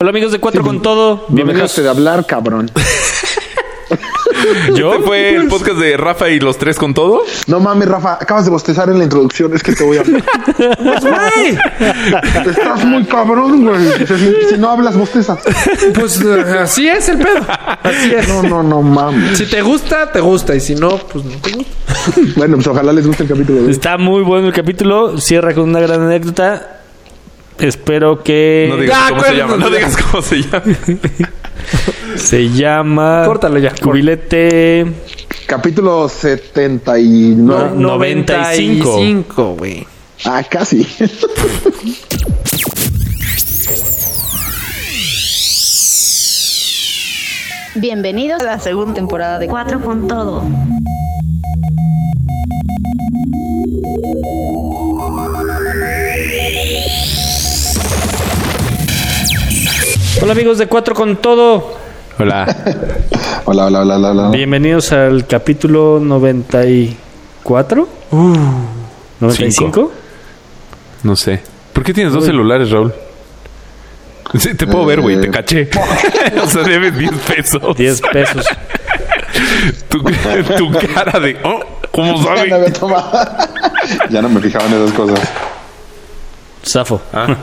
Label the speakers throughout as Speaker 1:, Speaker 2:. Speaker 1: Hola amigos de Cuatro con Todo,
Speaker 2: No me
Speaker 1: bienvenidos.
Speaker 2: dejaste de hablar, cabrón.
Speaker 3: ¿Yo? Este fue el podcast de Rafa y los tres con todo.
Speaker 2: No mames, Rafa, acabas de bostezar en la introducción, es que te voy a hablar. Estás muy cabrón, güey. Si, si no hablas, bostezas.
Speaker 4: Pues eh, así es el pedo. Así es.
Speaker 2: No, no, no mames.
Speaker 4: Si te gusta, te gusta. Y si no, pues no te gusta.
Speaker 2: Bueno, pues ojalá les guste el capítulo de hoy.
Speaker 1: Está muy bueno el capítulo, cierra con una gran anécdota. Espero que
Speaker 3: No digas
Speaker 4: Ya,
Speaker 3: cómo se
Speaker 4: acuérdense.
Speaker 3: llama. No digas cómo se llama.
Speaker 1: se llama
Speaker 4: Córtalo ya.
Speaker 1: Cubilete
Speaker 2: Capítulo
Speaker 4: Ah,
Speaker 2: 79.
Speaker 1: No. 95.
Speaker 4: 95, güey.
Speaker 2: Ah, casi.
Speaker 5: Bienvenidos a la segunda temporada de Cuatro con Todo.
Speaker 1: Hola amigos de Cuatro con Todo,
Speaker 3: Hola.
Speaker 2: Hola, hola, hola, hola. hola.
Speaker 1: bienvenidos al capítulo 94. 95.
Speaker 3: No sé. ¿Por qué tienes dos celulares, Raúl? Sí, te puedo ver, güey. Te caché. o sea, debes 10 pesos.
Speaker 1: 10 pesos.
Speaker 3: Tu, tu cara de... Oh, ¿Cómo
Speaker 2: Ya no
Speaker 3: sabe?
Speaker 2: había tomado. Ya no me fijaba en esas cosas.
Speaker 1: Zafo.
Speaker 3: Ah.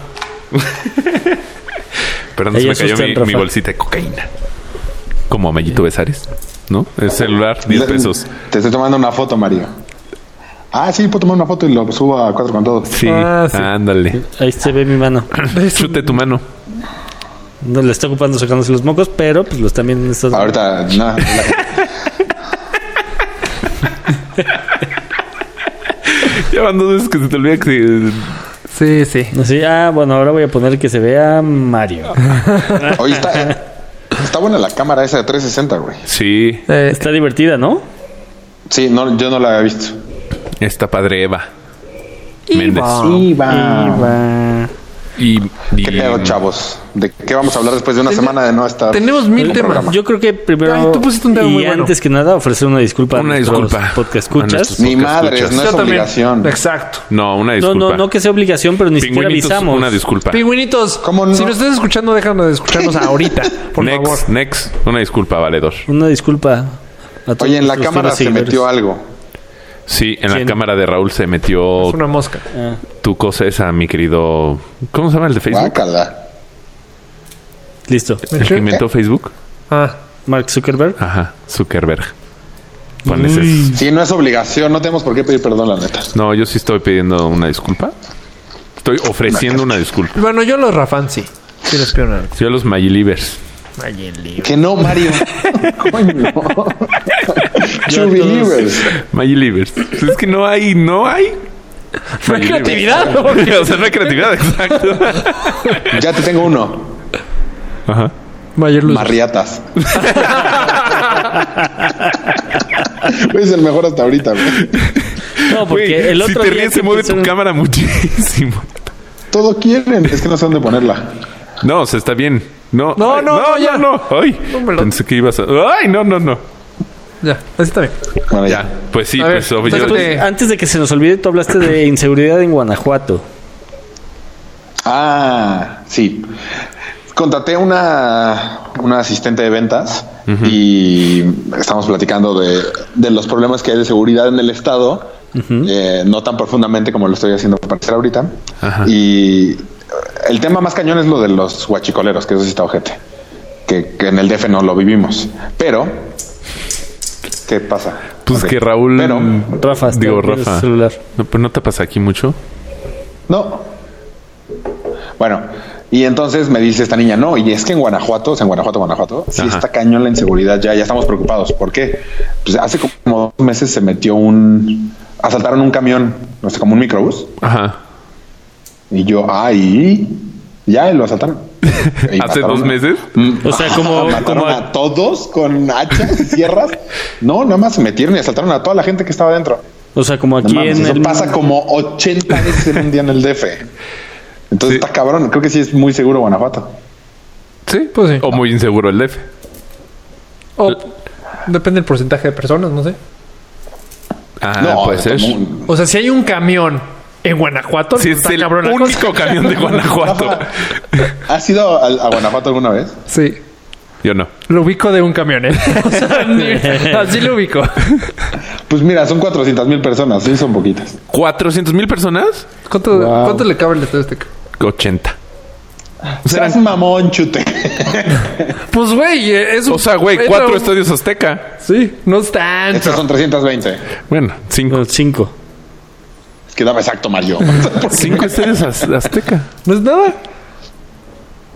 Speaker 3: Perdón, se
Speaker 1: Ahí
Speaker 3: me cayó
Speaker 1: asustan,
Speaker 3: mi,
Speaker 1: Rafa.
Speaker 3: mi bolsita de cocaína. Como Amellito Besares. ¿No? El celular, 10 pesos.
Speaker 2: Te estoy tomando una foto, Mario. Ah, sí, puedo tomar una foto y lo subo a cuatro con todos.
Speaker 3: Sí,
Speaker 4: Ah, sí.
Speaker 3: ándale.
Speaker 1: Ahí se ve mi mano.
Speaker 3: Chute tu mano.
Speaker 1: No le está ocupando sacándose los mocos, pero pues los también estás
Speaker 2: Ahorita, nada.
Speaker 3: Ya van dos veces que se te olvida que...
Speaker 4: Sí, sí.
Speaker 1: Sí, ah, bueno, ahora voy a poner que se vea Mario.
Speaker 2: Oye, está, está buena la cámara esa de 360, güey.
Speaker 3: Sí,
Speaker 4: Eh,
Speaker 1: Está divertida, ¿no?
Speaker 2: Sí, no, yo no la había visto.
Speaker 3: Está padre Eva. Méndez.
Speaker 1: Iba.
Speaker 3: Y, y-
Speaker 2: ¿Qué pedo, chavos? ¿De qué vamos a hablar después de una semana de no estar?
Speaker 4: tenemos mil temas.
Speaker 1: Yo creo que primero
Speaker 4: Ay, tú pusiste un tema
Speaker 1: y
Speaker 4: muy bueno.
Speaker 1: antes que nada ofrecer una disculpa
Speaker 3: Una
Speaker 1: a nuestros
Speaker 3: disculpa.
Speaker 1: podcast
Speaker 3: A
Speaker 1: escuchas.
Speaker 3: nuestros-
Speaker 2: Ni
Speaker 3: podcast
Speaker 2: madres,
Speaker 3: escuchas.
Speaker 2: no es
Speaker 4: Yo también.
Speaker 2: obligación.
Speaker 4: Exacto.
Speaker 3: No, una
Speaker 1: No,
Speaker 3: disculpa.
Speaker 1: no, no que sea obligación, pero ni siquiera
Speaker 3: Pingüinitos,
Speaker 1: avisamos.
Speaker 3: una disculpa.
Speaker 4: Pingüinitos,
Speaker 2: ¿Cómo no?
Speaker 4: si nos estás escuchando, déjanos de escucharnos ahorita, por
Speaker 3: next,
Speaker 4: favor.
Speaker 3: next, una disculpa, valedor.
Speaker 1: Una disculpa. a todos
Speaker 2: Oye, en la
Speaker 1: nuestros
Speaker 2: cámara se
Speaker 1: seguidores.
Speaker 2: metió algo.
Speaker 3: Sí, en
Speaker 1: ¿Quién?
Speaker 3: la cámara de Raúl se
Speaker 4: Es
Speaker 3: metió
Speaker 4: una mosca.
Speaker 1: Ah,
Speaker 3: tu cosa esa, mi querido. ¿Cómo se llama el de Facebook?
Speaker 2: Guácala.
Speaker 1: listo.
Speaker 3: El que inventó Facebook.
Speaker 4: Ah,
Speaker 1: Mark Zuckerberg.
Speaker 3: Ajá, Zuckerberg. Ponles eso.
Speaker 2: Sí, no es obligación, no tenemos por qué pedir perdón, la neta.
Speaker 3: No, yo sí estoy pidiendo una disculpa. Estoy ofreciendo una disculpa.
Speaker 4: bueno, yo los Rafan sí. Sí les pido una.
Speaker 3: Yo a los Magilivers.
Speaker 4: Ay, el libro.
Speaker 2: Que no, Mario. Coño. True believers.
Speaker 3: Magilivers. Pues Es que no hay, no hay. No hay
Speaker 4: creatividad, ¿no?
Speaker 3: o sea, Ah, no hay creatividad, exacto.
Speaker 2: Ya te tengo uno.
Speaker 3: Ajá.
Speaker 4: Mayer Luz.
Speaker 2: Marriatas. es el mejor hasta ahorita, güey.
Speaker 1: No, porque
Speaker 3: Güey,
Speaker 1: el otro
Speaker 3: si te
Speaker 1: día
Speaker 3: ríes
Speaker 1: que
Speaker 3: se mueve tu
Speaker 1: pusieron-
Speaker 3: cámara muchísimo.
Speaker 2: Todo quieren. Es que no sé dónde ponerla.
Speaker 3: No, o sea, está bien. No,
Speaker 4: No,
Speaker 3: ay,
Speaker 4: no, no, ya.
Speaker 3: no, no. Ay,
Speaker 4: No me lo-
Speaker 3: pensé que ibas a... Ay, no, no, no.
Speaker 4: Ya, así está bien.
Speaker 2: Bueno,
Speaker 3: Ya,
Speaker 2: ya.
Speaker 3: pues sí,
Speaker 4: A ver,
Speaker 3: pues obvio-
Speaker 4: entonces,
Speaker 1: Pues, antes de que se nos olvide, tú hablaste de inseguridad en Guanajuato.
Speaker 2: Ah, sí. Contraté una, una asistente de ventas y estamos platicando de, de los problemas que hay de seguridad en el estado, eh, no tan profundamente como lo estoy haciendo parecer ahorita.
Speaker 3: Ajá.
Speaker 2: Y eh, el tema más cañón es lo de los huachicoleros, que eso sí está ojete, que, que en el DF no lo vivimos. Pero, ¿qué pasa?
Speaker 3: Pues
Speaker 2: Ok.
Speaker 3: que Raúl...
Speaker 2: Pero,
Speaker 1: Rafa, hasta
Speaker 3: Digo,
Speaker 1: tienes
Speaker 3: Rafa.
Speaker 1: celular.
Speaker 3: No, pues no te pasa aquí mucho.
Speaker 2: No. Bueno, y entonces me dice esta niña, no, y es que en Guanajuato, o sea, en Guanajuato, Guanajuato, sí
Speaker 3: Ajá.
Speaker 2: está cañón la inseguridad, ya, ya estamos preocupados. ¿Por qué? Pues hace como dos meses se metió un, asaltaron un camión, no sé, como un microbús,
Speaker 3: Ajá.
Speaker 2: y yo, ay, ya y lo asaltaron. Y
Speaker 3: ¿Hace
Speaker 2: mataron
Speaker 3: dos
Speaker 2: a-
Speaker 3: meses?
Speaker 2: Mm,
Speaker 1: O sea, como-
Speaker 2: mataron
Speaker 1: como-
Speaker 2: a todos con hachas y sierras. No, nada más se metieron y asaltaron a toda la gente que estaba adentro.
Speaker 1: O sea, como
Speaker 2: No
Speaker 1: aquí
Speaker 2: mames,
Speaker 1: en
Speaker 2: eso
Speaker 1: el
Speaker 2: pasa como 80 veces en un día en el DF. Entonces
Speaker 3: Sí.
Speaker 2: está cabrón. Creo que sí es muy seguro Guanajuato.
Speaker 3: Sí,
Speaker 4: Pues sí.
Speaker 3: O muy inseguro el DF.
Speaker 4: O depende del porcentaje de personas, no sé.
Speaker 3: Ah,
Speaker 2: no,
Speaker 3: puede ser.
Speaker 2: como un-
Speaker 4: O sea, si hay un camión en Guanajuato.
Speaker 3: Sí, es
Speaker 4: está
Speaker 3: el
Speaker 4: cabrón la cosa.
Speaker 3: único camión de Guanajuato.
Speaker 2: ¿Has ido a, a Guanajuato alguna vez?
Speaker 4: Sí.
Speaker 3: Yo no.
Speaker 4: Lo ubico de un camión, ¿eh? O sea, ni- así lo ubico.
Speaker 2: Pues mira, son 400 mil personas, sí son poquitas.
Speaker 3: ¿400 mil personas?
Speaker 4: ¿Cuánto,
Speaker 2: Wow.
Speaker 4: ¿cuánto le cabe el Estadio Azteca?
Speaker 3: 80.
Speaker 2: Seas mamón, chute.
Speaker 4: Pues, güey, eh, es un-
Speaker 3: O sea, güey,
Speaker 4: era
Speaker 3: cuatro
Speaker 4: un-
Speaker 3: estadios Azteca.
Speaker 4: Sí, no es tanto.
Speaker 2: Estas son 320.
Speaker 3: Bueno, cinco.
Speaker 1: No, cinco.
Speaker 2: Es que daba exacto Mario.
Speaker 3: Cinco estadios az- Azteca.
Speaker 4: No es nada.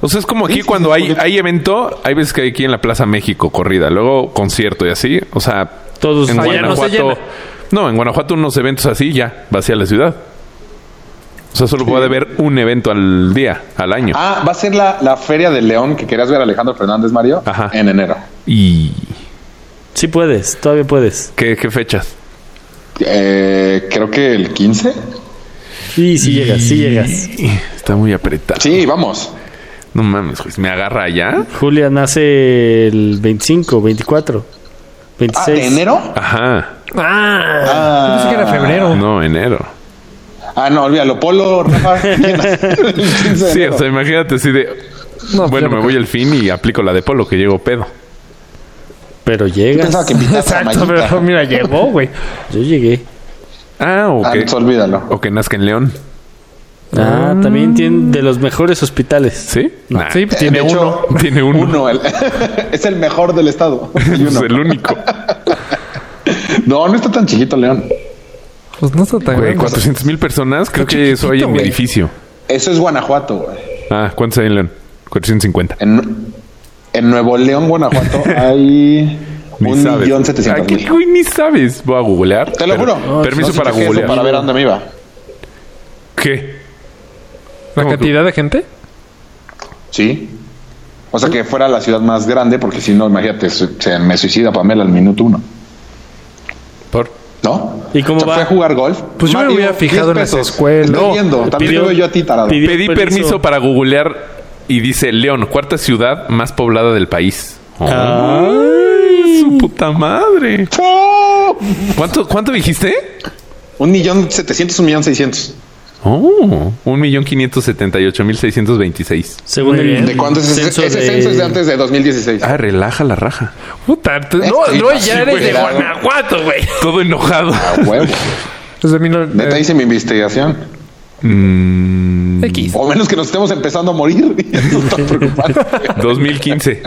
Speaker 3: O sea, es como aquí cuando hay, hay evento, hay veces que hay aquí en la Plaza México corrida, luego concierto y así. O sea,
Speaker 1: Todos
Speaker 3: en
Speaker 1: allá
Speaker 4: no se
Speaker 3: Guanajuato.
Speaker 4: llena.
Speaker 3: No, en Guanajuato unos eventos así ya vacía la ciudad. O sea, solo puede haber un evento al día, al año.
Speaker 2: Ah, va a ser la, la feria de León que querías ver a Alejandro Fernández Mario
Speaker 3: Ajá.
Speaker 2: en enero.
Speaker 3: ¿Y
Speaker 1: Sí puedes, todavía puedes.
Speaker 3: qué, qué fechas?
Speaker 2: Eh, creo que el 15.
Speaker 1: Sí, sí llegas, sí llegas.
Speaker 3: Y- Está muy apretado.
Speaker 2: Sí, vamos.
Speaker 3: No mames, güey. ¿Me agarra allá?
Speaker 1: Julia nace el 25, 24,
Speaker 2: Ah,
Speaker 1: 26.
Speaker 2: ¿de enero?
Speaker 3: Ajá.
Speaker 4: Ah,
Speaker 2: Ah,
Speaker 4: pensé que era febrero.
Speaker 3: No, enero.
Speaker 2: Ah, no, olvídalo. Polo, Rafa. ¿quién? El 15 de
Speaker 3: Sí,
Speaker 2: enero.
Speaker 3: o sea, imagínate así de.
Speaker 4: No,
Speaker 3: bueno,
Speaker 4: claro
Speaker 3: me
Speaker 4: que-
Speaker 3: voy al fin y aplico la de polo que llego pedo.
Speaker 1: Pero
Speaker 2: Yo
Speaker 1: llegas.
Speaker 2: pensaba que invitaste a
Speaker 4: Exacto,
Speaker 2: Mayita.
Speaker 4: pero mira, llegó, güey.
Speaker 1: Yo llegué.
Speaker 3: Ah, o
Speaker 2: Ah,
Speaker 3: que,
Speaker 2: entonces olvídalo.
Speaker 3: o que nazca en León.
Speaker 1: Ah, también tiene de los mejores hospitales.
Speaker 3: ¿Sí? Nah.
Speaker 4: Sí,
Speaker 2: Eh,
Speaker 4: tiene
Speaker 2: de hecho,
Speaker 3: uno. Tiene uno.
Speaker 2: el- es el mejor del estado. Y
Speaker 3: Es
Speaker 2: uno.
Speaker 3: el único.
Speaker 2: No, no está tan chiquito, León.
Speaker 4: Pues no está tan
Speaker 3: Güey,
Speaker 4: grande.
Speaker 3: 400 mil personas. Creo
Speaker 4: Qué
Speaker 3: que eso hay en mi
Speaker 4: chiquitito, güey.
Speaker 3: edificio.
Speaker 2: Eso es Guanajuato, güey.
Speaker 3: Ah, ¿cuántos hay en León? 450.
Speaker 2: En, en Nuevo León, Guanajuato, hay
Speaker 3: Ni
Speaker 2: un
Speaker 3: sabes.
Speaker 2: millón setecientos
Speaker 3: Aquí,
Speaker 2: mil.
Speaker 3: güey, ni sabes. Voy a googlear.
Speaker 2: Te lo
Speaker 3: pero-
Speaker 2: juro. No,
Speaker 3: Permiso
Speaker 2: sí,
Speaker 3: para
Speaker 2: chequé eso,
Speaker 3: googlear.
Speaker 2: Para ver a dónde me iba.
Speaker 3: ¿Qué?
Speaker 4: ¿La
Speaker 3: ¿Cómo que-
Speaker 4: cantidad de gente?
Speaker 2: Sí. O sea, que fuera la ciudad más grande, porque si no, imagínate, se, se me suicida Pamela al minuto uno.
Speaker 3: ¿Por?
Speaker 2: ¿No?
Speaker 1: ¿Y cómo
Speaker 2: O sea,
Speaker 1: va?
Speaker 2: fue a jugar golf.
Speaker 4: Pues yo me hubiera
Speaker 2: 10
Speaker 4: fijado en las
Speaker 2: pesos.
Speaker 4: escuelas.
Speaker 2: Estoy
Speaker 3: No,
Speaker 2: viendo, También
Speaker 1: pidió-
Speaker 2: te veo yo a ti, tarado.
Speaker 1: pidió-
Speaker 3: Pedí permiso.
Speaker 1: permiso.
Speaker 3: para googlear y dice León, cuarta ciudad más poblada del país. Ay, su puta madre.
Speaker 2: ¡Oh!
Speaker 3: ¿Cuánto, cuánto dijiste?
Speaker 2: Un millón setecientos, un millón seiscientos.
Speaker 3: Oh, un millón quinientos setenta y ocho mil seiscientos veintiséis.
Speaker 1: Según
Speaker 4: Muy bien.
Speaker 1: el
Speaker 2: ¿De cuándo es ese censo? Ese
Speaker 1: de-
Speaker 2: censo es de antes de 2016.
Speaker 3: Ah, relaja la raja.
Speaker 4: Puta, tú- no,
Speaker 2: Estoy
Speaker 4: no,
Speaker 2: así,
Speaker 4: ya eres
Speaker 2: güey.
Speaker 4: de Guanajuato, güey.
Speaker 3: Todo enojado.
Speaker 2: Huevo.
Speaker 4: Desde mil no-
Speaker 2: Neta
Speaker 4: eh,
Speaker 2: hice mi investigación.
Speaker 3: Mm,
Speaker 4: X.
Speaker 2: O menos que nos estemos empezando a morir. Eso está preocupante.
Speaker 3: 2015.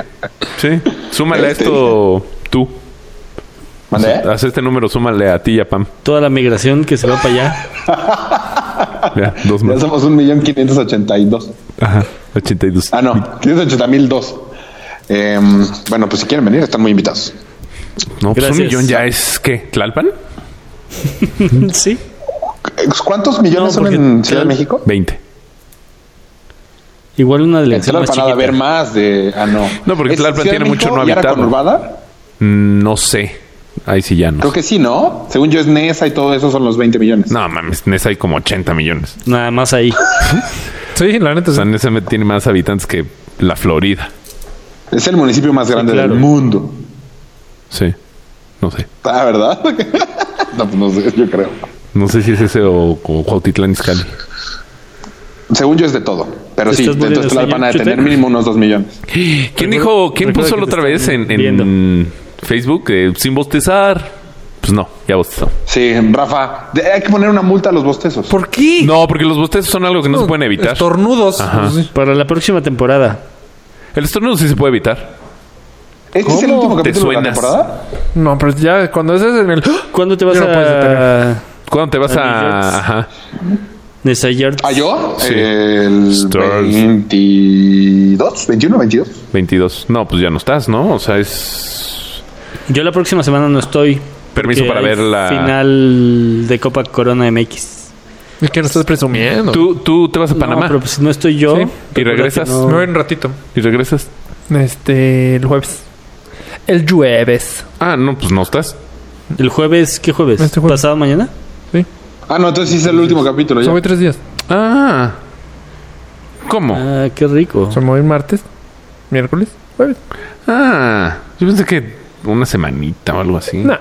Speaker 3: Sí. Súmale a esto tú.
Speaker 2: ¿Mande?
Speaker 3: Haz este número, súmale a ti y a Pam.
Speaker 1: toda la migración que se va para allá.
Speaker 3: Ya, dos
Speaker 2: Ya
Speaker 3: más.
Speaker 2: somos un millón quinientos ochenta y dos.
Speaker 3: Ajá, 82.
Speaker 2: Ah, no, 580 mil dos. Em, bueno, pues si quieren venir, están muy invitados.
Speaker 3: No, pues
Speaker 1: Gracias.
Speaker 3: un millón ya es, ¿qué? ¿Tlalpan?
Speaker 1: sí.
Speaker 2: ¿Cuántos millones
Speaker 1: No, porque
Speaker 2: son en Ciudad de
Speaker 1: Tlalpan-
Speaker 2: México?
Speaker 3: 20.
Speaker 1: Igual una
Speaker 2: En
Speaker 1: delegación
Speaker 2: Tlalpan
Speaker 1: más
Speaker 2: ha de
Speaker 1: chiquita.
Speaker 2: haber más de... Ah, no.
Speaker 3: No, porque
Speaker 2: ¿Es
Speaker 3: Tlalpan
Speaker 2: Ciudad de
Speaker 3: tiene
Speaker 2: México
Speaker 3: mucho no
Speaker 2: y era
Speaker 3: habitado.
Speaker 2: conurbada?
Speaker 3: Mm, No sé. Ahí sí ya no.
Speaker 2: Creo que sí, ¿no? Según yo es Nesa y todo eso son los 20 millones.
Speaker 3: No mames, Nesa hay como 80 millones.
Speaker 1: Nada más ahí.
Speaker 4: Sí, la neta.
Speaker 3: O
Speaker 4: sí.
Speaker 3: sea, Nesa me- tiene más habitantes que la Florida.
Speaker 2: Es el municipio más grande
Speaker 1: claro.
Speaker 2: del mundo.
Speaker 3: Sí. No sé.
Speaker 2: Ah, ¿verdad? no, pues no sé, yo creo.
Speaker 3: No sé si es ese o, o Cuautitlán Izcalli.
Speaker 2: Según yo es de todo. Pero
Speaker 1: ¿Te
Speaker 2: sí,
Speaker 1: estás muriendo
Speaker 2: entonces
Speaker 1: de
Speaker 2: Tlalpan
Speaker 1: sueño,
Speaker 2: ha de tener
Speaker 1: Chute?
Speaker 2: mínimo unos 2 millones.
Speaker 3: ¿Quién
Speaker 1: Recuerda-
Speaker 3: dijo, quién
Speaker 1: recuerda
Speaker 3: puso
Speaker 1: que
Speaker 3: la
Speaker 1: te
Speaker 3: otra vez
Speaker 1: están
Speaker 3: en, en Facebook eh, sin bostezar? Pues no, ya bostezó.
Speaker 2: Sí, Rafa, de- hay que poner una multa a los bostezos.
Speaker 4: ¿Por qué?
Speaker 3: No, porque los bostezos son algo que no se pueden evitar.
Speaker 4: Estornudos.
Speaker 3: Ajá.
Speaker 4: Pues, sí.
Speaker 1: Para la próxima temporada.
Speaker 3: El estornudo sí se puede evitar.
Speaker 2: ¿Este es el
Speaker 3: ¿Cómo
Speaker 2: último
Speaker 3: te
Speaker 2: capítulo de la
Speaker 3: suenas?
Speaker 2: temporada?
Speaker 4: No, pero ya cuando ese es en el. ¡Ah!
Speaker 1: ¿Cuándo te vas
Speaker 4: Ya no puedes
Speaker 1: a
Speaker 3: ¿Cuándo te vas
Speaker 1: Anillos.
Speaker 3: a...? Ajá.
Speaker 1: desayar?
Speaker 2: ¿A Ah, yo?
Speaker 3: Sí.
Speaker 2: El
Speaker 3: Stars.
Speaker 2: 22, 21, 22.
Speaker 3: 22. No, pues ya no estás, ¿no? O sea, es...
Speaker 1: Yo la próxima semana no estoy.
Speaker 3: Permiso
Speaker 1: porque
Speaker 3: para
Speaker 1: hay
Speaker 3: ver la-
Speaker 1: Final de Copa Corona MX.
Speaker 4: ¿Y qué no estás presumiendo?
Speaker 3: Tú, tú te vas a
Speaker 1: No,
Speaker 3: Panamá
Speaker 1: pero pues no estoy yo.
Speaker 4: Sí. ¿Y
Speaker 1: Recuerda que
Speaker 3: regresas?
Speaker 1: no-
Speaker 4: Me voy un ratito.
Speaker 3: y regresas.
Speaker 4: Este, el jueves. El jueves.
Speaker 3: Ah, no, pues no estás.
Speaker 1: ¿El jueves? ¿Qué jueves?
Speaker 4: Este jueves.
Speaker 1: ¿Pasado mañana?
Speaker 2: Ah, no, entonces sí es el último capítulo
Speaker 4: O sea,
Speaker 2: ya.
Speaker 4: voy tres días.
Speaker 3: Ah. ¿Cómo?
Speaker 1: Ah, qué rico.
Speaker 4: O sea, me voy martes, miércoles, jueves.
Speaker 3: Ah, yo pensé que una semanita o algo así.
Speaker 4: No.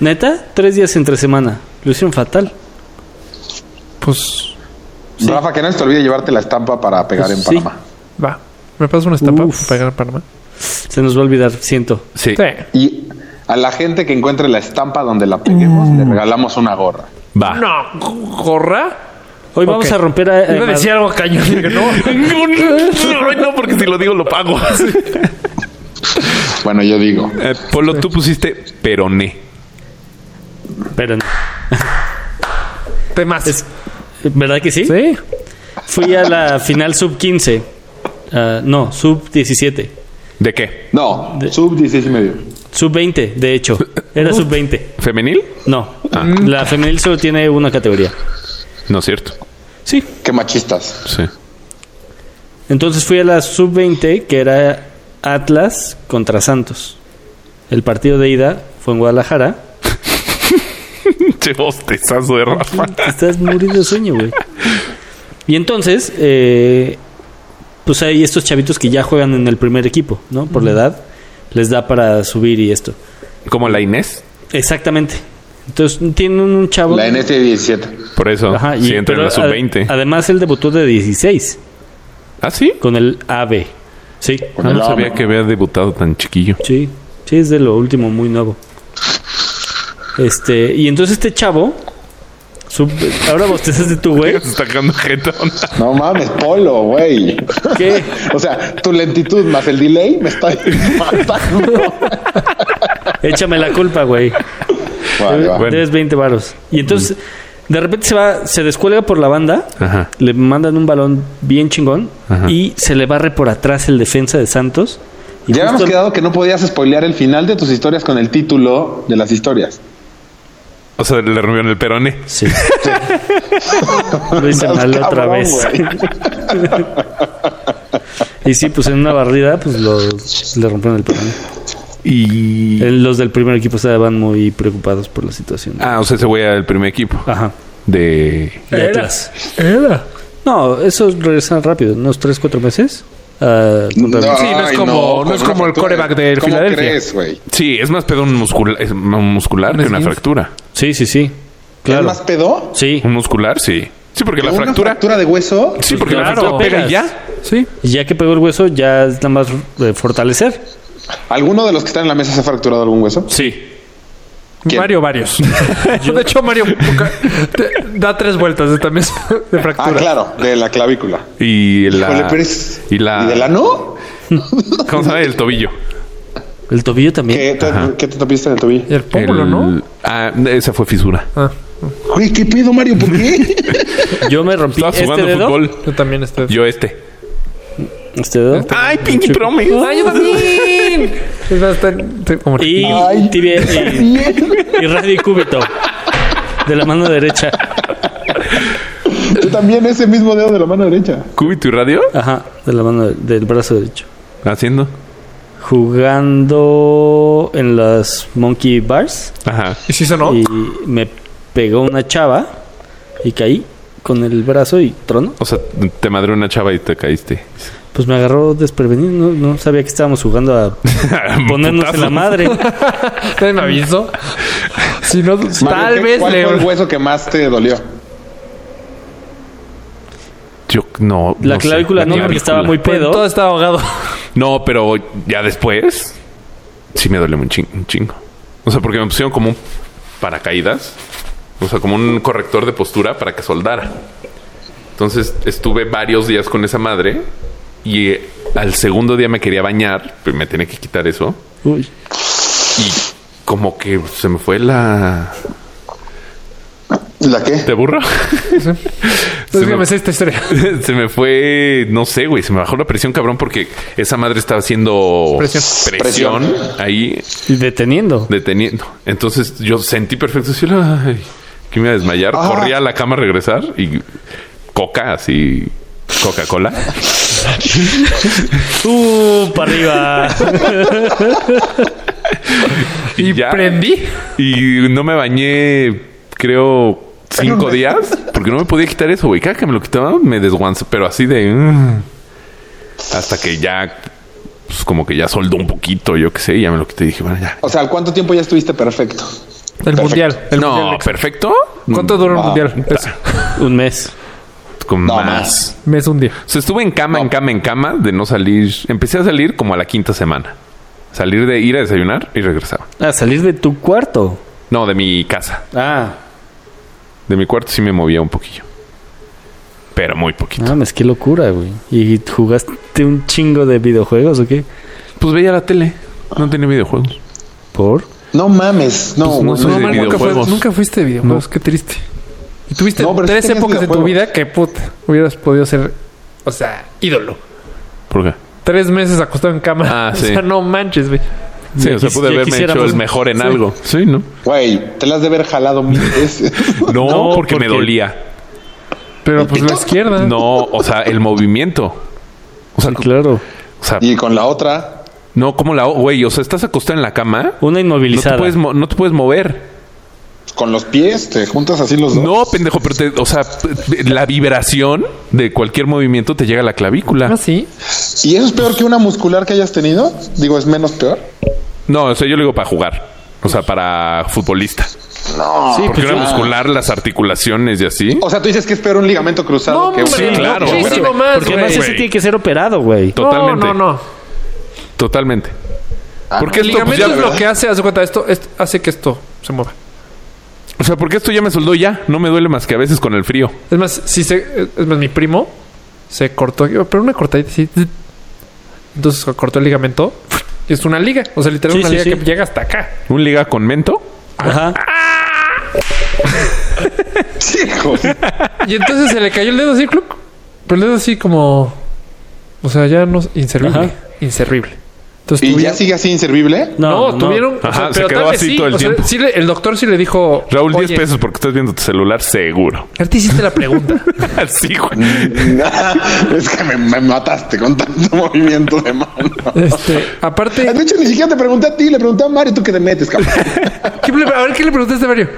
Speaker 1: ¿Neta? Tres días entre semana. Lo hicieron fatal.
Speaker 4: Pues
Speaker 2: Rafa, que no se te olvide llevarte la estampa para pegar
Speaker 1: Pues
Speaker 2: en
Speaker 1: sí.
Speaker 2: Panamá.
Speaker 4: va. ¿Me pasas una estampa
Speaker 1: Uf.
Speaker 4: para pegar en Panamá?
Speaker 1: Se nos va a olvidar, siento.
Speaker 3: Sí.
Speaker 4: Sí.
Speaker 2: Y a la gente que encuentre la estampa donde la peguemos, le regalamos una gorra.
Speaker 3: Va.
Speaker 4: No, gorra.
Speaker 1: Hoy vamos
Speaker 4: Ok.
Speaker 1: a romper a, a-
Speaker 4: Iba a decir algo cañón. digo, No,
Speaker 3: Ay, no, porque si lo digo lo pago.
Speaker 2: Bueno, yo digo.
Speaker 3: Eh, Polo, tú pusiste peroné.
Speaker 1: Pero no.
Speaker 4: temas.
Speaker 1: Es- ¿Verdad que sí?
Speaker 4: Sí.
Speaker 1: Fui a la final sub 15. Ah, no, sub 17.
Speaker 3: ¿De qué?
Speaker 2: No,
Speaker 1: De-
Speaker 2: sub 16 y medio.
Speaker 1: Sub 20, de hecho. Era sub 20.
Speaker 3: ¿Femenil?
Speaker 1: No.
Speaker 3: Ah.
Speaker 1: La femenil solo tiene una categoría.
Speaker 3: No es cierto.
Speaker 1: Sí.
Speaker 2: Qué machistas.
Speaker 3: Sí.
Speaker 1: Entonces fui a la sub 20, que era Atlas contra Santos. El partido de ida fue en Guadalajara.
Speaker 3: Che, hostezazo de Rafa.
Speaker 1: Te estás muriendo de sueño, güey. Y entonces, eh, pues hay estos chavitos que ya juegan en el primer equipo, ¿no? Por la edad, les da para subir y esto.
Speaker 3: Como la Inés.
Speaker 1: Exactamente. Entonces, tienen un chavo.
Speaker 2: La NS 17.
Speaker 3: Por eso.
Speaker 1: Ajá,
Speaker 3: sí, entra en
Speaker 1: pero
Speaker 3: la
Speaker 1: ad-
Speaker 3: sub-20.
Speaker 1: Además, él debutó de 16
Speaker 3: ¿Ah, sí? Ah,
Speaker 1: con el AB. Sí.
Speaker 2: Con
Speaker 3: No,
Speaker 2: el
Speaker 3: no sabía
Speaker 2: ama.
Speaker 3: que había debutado tan chiquillo.
Speaker 1: Sí, sí, es de lo último, muy nuevo. Este, y entonces este chavo. sub- ahora vos te de tu güey.
Speaker 3: Está sacando jetón.
Speaker 2: No mames, polo, güey.
Speaker 1: ¿Qué?
Speaker 2: O sea, tu lentitud más el delay me está matando.
Speaker 1: Échame la culpa, güey.
Speaker 2: Vale, va.
Speaker 3: Bueno.
Speaker 1: Debes 20 varos. Y entonces, de repente se va, se descuelga por la banda,
Speaker 3: Ajá.
Speaker 1: le mandan un balón bien chingón
Speaker 3: Ajá.
Speaker 1: y se le barre por atrás el defensa de Santos. Y
Speaker 2: Ya habíamos
Speaker 1: justo-
Speaker 2: quedado que no podías spoilear el final de tus historias con el título de las historias.
Speaker 3: O sea, le rompieron el peroné.
Speaker 1: Sí. Lo hice
Speaker 2: Estás
Speaker 1: mal otra
Speaker 2: cabrón,
Speaker 1: vez.
Speaker 2: güey.
Speaker 1: Y sí, pues en una barrida, pues los, le rompieron el pulmón.
Speaker 3: Y.
Speaker 1: Eh, Los del primer equipo estaban muy preocupados por la situación.
Speaker 3: Ah, o sea, se voy al primer equipo.
Speaker 1: Ajá.
Speaker 3: De.
Speaker 1: De Atlas.
Speaker 4: Era.
Speaker 1: No, esos regresan rápido, unos 3, 4 meses. Ah,
Speaker 4: Sí, no es
Speaker 2: ay,
Speaker 4: como- no
Speaker 2: con
Speaker 4: es
Speaker 2: una
Speaker 4: como
Speaker 2: fractura.
Speaker 4: el quarterback del
Speaker 2: ¿Cómo
Speaker 4: Filadelfia.
Speaker 2: crees, güey?
Speaker 3: Sí, es más pedo un, muscula- es un muscular que una
Speaker 4: esguince?
Speaker 3: fractura.
Speaker 1: Sí, sí, sí.
Speaker 2: ¿Es
Speaker 1: Claro.
Speaker 2: más pedo?
Speaker 1: Sí.
Speaker 3: Un muscular, sí. Sí, porque la
Speaker 2: ¿Una
Speaker 3: fractura.
Speaker 2: fractura de hueso?
Speaker 3: Sí, porque la
Speaker 1: Claro.
Speaker 3: fractura pega y
Speaker 1: Pegas.
Speaker 3: ya.
Speaker 4: Sí.
Speaker 1: Y ya que pegó el hueso, ya es nada más eh, fortalecer.
Speaker 2: ¿Alguno de los que están en la mesa se ha fracturado algún hueso?
Speaker 1: Sí.
Speaker 2: ¿Quién?
Speaker 4: Mario varios. De hecho, Mario poca- te- da tres vueltas de esta mesa de
Speaker 2: Ah,
Speaker 4: fractura.
Speaker 2: claro, de la clavícula.
Speaker 3: Y la.
Speaker 2: Híjole, pero es-
Speaker 3: Y la.
Speaker 2: ¿Y del ano?
Speaker 3: ¿Cómo se llama? El tobillo.
Speaker 1: El tobillo también.
Speaker 2: ¿Qué te, ¿Qué te topiste en el tobillo?
Speaker 4: Y el pómulo,
Speaker 3: El-
Speaker 4: ¿no?
Speaker 3: Ah, esa fue fisura.
Speaker 4: Ah,
Speaker 2: Güey, ¿qué pedo, Mario? ¿Por qué?
Speaker 1: Yo me rompí
Speaker 3: Estabas
Speaker 1: este
Speaker 3: jugando
Speaker 1: dedo.
Speaker 3: fútbol.
Speaker 4: yo también estoy.
Speaker 3: Yo este.
Speaker 1: Este dedo.
Speaker 3: Ay, pinche promes.
Speaker 4: ¡Ay, yo también! Es bastante como...
Speaker 1: Y
Speaker 2: Ay,
Speaker 1: tibia y, y radio y cúbito. De la mano derecha.
Speaker 2: Yo también ese mismo dedo de la mano derecha.
Speaker 3: Cúbito y radio.
Speaker 1: Ajá. De la mano de- del brazo derecho.
Speaker 3: Haciendo.
Speaker 1: Jugando en las Monkey Bars.
Speaker 3: Ajá.
Speaker 4: ¿Y si sonó?
Speaker 1: Y me pegó una chava. Y caí con el brazo y trono.
Speaker 3: O sea, te madré una chava y te caíste.
Speaker 1: Pues me agarró desprevenido. No, no sabía que estábamos jugando a ponernos en la madre.
Speaker 4: Nadie me avisó. Si no,
Speaker 2: Mario,
Speaker 4: tal
Speaker 2: ¿qué-
Speaker 4: vez
Speaker 2: ¿Cuál fue el
Speaker 4: le...
Speaker 2: hueso que más te dolió?
Speaker 3: Yo no.
Speaker 1: La
Speaker 3: no sé.
Speaker 1: clavícula
Speaker 3: La
Speaker 1: no, porque
Speaker 3: clavícula.
Speaker 1: estaba muy
Speaker 4: Pues, Todo
Speaker 1: pedo.
Speaker 4: está ahogado.
Speaker 3: No, pero ya después. Sí me dolió un, chin- un chingo. O sea, porque me pusieron como un paracaídas. O sea, como un corrector de postura para que soldara. Entonces estuve varios días con esa madre. Y eh, al segundo día me quería bañar. Pero me tenía que quitar eso.
Speaker 1: Uy.
Speaker 3: Y como que se me fue la.
Speaker 2: ¿La qué?
Speaker 3: ¿Te burro?
Speaker 4: Entonces, dígame esta historia.
Speaker 3: se me fue, no sé, güey, se me bajó la presión, cabrón, porque esa madre estaba haciendo
Speaker 4: Presión.
Speaker 3: presión ahí
Speaker 1: Y deteniendo.
Speaker 3: deteniendo. Entonces yo sentí perfecto, así, ay, que me iba a desmayar.
Speaker 2: Ah.
Speaker 3: Corrí a la cama a regresar y coca, así, Coca-Cola.
Speaker 1: ¡Uh! ¡Para arriba!
Speaker 3: Y, ya.
Speaker 4: Prendí.
Speaker 3: Y no me bañé, creo, cinco
Speaker 2: mes.
Speaker 3: días, porque no me podía quitar eso, güey. Cada que me lo quitaba, me desguanzo, pero así de. "Mm". hasta que ya, pues como que ya soldó un poquito, yo qué sé, y ya me lo quité y dije, bueno, ya.
Speaker 2: O sea, ¿al cuánto tiempo ya estuviste perfecto?
Speaker 4: El mundial. El
Speaker 3: no,
Speaker 4: mundial.
Speaker 3: perfecto.
Speaker 4: ¿Cuánto dura un
Speaker 2: Ah.
Speaker 4: mundial? Peso.
Speaker 1: Un mes.
Speaker 3: Con
Speaker 2: No,
Speaker 3: más.
Speaker 2: más.
Speaker 4: Mes un día.
Speaker 3: O sea, estuve en cama, en cama, en cama de no salir. Empecé a salir como a la quinta semana. Salir de ir a desayunar y regresaba.
Speaker 1: Ah, salir de tu cuarto.
Speaker 3: No, de mi casa.
Speaker 1: Ah,
Speaker 3: De mi cuarto sí me movía un poquillo. Pero muy poquito.
Speaker 1: no mames, qué locura, güey. ¿Y jugaste un chingo de videojuegos o qué?
Speaker 3: Pues veía la tele. No tenía videojuegos.
Speaker 1: ¿Por?
Speaker 2: No mames, no.
Speaker 3: Pues no
Speaker 2: güey,
Speaker 3: soy
Speaker 2: no
Speaker 3: de
Speaker 2: mames.
Speaker 4: nunca, fue-
Speaker 3: videojuegos.
Speaker 4: nunca fuiste de videojuegos. Qué triste. Y tuviste
Speaker 2: No, pero sí
Speaker 4: tres
Speaker 2: tenías
Speaker 4: épocas de tu
Speaker 2: videojuegos.
Speaker 4: vida que, puta, hubieras podido ser, o sea, ídolo.
Speaker 3: ¿Por qué?
Speaker 4: Tres meses acostado en cama.
Speaker 3: Ah,
Speaker 4: o
Speaker 3: sí.
Speaker 4: sea, no manches, güey.
Speaker 3: Sí,
Speaker 1: Ya
Speaker 3: o sea,
Speaker 1: quis-
Speaker 3: pude
Speaker 1: ya
Speaker 3: haberme hecho
Speaker 1: quisiéramos-
Speaker 3: el mejor en
Speaker 1: Sí.
Speaker 3: algo. Sí, ¿no?
Speaker 2: Güey, te las de haber jalado mil veces.
Speaker 3: No,
Speaker 1: No,
Speaker 3: porque, me
Speaker 1: porque-
Speaker 3: dolía.
Speaker 4: Pero pues la izquierda.
Speaker 3: No, o sea, el movimiento. O sea,
Speaker 1: Claro.
Speaker 3: o sea,
Speaker 2: y con la otra,
Speaker 3: no como la... Güey, o sea, estás acostado en la cama.
Speaker 1: Una
Speaker 3: No te,
Speaker 1: inmovilizada.
Speaker 3: puedes mo- no te puedes mover.
Speaker 2: con los pies, te juntas así los dos.
Speaker 3: No, pendejo, pero te- o sea, p- la vibración de cualquier movimiento te llega a la
Speaker 4: Ah,
Speaker 3: clavícula.
Speaker 4: sí.
Speaker 2: ¿Y eso es peor que una muscular que hayas tenido? Digo, ¿es menos peor?
Speaker 3: No, o sea, yo lo digo para jugar. O sea, para futbolista.
Speaker 2: No.
Speaker 1: pues
Speaker 3: Porque era
Speaker 4: Ah.
Speaker 3: muscular, las articulaciones y así.
Speaker 2: O sea, tú dices que es peor un ligamento cruzado
Speaker 4: No,
Speaker 2: que
Speaker 4: hombre,
Speaker 2: una-
Speaker 3: Sí, claro,
Speaker 4: muchísimo
Speaker 3: güey.
Speaker 4: más,
Speaker 1: Porque además
Speaker 4: güey.
Speaker 1: ese tiene que ser operado, güey.
Speaker 3: Totalmente.
Speaker 4: No, no, no.
Speaker 3: Totalmente. porque
Speaker 4: El
Speaker 3: esto, pues,
Speaker 4: ligamento
Speaker 3: ya-
Speaker 4: es lo que hace, haz de cuenta, esto, esto hace que esto se mueva.
Speaker 3: O sea, porque esto ya me soldó ya. No me duele más que a veces con el frío.
Speaker 4: Es más, si se, es más, mi primo se cortó, aquí, pero una cortadita así. Entonces cortó el ligamento. Y es una liga. O sea, literal,
Speaker 1: Sí,
Speaker 4: una
Speaker 1: sí,
Speaker 4: liga
Speaker 1: sí.
Speaker 4: que llega hasta acá.
Speaker 3: Un liga con mento.
Speaker 1: Ajá.
Speaker 2: Sí, hijo.
Speaker 4: Y entonces se le cayó el dedo así, cluc. Pero el dedo así como. O sea, ya no. Inservible.
Speaker 1: Ajá.
Speaker 4: Inservible. Entonces
Speaker 2: ¿Y ya
Speaker 4: tuvieron-
Speaker 2: sigue así inservible?
Speaker 1: No,
Speaker 4: No,
Speaker 1: no.
Speaker 4: tuvieron. o
Speaker 3: Ajá,
Speaker 4: sea,
Speaker 3: se
Speaker 4: pero
Speaker 3: quedó
Speaker 4: tal vez
Speaker 3: así
Speaker 4: sí,
Speaker 3: todo el
Speaker 4: o sea,
Speaker 3: tiempo.
Speaker 4: sí le- el doctor sí le dijo.
Speaker 3: Raúl, 10
Speaker 4: "Oye,
Speaker 3: pesos porque estás viendo tu celular seguro.
Speaker 4: Ahorita hiciste la pregunta.
Speaker 3: Así, güey.
Speaker 2: es que me, me mataste con tanto movimiento de mano.
Speaker 4: este, aparte,
Speaker 2: De hecho, ni siquiera te pregunté a ti, le pregunté a Mario, tú que te metes, cabrón.
Speaker 4: ¿qué le- a ver qué le preguntaste a Mario.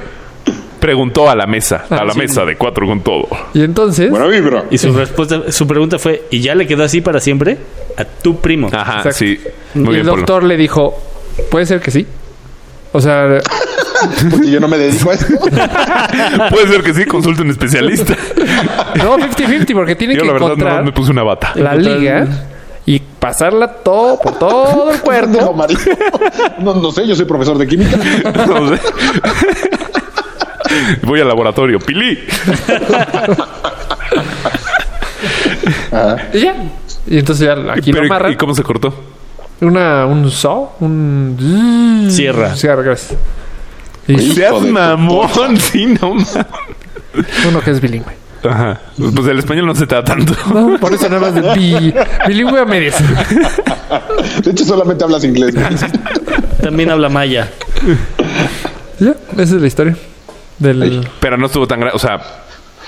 Speaker 3: Preguntó a la mesa.
Speaker 4: Ah,
Speaker 3: a la
Speaker 4: sí.
Speaker 3: mesa de cuatro con todo.
Speaker 4: Y entonces.
Speaker 2: Bueno, vibro.
Speaker 1: Y su respuesta, su pregunta fue, ¿y ya le quedó así para siempre? A tu primo.
Speaker 3: Ajá,
Speaker 4: Exacto.
Speaker 3: sí.
Speaker 4: Y
Speaker 3: Muy
Speaker 4: el
Speaker 3: bien, Polo.
Speaker 4: doctor le dijo, puede ser que sí. O sea,
Speaker 2: Porque yo no me dedico a eso.
Speaker 3: Puede ser que sí, consulte un especialista.
Speaker 4: no 50-50 porque tiene
Speaker 3: Yo
Speaker 4: que
Speaker 3: la verdad
Speaker 4: encontrar
Speaker 3: no me puse una bata.
Speaker 4: la
Speaker 1: encontrar-
Speaker 4: liga y pasarla todo por todo el
Speaker 2: Pendejo,
Speaker 4: cuerpo.
Speaker 2: Mario. No, no sé, yo soy profesor de química.
Speaker 3: No sé. Voy al laboratorio. Pili.
Speaker 4: y ya. Y entonces ya aquí
Speaker 3: Pero,
Speaker 4: lo amarran.
Speaker 3: ¿Y cómo se cortó?
Speaker 4: Una, un saw, un...
Speaker 1: Sierra.
Speaker 4: Sierra, gracias. Y
Speaker 2: Hijo
Speaker 3: Seas
Speaker 2: de tu
Speaker 3: mamón. Sí, no mames.
Speaker 4: uno que es bilingüe.
Speaker 3: Ajá. Pues el español no se trata tanto.
Speaker 4: No, por eso nada más de bi- bilingüe a medias.
Speaker 2: De hecho, solamente hablas inglés.
Speaker 1: También habla maya.
Speaker 4: Y ya, esa es la historia del...
Speaker 3: Pero no estuvo tan grande. O sea,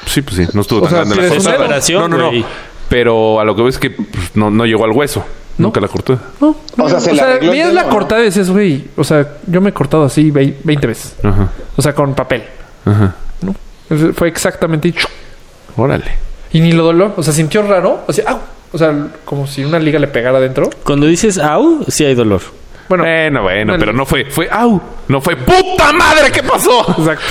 Speaker 3: sí, pues sí, no estuvo
Speaker 4: O
Speaker 3: tan
Speaker 4: sea,
Speaker 3: grande la
Speaker 4: ¿tienes
Speaker 3: cosa.
Speaker 4: un dedo?
Speaker 1: Operación,
Speaker 3: no, no, no.
Speaker 1: güey.
Speaker 3: Pero a lo que ves es que pues, no, no llegó al hueso. Nunca la cortó.
Speaker 4: No, no,
Speaker 2: O sea, se le arregló el
Speaker 4: veías
Speaker 2: dedo,
Speaker 4: la
Speaker 2: ¿no?
Speaker 4: cortada y decías, güey, o sea, yo me he cortado así vei- 20 veces.
Speaker 3: Ajá.
Speaker 4: O sea, con papel.
Speaker 3: Ajá.
Speaker 4: Entonces, Fue exactamente. y ¡chu!
Speaker 3: Órale.
Speaker 4: Y ni lo doló. O sea, sintió raro. O sea, ¡au! O sea, como si una liga le pegara adentro.
Speaker 1: Cuando dices au, sí hay dolor.
Speaker 4: Bueno,
Speaker 3: Bueno, bueno,
Speaker 4: Bueno.
Speaker 3: pero no fue, fue, au, no fue, puta madre, ¿qué pasó?
Speaker 4: exacto.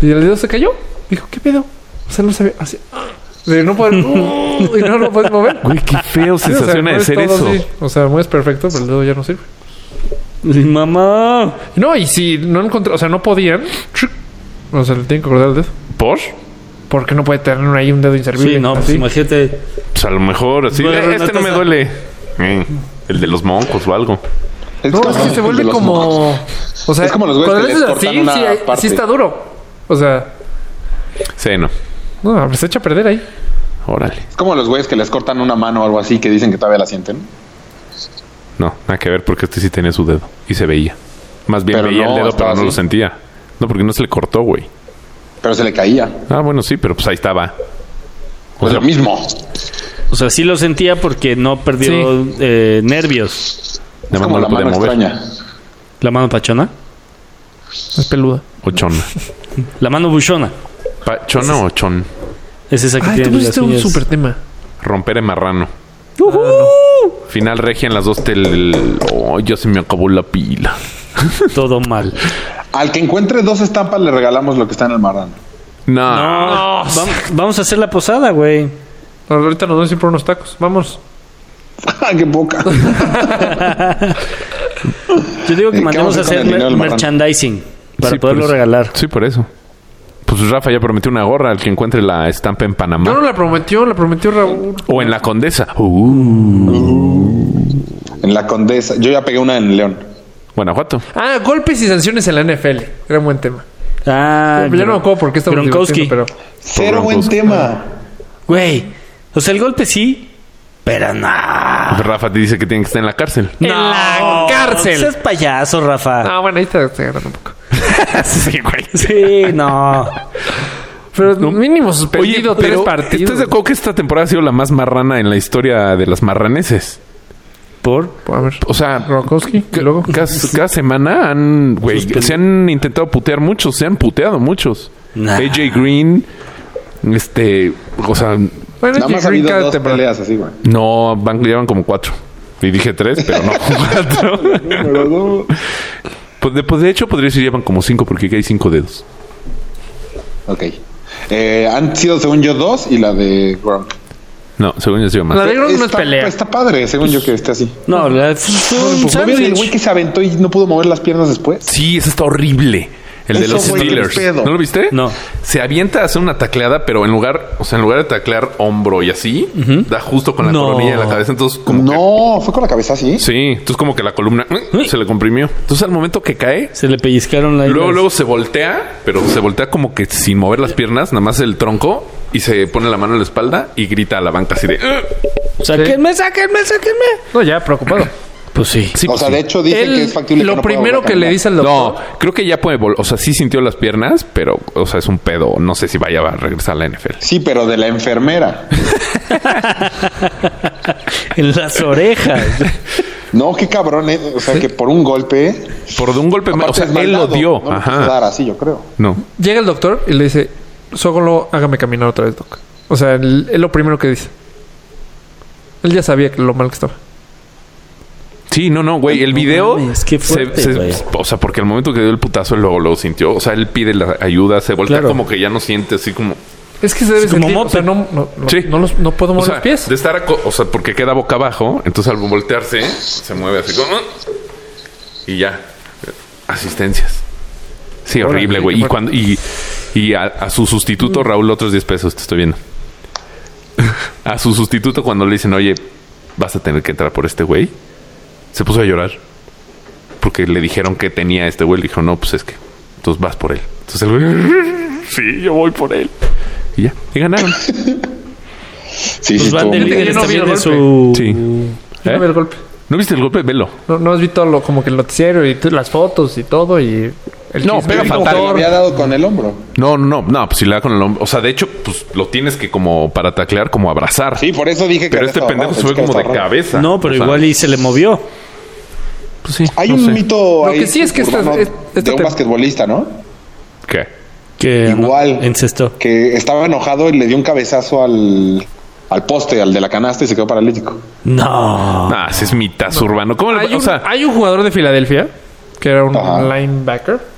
Speaker 4: Y el dedo se cayó. Dijo, ¿qué pedo? O sea, no sabía. Así. ¡ah! De no poder. ¡uh! y no lo puedes mover.
Speaker 3: Güey, qué feo
Speaker 4: Sí, o sea,
Speaker 3: sensación ha de
Speaker 4: mueves
Speaker 3: ser
Speaker 4: todo
Speaker 3: eso.
Speaker 4: así. O sea, mueves perfecto, pero el dedo ya no sirve.
Speaker 1: Mi Mamá.
Speaker 4: No, y si no encontró, o sea, no podían. ¡chuc! O sea, le tienen que cortar el dedo.
Speaker 3: ¿Por?
Speaker 4: Porque no puede tener ahí un dedo inservible.
Speaker 1: Sí, no, pues
Speaker 4: así.
Speaker 1: imagínate.
Speaker 3: Pues a lo mejor así.
Speaker 1: Voy a
Speaker 3: "Eh,
Speaker 1: agarrar
Speaker 3: este
Speaker 1: una
Speaker 3: no me
Speaker 1: taza".
Speaker 3: duele. Eh, el de los moncos o algo.
Speaker 4: No, es que se vuelve como. O sea,
Speaker 2: Es como los güeyes
Speaker 4: cuando
Speaker 2: que
Speaker 4: le
Speaker 2: les
Speaker 4: haces
Speaker 2: cortan
Speaker 4: así,
Speaker 2: una
Speaker 4: sí,
Speaker 2: parte.
Speaker 4: sí está duro. O sea,
Speaker 3: Sí, no.
Speaker 4: no, pues se echa a perder ahí.
Speaker 3: Órale.
Speaker 2: Es como los güeyes que les cortan una mano o algo así que dicen que todavía la sienten.
Speaker 3: No, nada que ver porque este sí tenía su dedo y se veía. Más bien
Speaker 2: Pero
Speaker 3: veía
Speaker 2: no,
Speaker 3: el dedo,
Speaker 2: estaba
Speaker 3: pero no
Speaker 2: así.
Speaker 3: lo sentía. No, porque no se le cortó, güey.
Speaker 2: Pero se le caía.
Speaker 3: Ah, bueno, sí, pero pues ahí estaba.
Speaker 2: Pues lo mismo.
Speaker 1: O sea, sí lo sentía porque no perdió eh, nervios.
Speaker 3: Nada
Speaker 2: Es
Speaker 3: más
Speaker 2: como
Speaker 3: no
Speaker 2: la
Speaker 3: lo podía
Speaker 2: mano
Speaker 3: mover.
Speaker 2: extraña.
Speaker 1: La mano pachona.
Speaker 4: Es peluda.
Speaker 3: Ochona.
Speaker 1: La mano buchona.
Speaker 3: ¿Pachona o chon?
Speaker 1: Es esa que
Speaker 4: Ay, tú
Speaker 1: tiene las
Speaker 4: pusiste un
Speaker 1: uñas.
Speaker 4: super tema.
Speaker 3: Romper en marrano. Ah, Final regia en las dos tel... Oh, ya se me acabó la pila.
Speaker 1: Todo mal.
Speaker 2: Al que encuentre dos estampas le regalamos lo que está en el marrano.
Speaker 3: No.
Speaker 1: No,
Speaker 3: Ah.
Speaker 1: vam- vamos, a hacer la posada, güey.
Speaker 4: Ahorita nos vamos a ir por unos tacos. Vamos.
Speaker 2: Ah, ¡Qué poca!
Speaker 1: Yo digo
Speaker 2: ¿Y
Speaker 1: que
Speaker 2: qué
Speaker 1: mandemos
Speaker 2: vamos a
Speaker 1: a hacer
Speaker 2: hacer con el dinero
Speaker 1: mer-
Speaker 2: del marrano?
Speaker 1: merchandising para
Speaker 3: Sí, por
Speaker 4: pues.
Speaker 1: poderlo
Speaker 3: eso.
Speaker 1: regalar.
Speaker 3: Sí, por eso. Pues Rafa ya prometió una gorra al que encuentre la estampa en Panamá.
Speaker 4: No, no la prometió, la prometió Raúl.
Speaker 3: O en la Condesa. Uh,
Speaker 2: En la Condesa. Yo ya pegué una en León.
Speaker 3: Guanajuato.
Speaker 4: Ah, golpes y sanciones en la NFL. Era un buen tema.
Speaker 1: Ah,
Speaker 4: Yo no me acuerdo por qué estamos
Speaker 1: Gronkowski.
Speaker 4: discutiendo, pero...
Speaker 2: Cero buen
Speaker 3: Broncos.
Speaker 2: tema.
Speaker 1: Güey, o sea, el golpe sí, pero no.
Speaker 3: Pues Rafa te dice que tiene que estar en la cárcel.
Speaker 4: En la
Speaker 1: No,
Speaker 4: cárcel.
Speaker 1: Seas payaso, Rafa.
Speaker 4: Ah, bueno, ahí te, te agarran un poco.
Speaker 3: sí, güey.
Speaker 1: Sí, no.
Speaker 4: Pero mínimo suspendido
Speaker 3: Oye,
Speaker 4: tres
Speaker 3: pero
Speaker 4: partidos.
Speaker 3: ¿Estás de acuerdo que esta temporada ha sido la más marrana en la historia de las marraneses?
Speaker 1: Por.
Speaker 4: A ver,
Speaker 3: O sea,
Speaker 4: Gronkowski, y luego...
Speaker 3: cada, cada semana han, güey,
Speaker 1: Suspendido.
Speaker 3: se han intentado putear muchos, se han puteado muchos.
Speaker 1: Nah.
Speaker 3: AJ Green, este, o sea,
Speaker 4: Bueno,
Speaker 2: Nada más ha
Speaker 4: Jay Green
Speaker 2: habido
Speaker 4: cada
Speaker 2: dos
Speaker 4: temporada.
Speaker 2: peleas así, güey.
Speaker 3: no, van, llevan como cuatro. Y dije tres, pero no cuatro.
Speaker 2: Pero no.
Speaker 3: pues, de, pues, de hecho, podría decir llevan como cinco porque aquí hay cinco dedos.
Speaker 2: Ok. Eh, han sido, según yo, dos y la de Gronk.
Speaker 3: No, según yo ha sido más.
Speaker 4: La de Gronk no es
Speaker 2: Está-
Speaker 4: pelea.
Speaker 2: Está padre, según yo, que esté así.
Speaker 1: No, la.
Speaker 3: Pues,
Speaker 2: ¿No vieron el güey que se aventó y no pudo mover las piernas después?
Speaker 3: Sí, eso está horrible. El de
Speaker 2: Eso
Speaker 3: los
Speaker 2: fue el
Speaker 3: Steelers.
Speaker 2: pedo.
Speaker 3: ¿No lo viste?
Speaker 1: No.
Speaker 3: Se avienta a hacer una tacleada, pero en lugar, o sea, en lugar de taclear hombro y así, da justo con la
Speaker 1: No.
Speaker 3: coronilla de la cabeza. Entonces, como que-
Speaker 2: No, fue con la cabeza así.
Speaker 3: sí, entonces como que la columna mm,
Speaker 1: Uy.
Speaker 3: se le comprimió. Entonces, al momento que cae,
Speaker 1: Se le pellizcaron la
Speaker 3: luego, luego se voltea, pero se voltea como que sin mover las piernas, nada más el tronco, y se pone la mano en la espalda y grita a la banca así de. ¡eh! "Ugh".
Speaker 1: Sáquenme, sáquenme, sáquenme.
Speaker 4: No, ya, preocupado.
Speaker 1: Pues sí.
Speaker 3: Sí,
Speaker 2: O sea, de hecho, dicen
Speaker 4: Él,
Speaker 2: que es factible.
Speaker 4: lo
Speaker 2: no pueda
Speaker 4: primero
Speaker 2: volver a
Speaker 4: que le
Speaker 2: caminar.
Speaker 4: dice al
Speaker 3: No,
Speaker 4: doctor...
Speaker 3: creo que ya puede vol- O sea, sí sintió las piernas, pero, o sea, es un pedo. No sé si vaya a regresar a la NFL.
Speaker 2: Sí, pero de la enfermera.
Speaker 1: En las orejas.
Speaker 2: No, qué cabrón. eh. O sea, que por un golpe.
Speaker 3: Por de un golpe más. O
Speaker 2: aparte
Speaker 3: sea,
Speaker 2: es mal
Speaker 3: él lo
Speaker 2: dado,
Speaker 3: dio.
Speaker 2: No lo quiso
Speaker 3: Ajá.
Speaker 2: dar así, yo creo.
Speaker 3: No.
Speaker 4: Llega el doctor y le dice... Solo hágame caminar otra vez, doc. O sea, él- es lo primero que dice. Él ya sabía que lo mal que estaba.
Speaker 3: Sí, no, no, güey. El
Speaker 1: No
Speaker 3: video.
Speaker 1: mames, qué fuerte, güey.
Speaker 3: o sea, porque al momento que dio el putazo, él luego lo sintió. O sea, él pide la ayuda, se voltea
Speaker 1: Claro.
Speaker 3: como que ya no siente así como.
Speaker 4: Es que se debe
Speaker 1: como
Speaker 4: sentir... O
Speaker 1: moped.
Speaker 4: sea, no, no, no,
Speaker 3: Sí.
Speaker 4: no los- no puedo
Speaker 3: O
Speaker 4: mover
Speaker 3: sea,
Speaker 4: los pies.
Speaker 3: de estar. aco- O sea, porque queda boca abajo. Entonces al voltearse, se mueve así como. Y ya. Asistencias. Sí,
Speaker 4: Órale, Mm.
Speaker 3: horrible,
Speaker 4: qué
Speaker 3: güey. Y
Speaker 4: fuerte.
Speaker 3: cuando. Y, y a, a su sustituto, Raúl, otros 10 pesos, te estoy viendo. a su sustituto, cuando le dicen, oye, vas a tener que entrar por este güey, se puso a llorar. Porque le dijeron que tenía este güey. Le dijo, no, pues es que. Entonces vas por él. Entonces el güey. Sí, yo voy por él. Y ya. Y ganaron.
Speaker 2: Sí,
Speaker 1: Pues
Speaker 2: sí,
Speaker 1: Van
Speaker 2: estuvo
Speaker 1: der
Speaker 2: muy
Speaker 1: Linden
Speaker 2: bien.
Speaker 4: Yo no vi
Speaker 1: también
Speaker 4: el
Speaker 1: de su.
Speaker 4: golpe. Yo
Speaker 3: ¿Eh?
Speaker 4: no veo el golpe.
Speaker 3: ¿No viste el golpe? Velo.
Speaker 4: No, no has visto lo, como que el noticiero y t- las fotos y todo y... El
Speaker 3: No,
Speaker 4: chisme
Speaker 3: pega
Speaker 4: del
Speaker 3: fatal.
Speaker 4: doctor.
Speaker 2: Había dado con el hombro.
Speaker 3: No, no, no, no, pues si le da con el hombro. O sea, de hecho, pues lo tienes que como para taclear, como abrazar.
Speaker 2: Sí, por eso dije que.
Speaker 3: pero
Speaker 2: era
Speaker 3: este
Speaker 2: estaba
Speaker 3: pendejo
Speaker 2: raro,
Speaker 3: se ve
Speaker 2: pensé que
Speaker 3: como de
Speaker 2: estaba raro.
Speaker 3: cabeza.
Speaker 1: No, pero
Speaker 3: O sea,
Speaker 1: igual y se le movió.
Speaker 3: pues, sí,
Speaker 2: Hay
Speaker 3: no
Speaker 2: un
Speaker 3: sé.
Speaker 2: mito.
Speaker 4: Lo
Speaker 2: ahí
Speaker 4: que sí es que esta-
Speaker 2: urbano
Speaker 4: es- este esta
Speaker 2: de un
Speaker 4: tem-
Speaker 2: basquetbolista, ¿no?
Speaker 3: ¿Qué?
Speaker 1: Que
Speaker 2: Igual.
Speaker 1: Encestó.
Speaker 2: Que estaba enojado y le dio un cabezazo al, al poste, al de la canasta y se quedó paralítico.
Speaker 1: No.
Speaker 3: Ah, ese es mitazo urbano. ¿Cómo
Speaker 4: Hay
Speaker 3: le
Speaker 4: un,
Speaker 3: O sea,
Speaker 4: hay un jugador de Filadelfia que era un
Speaker 2: Ajá.
Speaker 4: linebacker.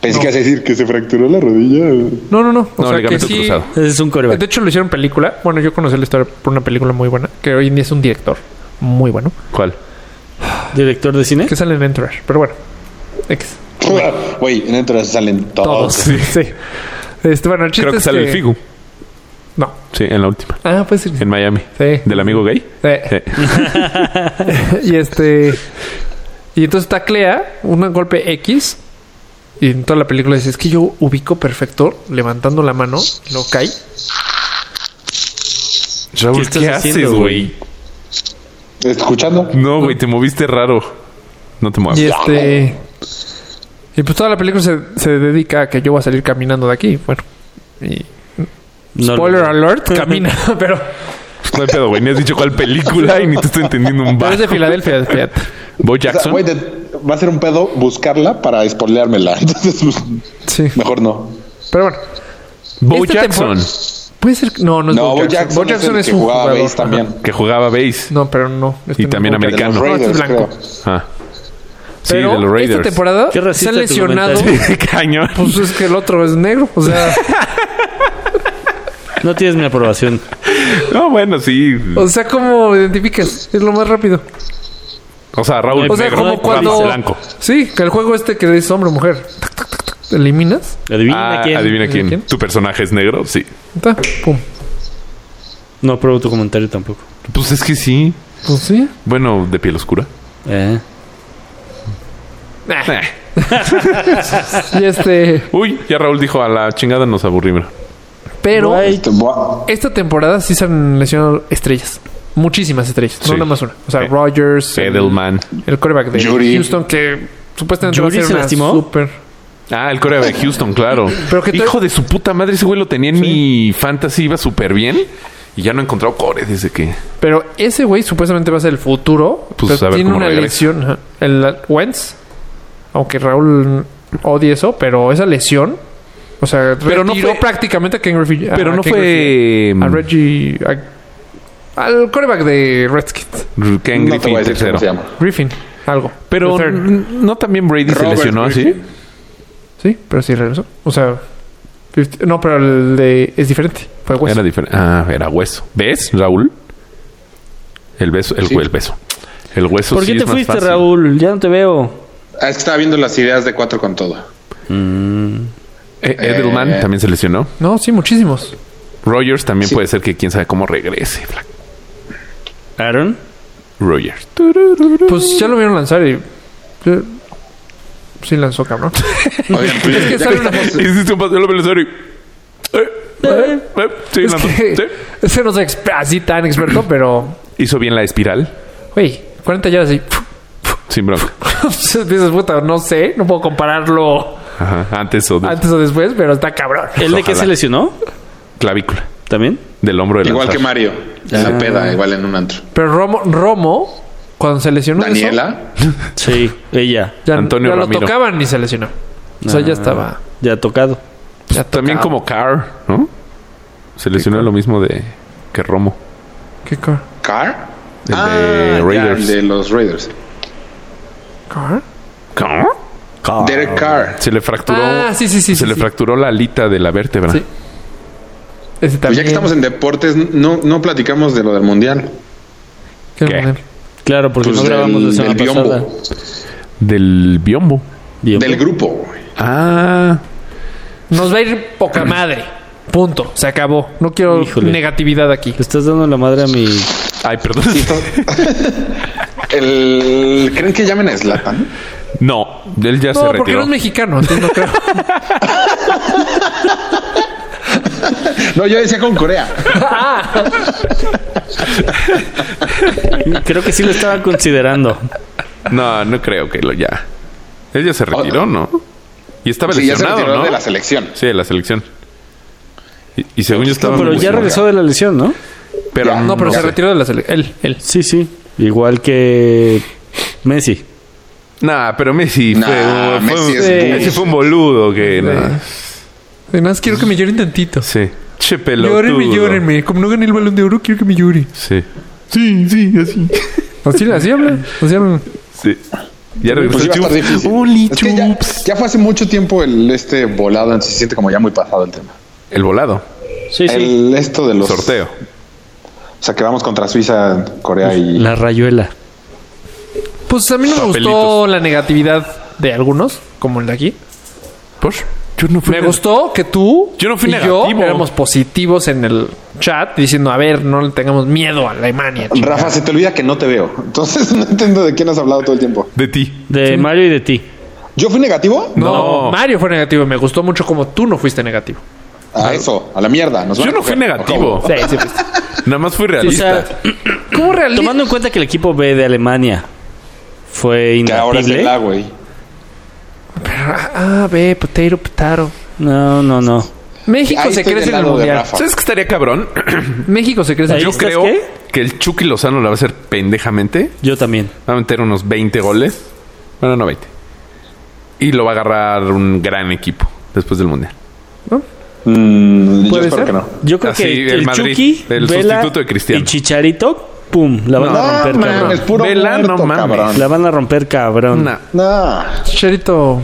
Speaker 2: Pensé que ibas a decir que se fracturó la rodilla.
Speaker 4: No, no, no. O
Speaker 3: No,
Speaker 4: sea, que
Speaker 3: ligamento
Speaker 4: sí-
Speaker 3: cruzado.
Speaker 1: Ese es un
Speaker 4: De
Speaker 1: coreback.
Speaker 4: hecho, lo hicieron película. Bueno, yo conocí la historia por una película muy buena, que hoy en día es un director muy bueno,
Speaker 3: ¿cuál?
Speaker 1: Director de cine.
Speaker 4: que sale en Entourage. Pero bueno, X.
Speaker 2: Güey, en dentro salen
Speaker 4: Todos.
Speaker 2: todos.
Speaker 4: Sí. Este, bueno, el chiste
Speaker 3: Oh, Creo que
Speaker 4: es
Speaker 3: sale el Figu.
Speaker 4: No.
Speaker 3: Sí, en la última.
Speaker 4: Ah, pues sí.
Speaker 3: En Miami.
Speaker 4: Sí.
Speaker 3: ¿Del amigo gay?
Speaker 4: Sí. y este. Y entonces taclea un golpe X. Y en toda la película dice: Es que yo ubico perfecto levantando la mano. Y luego cae.
Speaker 3: Raúl,
Speaker 1: ¿Qué
Speaker 3: ¿qué,
Speaker 1: estás
Speaker 3: haces,
Speaker 1: haciendo,
Speaker 3: güey?
Speaker 2: Escuchando.
Speaker 3: No, güey, te moviste raro. No te muevas.
Speaker 4: Y este. Y pues toda la película se, se dedica a que yo voy a salir caminando de aquí. Bueno. Y,
Speaker 1: No lo-
Speaker 4: spoiler alert, camina. pero,
Speaker 3: Pues, No hay pedo, güey. Ni has dicho cuál película y ni te estoy entendiendo un
Speaker 4: pero es
Speaker 3: bar.
Speaker 4: de Filadelfia, fíjate.
Speaker 3: Bo
Speaker 2: O sea,
Speaker 3: Jackson.
Speaker 2: güey, de- va a ser un pedo buscarla para spoileármela. Entonces, pues,
Speaker 4: Sí.
Speaker 2: mejor no.
Speaker 4: Pero bueno.
Speaker 3: Bo
Speaker 4: esta
Speaker 3: Jackson.
Speaker 4: Este Puede ser. No, no es
Speaker 2: No,
Speaker 4: Bo
Speaker 2: Bo
Speaker 4: Jackson.
Speaker 2: Jackson,
Speaker 4: Bo Jackson es,
Speaker 2: el que
Speaker 4: un
Speaker 2: jugaba
Speaker 4: jugador.
Speaker 2: base también.
Speaker 3: Que jugaba base.
Speaker 4: No, pero no. este
Speaker 3: Y
Speaker 4: no es
Speaker 3: también
Speaker 4: Bo Jackson.
Speaker 3: americano.
Speaker 2: De los
Speaker 4: No, este es
Speaker 2: Raiders,
Speaker 4: blanco.
Speaker 2: creo.
Speaker 3: Ah. Sí,
Speaker 4: Pero
Speaker 3: de los Raiders.
Speaker 4: esta temporada Pues,
Speaker 1: Qué
Speaker 4: se
Speaker 1: racista
Speaker 4: ha
Speaker 1: tu
Speaker 4: lesionado.
Speaker 1: comentario.
Speaker 3: Cañón.
Speaker 4: Pues es que el otro es negro. O sea,
Speaker 1: No tienes mi aprobación.
Speaker 3: No, bueno, sí.
Speaker 4: O sea, ¿cómo identificas? Es lo más rápido.
Speaker 3: O sea, Raúl
Speaker 1: O
Speaker 4: O sea,
Speaker 1: Negro,
Speaker 4: como
Speaker 1: Raúl
Speaker 4: cuando...
Speaker 3: blanco.
Speaker 4: Sí, que el juego este que es hombre o mujer. Tac, tac, tac, tac, te eliminas.
Speaker 1: Adivina
Speaker 3: Ah,
Speaker 1: quién.
Speaker 3: adivina quién.
Speaker 4: quién?
Speaker 3: ¿Tu personaje es negro? Sí.
Speaker 4: Ta, pum.
Speaker 1: No apruebo tu comentario tampoco.
Speaker 3: Pues es que sí.
Speaker 4: Pues sí.
Speaker 3: Bueno, de piel oscura.
Speaker 1: Eh.
Speaker 4: Nah.
Speaker 3: Eh.
Speaker 4: Y este...
Speaker 3: Uy, ya Raúl dijo a la chingada nos aburrimos.
Speaker 4: Pero
Speaker 1: Guay.
Speaker 2: Este, buah,
Speaker 4: esta temporada sí se han lesionado estrellas. Muchísimas estrellas.
Speaker 3: Sí.
Speaker 4: No nada más una. O sea,
Speaker 3: Eh,
Speaker 4: Rogers. El,
Speaker 3: Edelman.
Speaker 4: el coreback de
Speaker 2: Judy.
Speaker 4: Houston que supuestamente
Speaker 1: ¿Judy se
Speaker 4: una
Speaker 1: lastimó?
Speaker 4: super...
Speaker 3: Ah, el Corea de Houston, claro.
Speaker 4: Pero que tú-
Speaker 3: Hijo de su puta madre, ese güey lo tenía en mi fantasy, iba súper bien. Y ya no he encontrado core desde que.
Speaker 4: Pero ese güey supuestamente va a ser el futuro.
Speaker 3: Pues,
Speaker 4: pero
Speaker 3: a ver
Speaker 4: tiene
Speaker 3: cómo
Speaker 4: una
Speaker 3: regresa.
Speaker 4: lesión. ajá. El Wentz. Aunque Raúl odie eso, pero esa lesión. O sea,
Speaker 3: Pero no
Speaker 4: retiró
Speaker 3: fue-
Speaker 4: prácticamente a Ken Griffey.
Speaker 3: Pero
Speaker 4: a
Speaker 3: no
Speaker 4: Ken
Speaker 3: fue.
Speaker 4: Griffey, Ah,
Speaker 3: mm,
Speaker 4: A Reggie. a- al coreback de Redskins.
Speaker 3: mm, Ken
Speaker 2: no te
Speaker 3: Griffin
Speaker 2: voy a decir
Speaker 3: tercero.
Speaker 2: cómo se llama.
Speaker 4: Griffin. Algo.
Speaker 3: Pero
Speaker 4: The third.
Speaker 3: n- no también Brady se
Speaker 2: Robert
Speaker 3: lesionó así.
Speaker 2: Griffin.
Speaker 4: Sí, pero sí regresó. O sea. 50 no, pero el de. Es diferente. Fue Wentz.
Speaker 3: Era diferente. Ah, era hueso. ¿Ves, Raúl? El beso, el,
Speaker 2: Sí.
Speaker 3: el beso. El hueso
Speaker 1: ¿Por
Speaker 3: sí
Speaker 1: qué
Speaker 3: es
Speaker 1: te
Speaker 3: más
Speaker 1: fuiste,
Speaker 3: fácil.
Speaker 1: Raúl? Ya no te veo.
Speaker 2: Ah, es que estaba viendo las ideas de cuatro con todo.
Speaker 3: Eh, Edelman
Speaker 2: Eh.
Speaker 3: también se lesionó.
Speaker 4: No, sí, muchísimos.
Speaker 3: Rogers también
Speaker 2: Sí.
Speaker 3: puede ser que quién sabe cómo regrese. flaco.
Speaker 1: ¿Aaron?
Speaker 3: Rogers.
Speaker 4: Pues ya lo vieron lanzar y. eh, Sí, lanzó cabrón.
Speaker 2: Oigan, pues, ya
Speaker 4: que sale
Speaker 2: estamos-
Speaker 3: Hiciste un paseo al velocidad y- Eh, eh, eh, sí,
Speaker 4: Es
Speaker 3: la-
Speaker 4: que
Speaker 3: sí.
Speaker 4: ese no es exp- así tan experto, pero.
Speaker 3: Hizo bien la espiral.
Speaker 4: Güey, 40 yardas y.
Speaker 3: Sin bronca.
Speaker 4: Dices, puta, no sé, no puedo compararlo
Speaker 3: Ajá, Antes o de
Speaker 4: antes o después, pero está cabrón.
Speaker 1: ¿El de qué
Speaker 3: Ojalá.
Speaker 1: se lesionó?
Speaker 3: clavícula.
Speaker 1: ¿También?
Speaker 3: Del hombro del
Speaker 2: Igual que
Speaker 3: lanzar.
Speaker 2: Mario. En la peda, igual en un antro.
Speaker 4: Pero Romo, Romo cuando se lesionó. de eso,
Speaker 2: Daniela.
Speaker 1: Sí, ella.
Speaker 4: ya,
Speaker 3: Antonio
Speaker 4: ya lo
Speaker 3: Ramiro. Ah.
Speaker 4: tocaban y se lesionó. O sea, ya estaba.
Speaker 1: Ya ha tocado.
Speaker 4: ya
Speaker 3: Pues También
Speaker 4: tocaba.
Speaker 3: como Carr, ¿no? Se lesionó lo mismo de que Romo.
Speaker 4: ¿Qué car?
Speaker 2: Carr.
Speaker 3: El
Speaker 2: Ah,
Speaker 3: de
Speaker 2: ya,
Speaker 3: Raiders.
Speaker 2: de los Raiders.
Speaker 4: ¿Car?
Speaker 3: ¿Carr? Ah.
Speaker 2: Derek Carr.
Speaker 3: Se le fracturó.
Speaker 4: Ah, sí, sí, sí,
Speaker 3: Se
Speaker 4: sí,
Speaker 3: le
Speaker 4: sí.
Speaker 3: fracturó la alita de la vértebra.
Speaker 4: Sí. Ese también.
Speaker 2: Pues ya que estamos en deportes, no, no platicamos de lo del mundial.
Speaker 4: ¿Qué
Speaker 3: ¿Qué?
Speaker 4: modelo?
Speaker 1: Claro, porque
Speaker 2: Pues
Speaker 1: Pues no grabamos la
Speaker 2: del,
Speaker 1: semana
Speaker 2: del
Speaker 1: pasada.
Speaker 2: biombo.
Speaker 3: Del biombo.
Speaker 1: Biombo.
Speaker 2: Del grupo. güey.
Speaker 3: Ah,
Speaker 4: Nos va a ir poca madre. Punto. Se acabó. No quiero
Speaker 1: Híjole.
Speaker 4: negatividad aquí.
Speaker 1: Le estás dando la madre a mi...
Speaker 3: ay, perdón.
Speaker 2: El, ¿Creen que llamen a Slatan?
Speaker 3: No, él ya se
Speaker 4: No, porque no
Speaker 3: retiró.
Speaker 4: es mexicano. Entonces no creo.
Speaker 2: No, yo decía con Corea.
Speaker 1: Creo que sí lo estaba considerando.
Speaker 3: No, no creo que lo ya. Él ya se retiró, ¿no? Y estaba
Speaker 2: Oh, Sí, ya se
Speaker 3: Pues lesionado,
Speaker 2: retiró
Speaker 3: ¿no?
Speaker 2: de la selección.
Speaker 3: Sí, de la selección. Y, y según yo estaba.
Speaker 1: No, pero
Speaker 3: muy
Speaker 1: ya
Speaker 3: lesionado.
Speaker 1: regresó de la lesión, ¿no?
Speaker 3: Pero
Speaker 2: Ya,
Speaker 4: No, pero
Speaker 2: Ya
Speaker 4: se
Speaker 2: sé.
Speaker 4: retiró de la selección. Él, él.
Speaker 1: Sí, sí. Igual que Messi.
Speaker 3: Nah, pero Messi
Speaker 2: Nah,
Speaker 3: fue, un- fue
Speaker 2: Messi
Speaker 3: un,
Speaker 2: es
Speaker 3: Messi
Speaker 2: bullshit.
Speaker 3: fue un boludo que nah,
Speaker 4: Nada más quiero que me lloren tantito.
Speaker 3: sí. Che pelotudo.
Speaker 4: Llórenme, llórenme. Como no gané el balón de oro, quiero que me llore.
Speaker 3: Sí.
Speaker 4: Así, así hablan. Así hablan.
Speaker 3: Sí. Ya
Speaker 2: Pues
Speaker 3: regresó
Speaker 2: iba a estar
Speaker 3: Chups.
Speaker 2: difícil.
Speaker 3: Oli,
Speaker 2: Es que ya,
Speaker 3: Chups.
Speaker 2: ya fue hace mucho tiempo el este volado, entonces se siente como ya muy pasado el tema.
Speaker 3: El volado.
Speaker 1: Sí, sí.
Speaker 2: El esto de los
Speaker 3: Sorteo.
Speaker 2: O sea, que vamos contra Suiza, Corea y
Speaker 1: La rayuela.
Speaker 4: Pues a mí no me gustó
Speaker 3: Papelitos.
Speaker 4: la negatividad de algunos, como el de aquí.
Speaker 3: ¿Por? Yo no fui.
Speaker 4: Me
Speaker 3: neg-
Speaker 4: gustó que tú
Speaker 3: Yo no fui
Speaker 4: y
Speaker 3: negativo.
Speaker 4: yo éramos positivos en el chat diciendo, a ver, no le tengamos miedo a Alemania. chingada.
Speaker 2: Rafa, se te olvida que no te veo. Entonces no entiendo de quién has hablado todo el tiempo.
Speaker 3: De ti.
Speaker 1: De Mario y de ti.
Speaker 2: ¿Yo fui negativo?
Speaker 4: No,
Speaker 3: No.
Speaker 4: Mario fue negativo. Me gustó mucho como tú no fuiste negativo.
Speaker 2: A eso, a la mierda. nos van
Speaker 3: Yo
Speaker 2: a
Speaker 3: no fui
Speaker 2: coger.
Speaker 3: negativo.
Speaker 4: Sí, sí
Speaker 1: pues.
Speaker 4: fuiste.
Speaker 3: Nada más fui
Speaker 1: O
Speaker 3: realista.
Speaker 1: sea,
Speaker 4: ¿Cómo realista?
Speaker 1: tomando en cuenta que el equipo B de Alemania fue
Speaker 2: Que ahora es el A,
Speaker 1: imbatible.
Speaker 2: güey.
Speaker 4: Ah, ve, potato, potato.
Speaker 1: No, no, no.
Speaker 4: México
Speaker 2: Ahí
Speaker 4: se
Speaker 2: estoy
Speaker 4: crece
Speaker 2: del
Speaker 4: en el
Speaker 2: lado de
Speaker 4: mundial.
Speaker 2: Rafa.
Speaker 3: ¿Sabes qué estaría cabrón?
Speaker 4: México se crece en
Speaker 1: Ahí
Speaker 4: el
Speaker 3: Yo
Speaker 4: mundial.
Speaker 1: estás,
Speaker 3: creo
Speaker 1: ¿qué?
Speaker 3: que el Chucky Lozano la va a hacer pendejamente.
Speaker 1: Yo también.
Speaker 3: Va a meter unos 20 goles. Bueno, no 20. Y lo va a agarrar un gran equipo después del Mundial.
Speaker 2: Mm, yo
Speaker 4: ¿Puede
Speaker 2: espero
Speaker 4: ser?
Speaker 2: que no.
Speaker 1: Yo creo
Speaker 3: Así,
Speaker 1: que el,
Speaker 3: el Madrid,
Speaker 1: Chucky,
Speaker 3: el
Speaker 1: Vela
Speaker 3: sustituto de Cristiano.
Speaker 1: y Chicharito, pum, la van a romper,
Speaker 2: es
Speaker 1: cabrón.
Speaker 2: puro
Speaker 3: Vela, no
Speaker 2: muerto,
Speaker 3: mames.
Speaker 2: cabrón.
Speaker 1: La van a romper, cabrón.
Speaker 3: Una-
Speaker 2: No.
Speaker 4: Chicharito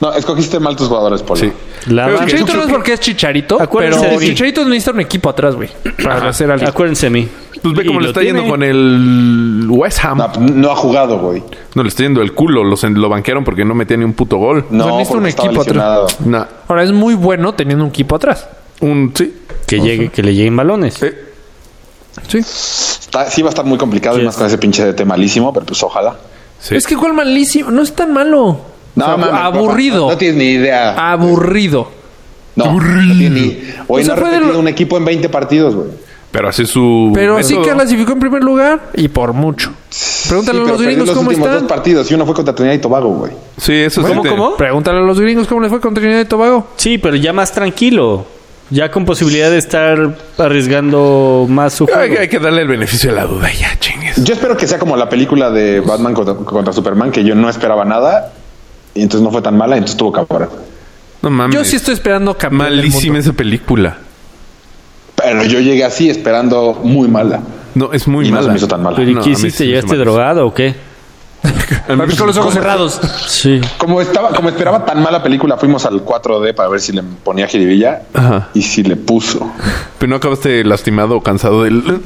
Speaker 2: No, escogiste mal tus jugadores, Polo.
Speaker 3: Sí.
Speaker 1: La
Speaker 3: Pero
Speaker 1: banda-
Speaker 3: es que-
Speaker 4: Chicharito no es porque es Chicharito,
Speaker 1: Acuérdense
Speaker 4: pero
Speaker 1: de mí.
Speaker 4: Chicharito necesita un equipo atrás, güey, para hacer algo.
Speaker 1: Acuérdense de mí.
Speaker 3: Pues ve
Speaker 1: Y
Speaker 3: cómo le
Speaker 1: lo
Speaker 3: está
Speaker 1: tiene.
Speaker 3: yendo con el West Ham.
Speaker 2: No, no ha jugado, güey.
Speaker 3: No, le está yendo el culo. Los, en- lo banquearon porque no metía ni un puto gol.
Speaker 2: No,
Speaker 4: sea, necesita
Speaker 2: porque
Speaker 4: un
Speaker 2: estaba
Speaker 4: equipo atrás.
Speaker 2: lesionado.
Speaker 3: Nah.
Speaker 4: Ahora es muy bueno teniendo un equipo atrás.
Speaker 3: Un, sí. Eh,
Speaker 1: Que, llegue, que le lleguen balones.
Speaker 3: sí.
Speaker 4: Sí.
Speaker 2: Está- sí va a estar muy complicado
Speaker 1: Sí,
Speaker 2: y más
Speaker 1: es.
Speaker 2: con ese pinche DT malísimo, pero pues ojalá.
Speaker 3: Sí.
Speaker 4: Es que cuál malísimo, no es tan malo. O sea,
Speaker 2: mames,
Speaker 4: aburrido.
Speaker 2: No, no tienes ni idea.
Speaker 4: Aburrido.
Speaker 2: no,
Speaker 3: aburrido.
Speaker 2: no tienes ni... Güey,
Speaker 4: O sea,
Speaker 2: no ha
Speaker 4: fue de
Speaker 2: repetido
Speaker 4: lo-
Speaker 2: un equipo en 20 partidos, güey.
Speaker 3: Pero así su.
Speaker 4: Pero sí
Speaker 3: método.
Speaker 4: que clasificó en primer lugar y por mucho. Pregúntale
Speaker 2: Sí,
Speaker 4: a
Speaker 2: pero
Speaker 4: los
Speaker 2: perdió
Speaker 4: gringos
Speaker 2: los
Speaker 4: cómo
Speaker 2: últimos
Speaker 4: están.
Speaker 2: dos partidos y uno fue contra Trinidad y Tobago, güey.
Speaker 3: Sí, eso sí.
Speaker 4: ¿Cómo,
Speaker 3: te-
Speaker 4: cómo? Pregúntale a los gringos cómo les fue con Trinidad y Tobago.
Speaker 1: Sí, pero ya más tranquilo. Ya con posibilidad de estar arriesgando más su juego.
Speaker 3: Hay, hay que darle el beneficio de la duda ya, chingues.
Speaker 2: Yo espero que sea como la película de Batman contra, contra Superman, que yo no esperaba nada y entonces no fue tan mala, entonces tuvo cabrón.
Speaker 3: No mames.
Speaker 4: Yo sí estoy esperando campeón del
Speaker 3: Malísima
Speaker 4: mundo.
Speaker 3: esa película.
Speaker 2: Pero yo llegué así esperando muy mala.
Speaker 3: No, es muy
Speaker 2: y no se
Speaker 3: mala.
Speaker 2: me hizo tan mala.
Speaker 1: ¿Pero y
Speaker 3: No,
Speaker 1: qué
Speaker 3: a mí sí
Speaker 1: hiciste?
Speaker 3: me hizo
Speaker 1: ¿Llegaste
Speaker 3: mal.
Speaker 1: drogado o qué?
Speaker 3: A mí
Speaker 4: Con los ojos cerrados.
Speaker 1: Sí.
Speaker 2: Como estaba, como esperaba tan mala película, fuimos al 4D para ver si le ponía jiribilla
Speaker 3: Ajá.
Speaker 2: y si le puso.
Speaker 3: Pero no acabaste lastimado o cansado del.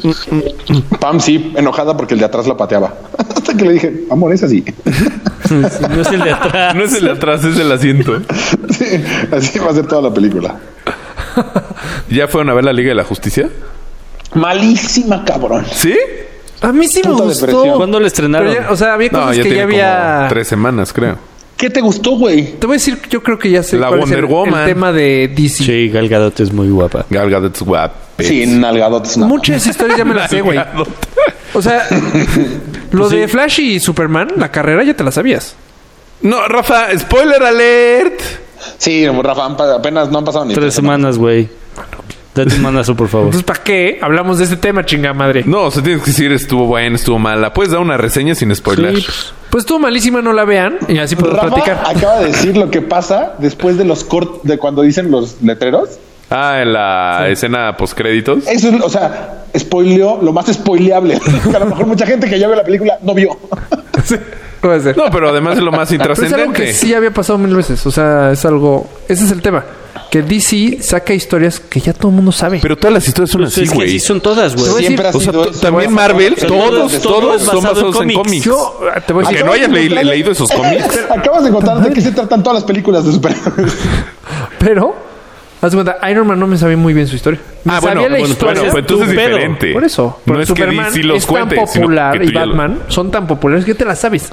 Speaker 2: Pam sí, enojada porque el de atrás la pateaba. Hasta que le dije, amor, es así.
Speaker 1: No es el de atrás.
Speaker 3: No es el de atrás, es el asiento.
Speaker 2: Sí, así va a ser toda la película.
Speaker 3: ¿Ya fueron a ver la Liga de la Justicia?
Speaker 2: Malísima, cabrón.
Speaker 3: ¿Sí?
Speaker 1: Pues
Speaker 4: A mí sí me
Speaker 2: Puta depresión.
Speaker 4: gustó.
Speaker 1: ¿Cuándo lo
Speaker 4: Pero
Speaker 1: estrenaron?
Speaker 4: ya- o sea, había
Speaker 3: No,
Speaker 4: cosas
Speaker 3: ya
Speaker 4: que
Speaker 3: tiene
Speaker 4: ya
Speaker 3: como
Speaker 4: había.
Speaker 3: tres semanas, creo.
Speaker 2: ¿Qué te gustó, güey?
Speaker 4: Te voy a decir, yo creo que ya sé
Speaker 3: La
Speaker 4: cuál es
Speaker 3: Wonder
Speaker 4: el,
Speaker 3: Woman.
Speaker 4: el tema de DC.
Speaker 1: Sí, Gal Gadot es muy guapa.
Speaker 3: Gal Gadot's guap.
Speaker 2: Sí, nalgadotes. No.
Speaker 4: Muchas historias ya me las sé, güey. O sea,
Speaker 3: Pues
Speaker 4: lo de Flash y Superman, la carrera ya te la sabías.
Speaker 3: No, Rafa, spoiler alert.
Speaker 2: Sí, Rafa, han pa- apenas no han pasado ni
Speaker 1: Tres semanas, güey. Date un manazo, por favor.
Speaker 4: Entonces, ¿para qué hablamos de este tema, chinga madre?
Speaker 3: No, o sea, tienes que decir estuvo buena, estuvo mala. Puedes dar una reseña sin spoiler.
Speaker 1: Sí, pues.
Speaker 4: Pues tú malísima, no la vean y así podemos
Speaker 2: Rafa
Speaker 4: platicar.
Speaker 2: acaba de decir lo que pasa después de los cortes, de cuando dicen los letreros.
Speaker 3: Ah, en la escena postcréditos.
Speaker 2: Eso es, o sea, spoileó lo más spoileable. Que a lo mejor mucha gente que ya vio la película no vio.
Speaker 4: Sí, puede ser.
Speaker 3: No, pero además es lo más
Speaker 4: Pero es algo
Speaker 3: intrascendente.
Speaker 4: que sí había pasado mil veces. O sea, es algo. Ese es el tema. Que DC saca historias que ya todo el mundo sabe.
Speaker 3: Pero todas las historias son
Speaker 1: Pues
Speaker 3: así,
Speaker 1: es que
Speaker 3: güey.
Speaker 1: así son todas,
Speaker 4: Te voy
Speaker 1: güey.
Speaker 4: a
Speaker 2: Siempre
Speaker 4: decir-
Speaker 2: ha
Speaker 3: O sea,
Speaker 2: sido
Speaker 3: to-
Speaker 2: eso.
Speaker 3: también Marvel,
Speaker 1: sea,
Speaker 3: todos,
Speaker 1: todo- todo
Speaker 3: todos
Speaker 1: es basado
Speaker 3: son
Speaker 1: en
Speaker 3: basados en
Speaker 1: cómics.
Speaker 3: cómics.
Speaker 4: yo eh, te voy a
Speaker 3: pues, Que
Speaker 4: decir.
Speaker 3: no hayas le- le- leído esos cómics.
Speaker 2: Acabas de contar de qué se tratan todas las películas de superhéroes.
Speaker 4: Pero, haz de cuenta, Iron Man no me sabía muy bien su historia. Me
Speaker 3: Ah,
Speaker 4: sabía
Speaker 3: bueno,
Speaker 4: la
Speaker 3: bueno,
Speaker 4: historia.
Speaker 3: bueno, pues entonces es
Speaker 1: Tu pedo.
Speaker 3: diferente.
Speaker 4: Por eso.
Speaker 3: No
Speaker 4: Porque
Speaker 3: es que
Speaker 4: Superman
Speaker 3: DC los
Speaker 4: es tan
Speaker 3: cuente, sino
Speaker 4: popular
Speaker 3: que tú
Speaker 4: y
Speaker 3: ya lo-
Speaker 4: Batman son tan populares que te las sabes.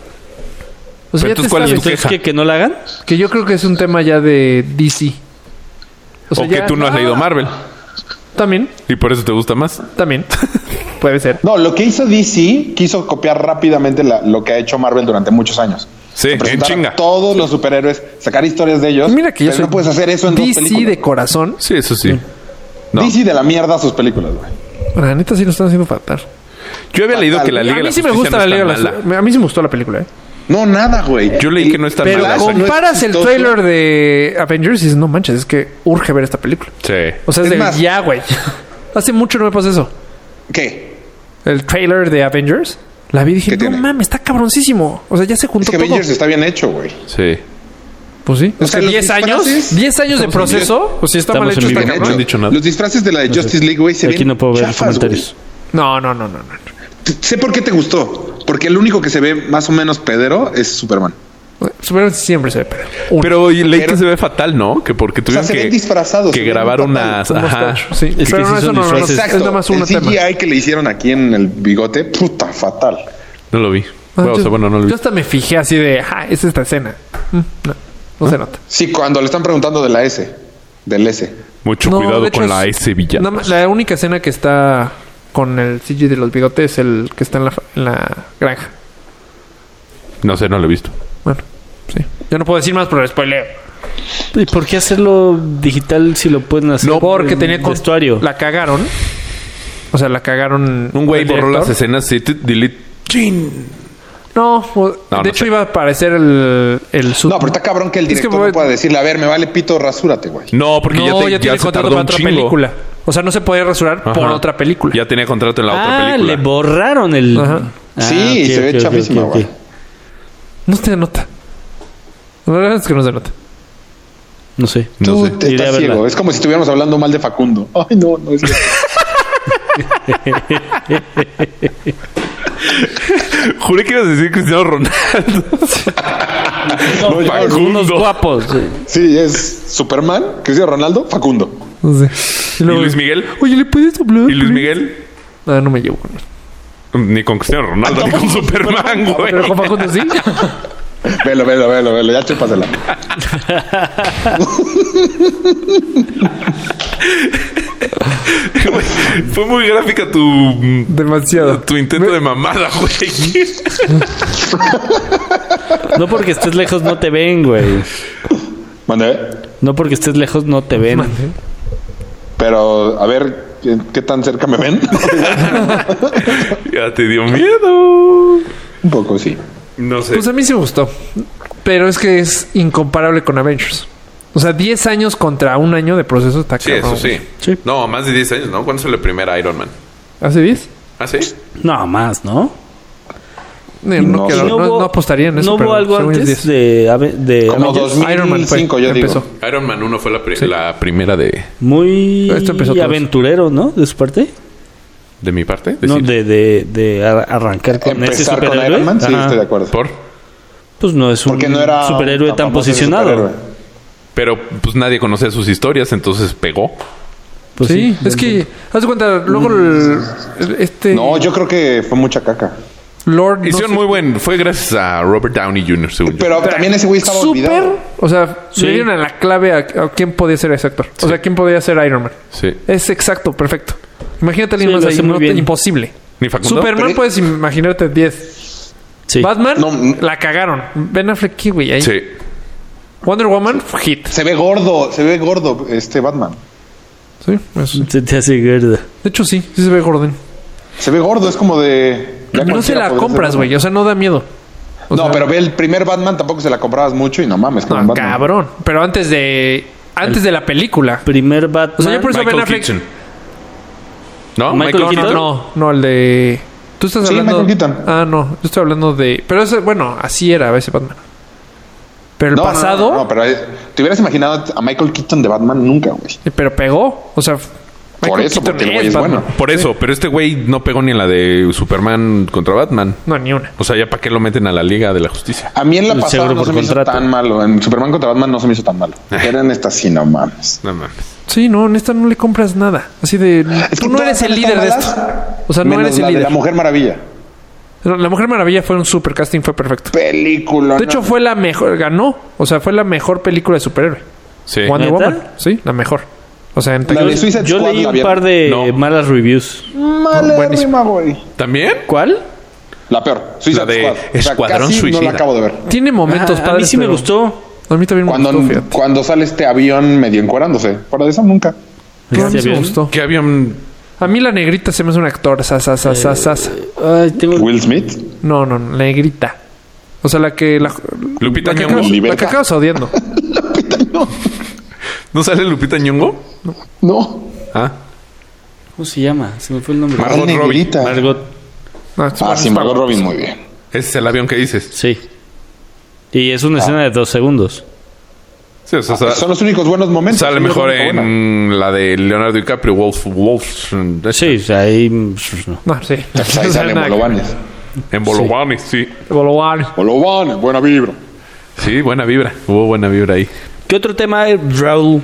Speaker 4: O
Speaker 3: Pero
Speaker 4: sea, ya
Speaker 3: entonces,
Speaker 4: te
Speaker 3: ¿cuál es
Speaker 4: sabes.
Speaker 3: tu
Speaker 1: ¿Entonces qué? ¿Que no la hagan?
Speaker 4: Que yo creo que es un tema ya de DC.
Speaker 3: O que
Speaker 4: ya- Ah,
Speaker 3: tú no has leído Marvel
Speaker 4: También,
Speaker 3: y por eso te gusta más.
Speaker 4: también. Puede ser.
Speaker 2: No, lo que hizo DC quiso copiar rápidamente la- lo que ha hecho Marvel durante muchos años.
Speaker 3: Sí, en
Speaker 2: Presentar a
Speaker 3: chinga.
Speaker 2: Todos los superhéroes, sacar historias de ellos.
Speaker 4: Mira que yo
Speaker 2: pero
Speaker 4: soy
Speaker 2: no puedes hacer eso en dos
Speaker 4: DC
Speaker 2: películas.
Speaker 4: de corazón.
Speaker 3: Sí, eso sí. No.
Speaker 2: DC de la mierda sus películas, güey.
Speaker 4: La neta sí lo están haciendo fatal.
Speaker 3: Yo había leído que la Liga
Speaker 4: a
Speaker 3: de la
Speaker 4: mí sí
Speaker 3: Justicia
Speaker 4: me gusta
Speaker 3: no
Speaker 4: la
Speaker 3: está
Speaker 4: Liga de la
Speaker 3: mala.
Speaker 4: Ju- A mí sí me gustó la película, ¿eh?
Speaker 2: No, nada, güey.
Speaker 3: Yo leí que no es tan
Speaker 4: Pero
Speaker 3: mala. esa.
Speaker 2: con-
Speaker 4: comparas el
Speaker 2: exitoso.
Speaker 4: trailer de Avengers y dices, no manches, es que urge ver esta película.
Speaker 3: Sí.
Speaker 4: O sea,
Speaker 2: Es
Speaker 4: es, de
Speaker 2: más-
Speaker 4: ya, güey. Hace mucho no me pasa eso.
Speaker 2: ¿Qué?
Speaker 4: El trailer de Avengers, la vi y dije,
Speaker 2: ¿Qué
Speaker 4: no
Speaker 2: tiene?
Speaker 4: mames, está cabroncísimo. O sea, ya se
Speaker 2: Es
Speaker 4: juntó
Speaker 2: que
Speaker 4: todo.
Speaker 2: Avengers está bien hecho, güey.
Speaker 3: Sí.
Speaker 4: Pues sí.
Speaker 2: O
Speaker 4: O
Speaker 2: sea,
Speaker 4: sea,
Speaker 2: los
Speaker 4: 10 años.
Speaker 2: disfraces-
Speaker 4: 10 años de proceso. Pues sí, está
Speaker 1: Estamos
Speaker 4: mal hecho.
Speaker 1: en vivo.
Speaker 4: Está
Speaker 2: Bien
Speaker 3: No
Speaker 4: cabrón.
Speaker 3: han dicho nada.
Speaker 2: Los disfraces de la Justice League, güey, se
Speaker 1: Aquí
Speaker 2: ven
Speaker 1: no puedo ver los
Speaker 2: chafas,
Speaker 1: comentarios.
Speaker 4: No, no, no, no, no.
Speaker 2: güey. T- Sé por qué te gustó. Porque el único que se ve más o menos pedero es Superman.
Speaker 4: Superman siempre se ve pedo. Un-
Speaker 3: Pero y leí que
Speaker 2: Pero-
Speaker 3: se ve fatal, ¿no? Que porque
Speaker 2: sea,
Speaker 3: tuvieron
Speaker 2: se
Speaker 3: que,
Speaker 2: ven disfrazados,
Speaker 3: que
Speaker 2: se ven
Speaker 3: grabar
Speaker 2: fatal.
Speaker 3: unas.
Speaker 4: un
Speaker 3: Ajá.
Speaker 4: mustache, sí.
Speaker 1: Es que
Speaker 4: Pero
Speaker 1: sí
Speaker 4: no, eso
Speaker 1: son
Speaker 4: no, no, no,
Speaker 1: disfraces.
Speaker 4: Es nada más
Speaker 2: el
Speaker 4: un tema.
Speaker 2: CGI que le hicieron aquí en el bigote, puta, fatal.
Speaker 3: No lo vi.
Speaker 4: Ah,
Speaker 3: Bueno, o
Speaker 4: yo,
Speaker 3: sea, bueno, no lo vi.
Speaker 4: yo hasta me fijé así de, ah, es esta escena. Mm, No, no
Speaker 3: ¿Eh?
Speaker 4: se nota.
Speaker 2: Sí, cuando le están preguntando de la S, del S.
Speaker 3: Mucho
Speaker 4: No,
Speaker 3: cuidado
Speaker 4: de hecho
Speaker 3: con
Speaker 4: es-
Speaker 3: la S Villa.
Speaker 4: nada más- la única escena que está con el CG de los bigotes es el que está en la, fa- en la granja.
Speaker 3: No sé, no lo he visto.
Speaker 4: Bueno, sí. Yo no puedo decir más, pero spoileo.
Speaker 1: ¿Y por qué hacerlo digital si lo pueden hacer?
Speaker 4: No, porque
Speaker 1: en
Speaker 4: tenía con-
Speaker 1: vestuario.
Speaker 4: La cagaron. O sea, la cagaron.
Speaker 3: Un güey
Speaker 4: el
Speaker 3: borró
Speaker 4: director.
Speaker 3: las escenas, sí, t- delete. Chin.
Speaker 4: No, o-
Speaker 3: No,
Speaker 4: de
Speaker 3: no
Speaker 4: hecho
Speaker 3: sé.
Speaker 4: iba a aparecer el, el sub-
Speaker 2: No, pero está cabrón que el
Speaker 4: Es que
Speaker 2: director
Speaker 4: voy-
Speaker 2: no pueda decirle, a ver, me vale pito, rasúrate, güey.
Speaker 3: No, porque ya,
Speaker 4: No,
Speaker 3: te,
Speaker 4: ya,
Speaker 3: ya,
Speaker 4: tiene
Speaker 3: se
Speaker 4: contrato
Speaker 3: tardó
Speaker 4: para
Speaker 3: un
Speaker 4: otra
Speaker 3: chingo.
Speaker 4: película. O sea, no se puede rasurar
Speaker 3: Ajá.
Speaker 4: por otra película.
Speaker 3: Ya tenía contrato en la otra
Speaker 1: Ah,
Speaker 3: película.
Speaker 1: le borraron el...
Speaker 4: Ajá.
Speaker 1: Ah,
Speaker 2: Sí,
Speaker 1: ok,
Speaker 2: se ve
Speaker 1: ok, ok,
Speaker 2: chafísima,
Speaker 1: ok.
Speaker 2: güey.
Speaker 4: No se nota. La verdad es que no se nota.
Speaker 1: No sé.
Speaker 3: No
Speaker 2: Tú
Speaker 3: sé.
Speaker 2: te-
Speaker 1: Iré a
Speaker 2: estás
Speaker 1: verla.
Speaker 2: ciego. Es como si estuviéramos hablando mal de Facundo. Ay, no, no es cierto.
Speaker 3: Juré que ibas a decir Cristiano Ronaldo.
Speaker 1: No,
Speaker 3: Facundo.
Speaker 1: algunos guapos. sí.
Speaker 2: Sí, es Superman, Cristiano Ronaldo, Facundo.
Speaker 4: No sé. Y, luego-
Speaker 3: ¿Y Luis Miguel?
Speaker 4: Oye, ¿le puedes hablar?
Speaker 3: Y Luis
Speaker 4: please?
Speaker 3: Miguel,
Speaker 4: No, no me llevo.
Speaker 3: ni con Cristiano Ronaldo, ni con Superman, güey.
Speaker 4: Pero con Facundo sí.
Speaker 2: Velo, velo, velo, velo. Ya chépasela.
Speaker 3: Güey, Fue muy gráfica tu,
Speaker 4: Demasiado.
Speaker 3: tu intento de mamada, güey.
Speaker 1: No porque estés lejos no te ven, güey.
Speaker 2: Mande.
Speaker 1: No porque estés lejos no te ven.
Speaker 2: Pero, a ver, ¿qué, qué tan cerca me ven?
Speaker 3: Ya te dio miedo.
Speaker 2: Un poco, sí.
Speaker 3: No sé.
Speaker 4: Pues a mí sí me gustó. Pero es que es incomparable con Avengers. O sea, 10 años contra un año de proceso está
Speaker 3: Sí,
Speaker 4: cabrón,
Speaker 3: eso sí.
Speaker 4: güey.
Speaker 1: Sí.
Speaker 3: No, más de 10 años, ¿no? ¿Cuándo salió el primer Iron Man?
Speaker 4: ¿Hace 10?
Speaker 3: ¿Ah, sí?
Speaker 1: No, más, ¿no?
Speaker 4: No, no
Speaker 2: No.
Speaker 4: quiero-
Speaker 2: ¿Y
Speaker 4: no- no apostaría en eso.
Speaker 1: ¿No
Speaker 4: pero
Speaker 1: hubo algo
Speaker 4: según yo es
Speaker 1: antes
Speaker 4: 10.
Speaker 1: de, Ave- de
Speaker 2: Como
Speaker 1: Avengers?
Speaker 4: Avengers. Iron Man fue,
Speaker 2: 2005, yo digo.
Speaker 4: empezó.
Speaker 3: Iron Man 1 fue la, pri- la primera de,
Speaker 1: Muy
Speaker 4: Esto empezó todo.
Speaker 1: aventurero, ¿no? De su parte.
Speaker 3: de mi parte.
Speaker 1: No,
Speaker 3: decir,
Speaker 1: de, de, de ar- arrancar con ese
Speaker 2: Empezar con
Speaker 1: superhéroe.
Speaker 2: Iron Man, sí,
Speaker 1: Ajá.
Speaker 2: estoy de acuerdo.
Speaker 3: Por.
Speaker 1: Pues no es un
Speaker 2: Porque no era
Speaker 1: superhéroe tan
Speaker 2: famoso ese
Speaker 1: posicionado.
Speaker 2: superhéroe.
Speaker 3: Pero pues nadie conocía sus historias, entonces pegó.
Speaker 1: Pues
Speaker 4: sí, es que, haz de cuenta,
Speaker 2: Mm.
Speaker 4: luego el- el- este
Speaker 2: No, yo creo que fue mucha caca.
Speaker 4: Lord no
Speaker 3: Hicieron
Speaker 4: sé-
Speaker 3: muy buen. Fue gracias a Robert Downey Jr., según yo.
Speaker 2: Pero también ese güey estaba
Speaker 4: súper,
Speaker 2: olvidado.
Speaker 4: o sea,
Speaker 1: Sí.
Speaker 4: le dieron a la clave a, a quién podía ser ese actor. O sea, quién podía ser Iron Man.
Speaker 3: Sí.
Speaker 4: Es exacto, perfecto. Imagínate a alguien
Speaker 1: Sí,
Speaker 4: más
Speaker 1: lo
Speaker 4: ahí,
Speaker 1: hace muy
Speaker 4: no te-
Speaker 1: bien.
Speaker 4: imposible.
Speaker 3: Ni Facundo.
Speaker 4: Superman
Speaker 2: Pero-
Speaker 4: puedes imaginarte 10.
Speaker 1: Sí.
Speaker 4: Batman
Speaker 2: No, m-
Speaker 4: la cagaron. Ben Affleck ¿qué, güey ahí.
Speaker 3: Sí.
Speaker 4: Wonder Woman hit.
Speaker 2: Se ve gordo, se ve gordo este Batman.
Speaker 4: Sí, eso.
Speaker 1: Se te hace gorda.
Speaker 4: De hecho sí, sí se ve Gordon.
Speaker 2: Se ve gordo, es como de. ya
Speaker 4: No se
Speaker 2: cualquiera
Speaker 4: la
Speaker 2: podría
Speaker 4: compras,
Speaker 2: ser
Speaker 4: güey, o sea, no da miedo. O
Speaker 2: no,
Speaker 4: sea,
Speaker 2: pero ve el primer Batman tampoco se la comprabas mucho y no mames, como
Speaker 4: no,
Speaker 2: un Batman.
Speaker 4: cabrón, pero antes de antes de la película.
Speaker 1: Primer Batman.
Speaker 4: O sea, yo por eso Ben
Speaker 3: Michael
Speaker 4: Affleck
Speaker 3: Keaton. ¿No?
Speaker 1: Michael
Speaker 3: Michael,
Speaker 1: Keaton.
Speaker 3: Keaton.
Speaker 4: No, no, el de. Tú estás
Speaker 2: Sí,
Speaker 4: hablando.
Speaker 2: Michael Keaton.
Speaker 4: Ah, no, yo estoy hablando de. Pero ese, bueno, así era a veces Batman. Pero el
Speaker 2: No, no,
Speaker 4: pasado.
Speaker 2: No, no, pero eh, te hubieras imaginado a Michael Keaton de Batman nunca, güey.
Speaker 4: eh, pero pegó. O sea,
Speaker 2: Por
Speaker 4: Michael
Speaker 2: eso,
Speaker 4: Keaton
Speaker 2: porque el güey es
Speaker 4: Batman.
Speaker 2: bueno.
Speaker 3: Por eso, pero este güey no pegó ni en la de Superman contra Batman.
Speaker 4: No, ni una.
Speaker 3: O sea, ya para qué lo meten a la Liga de la Justicia.
Speaker 2: A mí en la
Speaker 1: El
Speaker 2: pasada
Speaker 1: seguro
Speaker 2: no
Speaker 1: por
Speaker 2: se me hizo
Speaker 1: contrato.
Speaker 2: tan malo. En Superman contra Batman no se me hizo tan malo.
Speaker 3: Eh.
Speaker 2: Era en esta sí, no mames.
Speaker 3: No mames.
Speaker 4: Sí, no, en esta no le compras nada. Así de.
Speaker 2: Es
Speaker 4: tú
Speaker 2: que
Speaker 4: no
Speaker 2: todas
Speaker 4: eres el
Speaker 2: están
Speaker 4: líder de
Speaker 2: malas,
Speaker 4: esto. O sea, no
Speaker 2: menos
Speaker 4: eres el
Speaker 2: la de
Speaker 4: líder.
Speaker 2: La Mujer Maravilla.
Speaker 4: Pero La Mujer Maravilla fue un super casting, fue perfecto.
Speaker 2: Película.
Speaker 4: De hecho, fue la mejor. Ganó. O sea, fue la mejor película de superhéroe.
Speaker 3: Sí.
Speaker 4: Wonder
Speaker 1: ¿Neta?
Speaker 4: Woman. Sí, la mejor. O sea, en
Speaker 2: La de
Speaker 4: taquilla-
Speaker 2: Suicide
Speaker 1: Yo
Speaker 2: Squad
Speaker 1: leí
Speaker 2: la
Speaker 1: un
Speaker 2: vieron.
Speaker 1: par de
Speaker 3: No.
Speaker 1: malas reviews.
Speaker 2: Malérrima, güey.
Speaker 3: ¿También?
Speaker 1: ¿Cuál?
Speaker 2: La peor. Suicide
Speaker 3: La de
Speaker 2: Squad. O sea,
Speaker 3: Escuadrón
Speaker 2: casi No
Speaker 3: Suicida.
Speaker 2: la acabo de ver.
Speaker 4: Tiene momentos
Speaker 1: Ah,
Speaker 4: padres.
Speaker 1: a mí sí me
Speaker 4: pero-
Speaker 1: gustó.
Speaker 4: A mí también me
Speaker 2: Cuando,
Speaker 4: gustó, fíjate.
Speaker 2: cuando sale este avión medio encuerándose. Para de eso nunca.
Speaker 4: Pero a mí
Speaker 1: Este
Speaker 4: sí me
Speaker 1: avión.
Speaker 4: gustó.
Speaker 3: ¿Qué avión?
Speaker 4: A mí la negrita se me hace un actor. Sa, sa, sa, sa, sa, sa.
Speaker 1: Ay, tengo...
Speaker 2: Will Smith.
Speaker 4: No, no, no, la negrita. O sea, la que... La,
Speaker 3: Lupita
Speaker 4: la que,
Speaker 3: Nyong'o.
Speaker 4: acabas, la que
Speaker 2: Liberta.
Speaker 4: acabas odiando.
Speaker 3: ¿No sale Lupita Nyong'o?
Speaker 2: No.
Speaker 3: Ah.
Speaker 1: ¿Cómo se llama? Se me fue el nombre.
Speaker 3: Margot
Speaker 2: Ay,
Speaker 3: Robbie.
Speaker 2: negrita.
Speaker 1: Margot.
Speaker 4: No, esto
Speaker 2: Ah,
Speaker 4: es
Speaker 2: sí,
Speaker 4: para-
Speaker 2: Margot Robin, muy bien.
Speaker 3: Ese es el avión que dices.
Speaker 1: Sí. Y es una escena de dos segundos.
Speaker 3: Sí, o sea,
Speaker 4: Ah,
Speaker 3: sa-
Speaker 2: Son los únicos buenos momentos.
Speaker 3: sale
Speaker 2: Es la
Speaker 3: mejor
Speaker 2: única buena.
Speaker 3: en la de Leonardo DiCaprio, Wolf, Wolf, en-
Speaker 1: Sí, o sea, ahí... no.
Speaker 4: No, sí.
Speaker 2: Pues ahí
Speaker 4: No
Speaker 2: salen
Speaker 4: nada que-
Speaker 2: Bolovanes.
Speaker 3: en Bolovanes, sí.
Speaker 4: Bolovanes.
Speaker 2: Bolovanes, buena vibra.
Speaker 3: Sí, buena vibra. Hubo buena vibra ahí.
Speaker 1: ¿Qué otro tema hay, Raúl?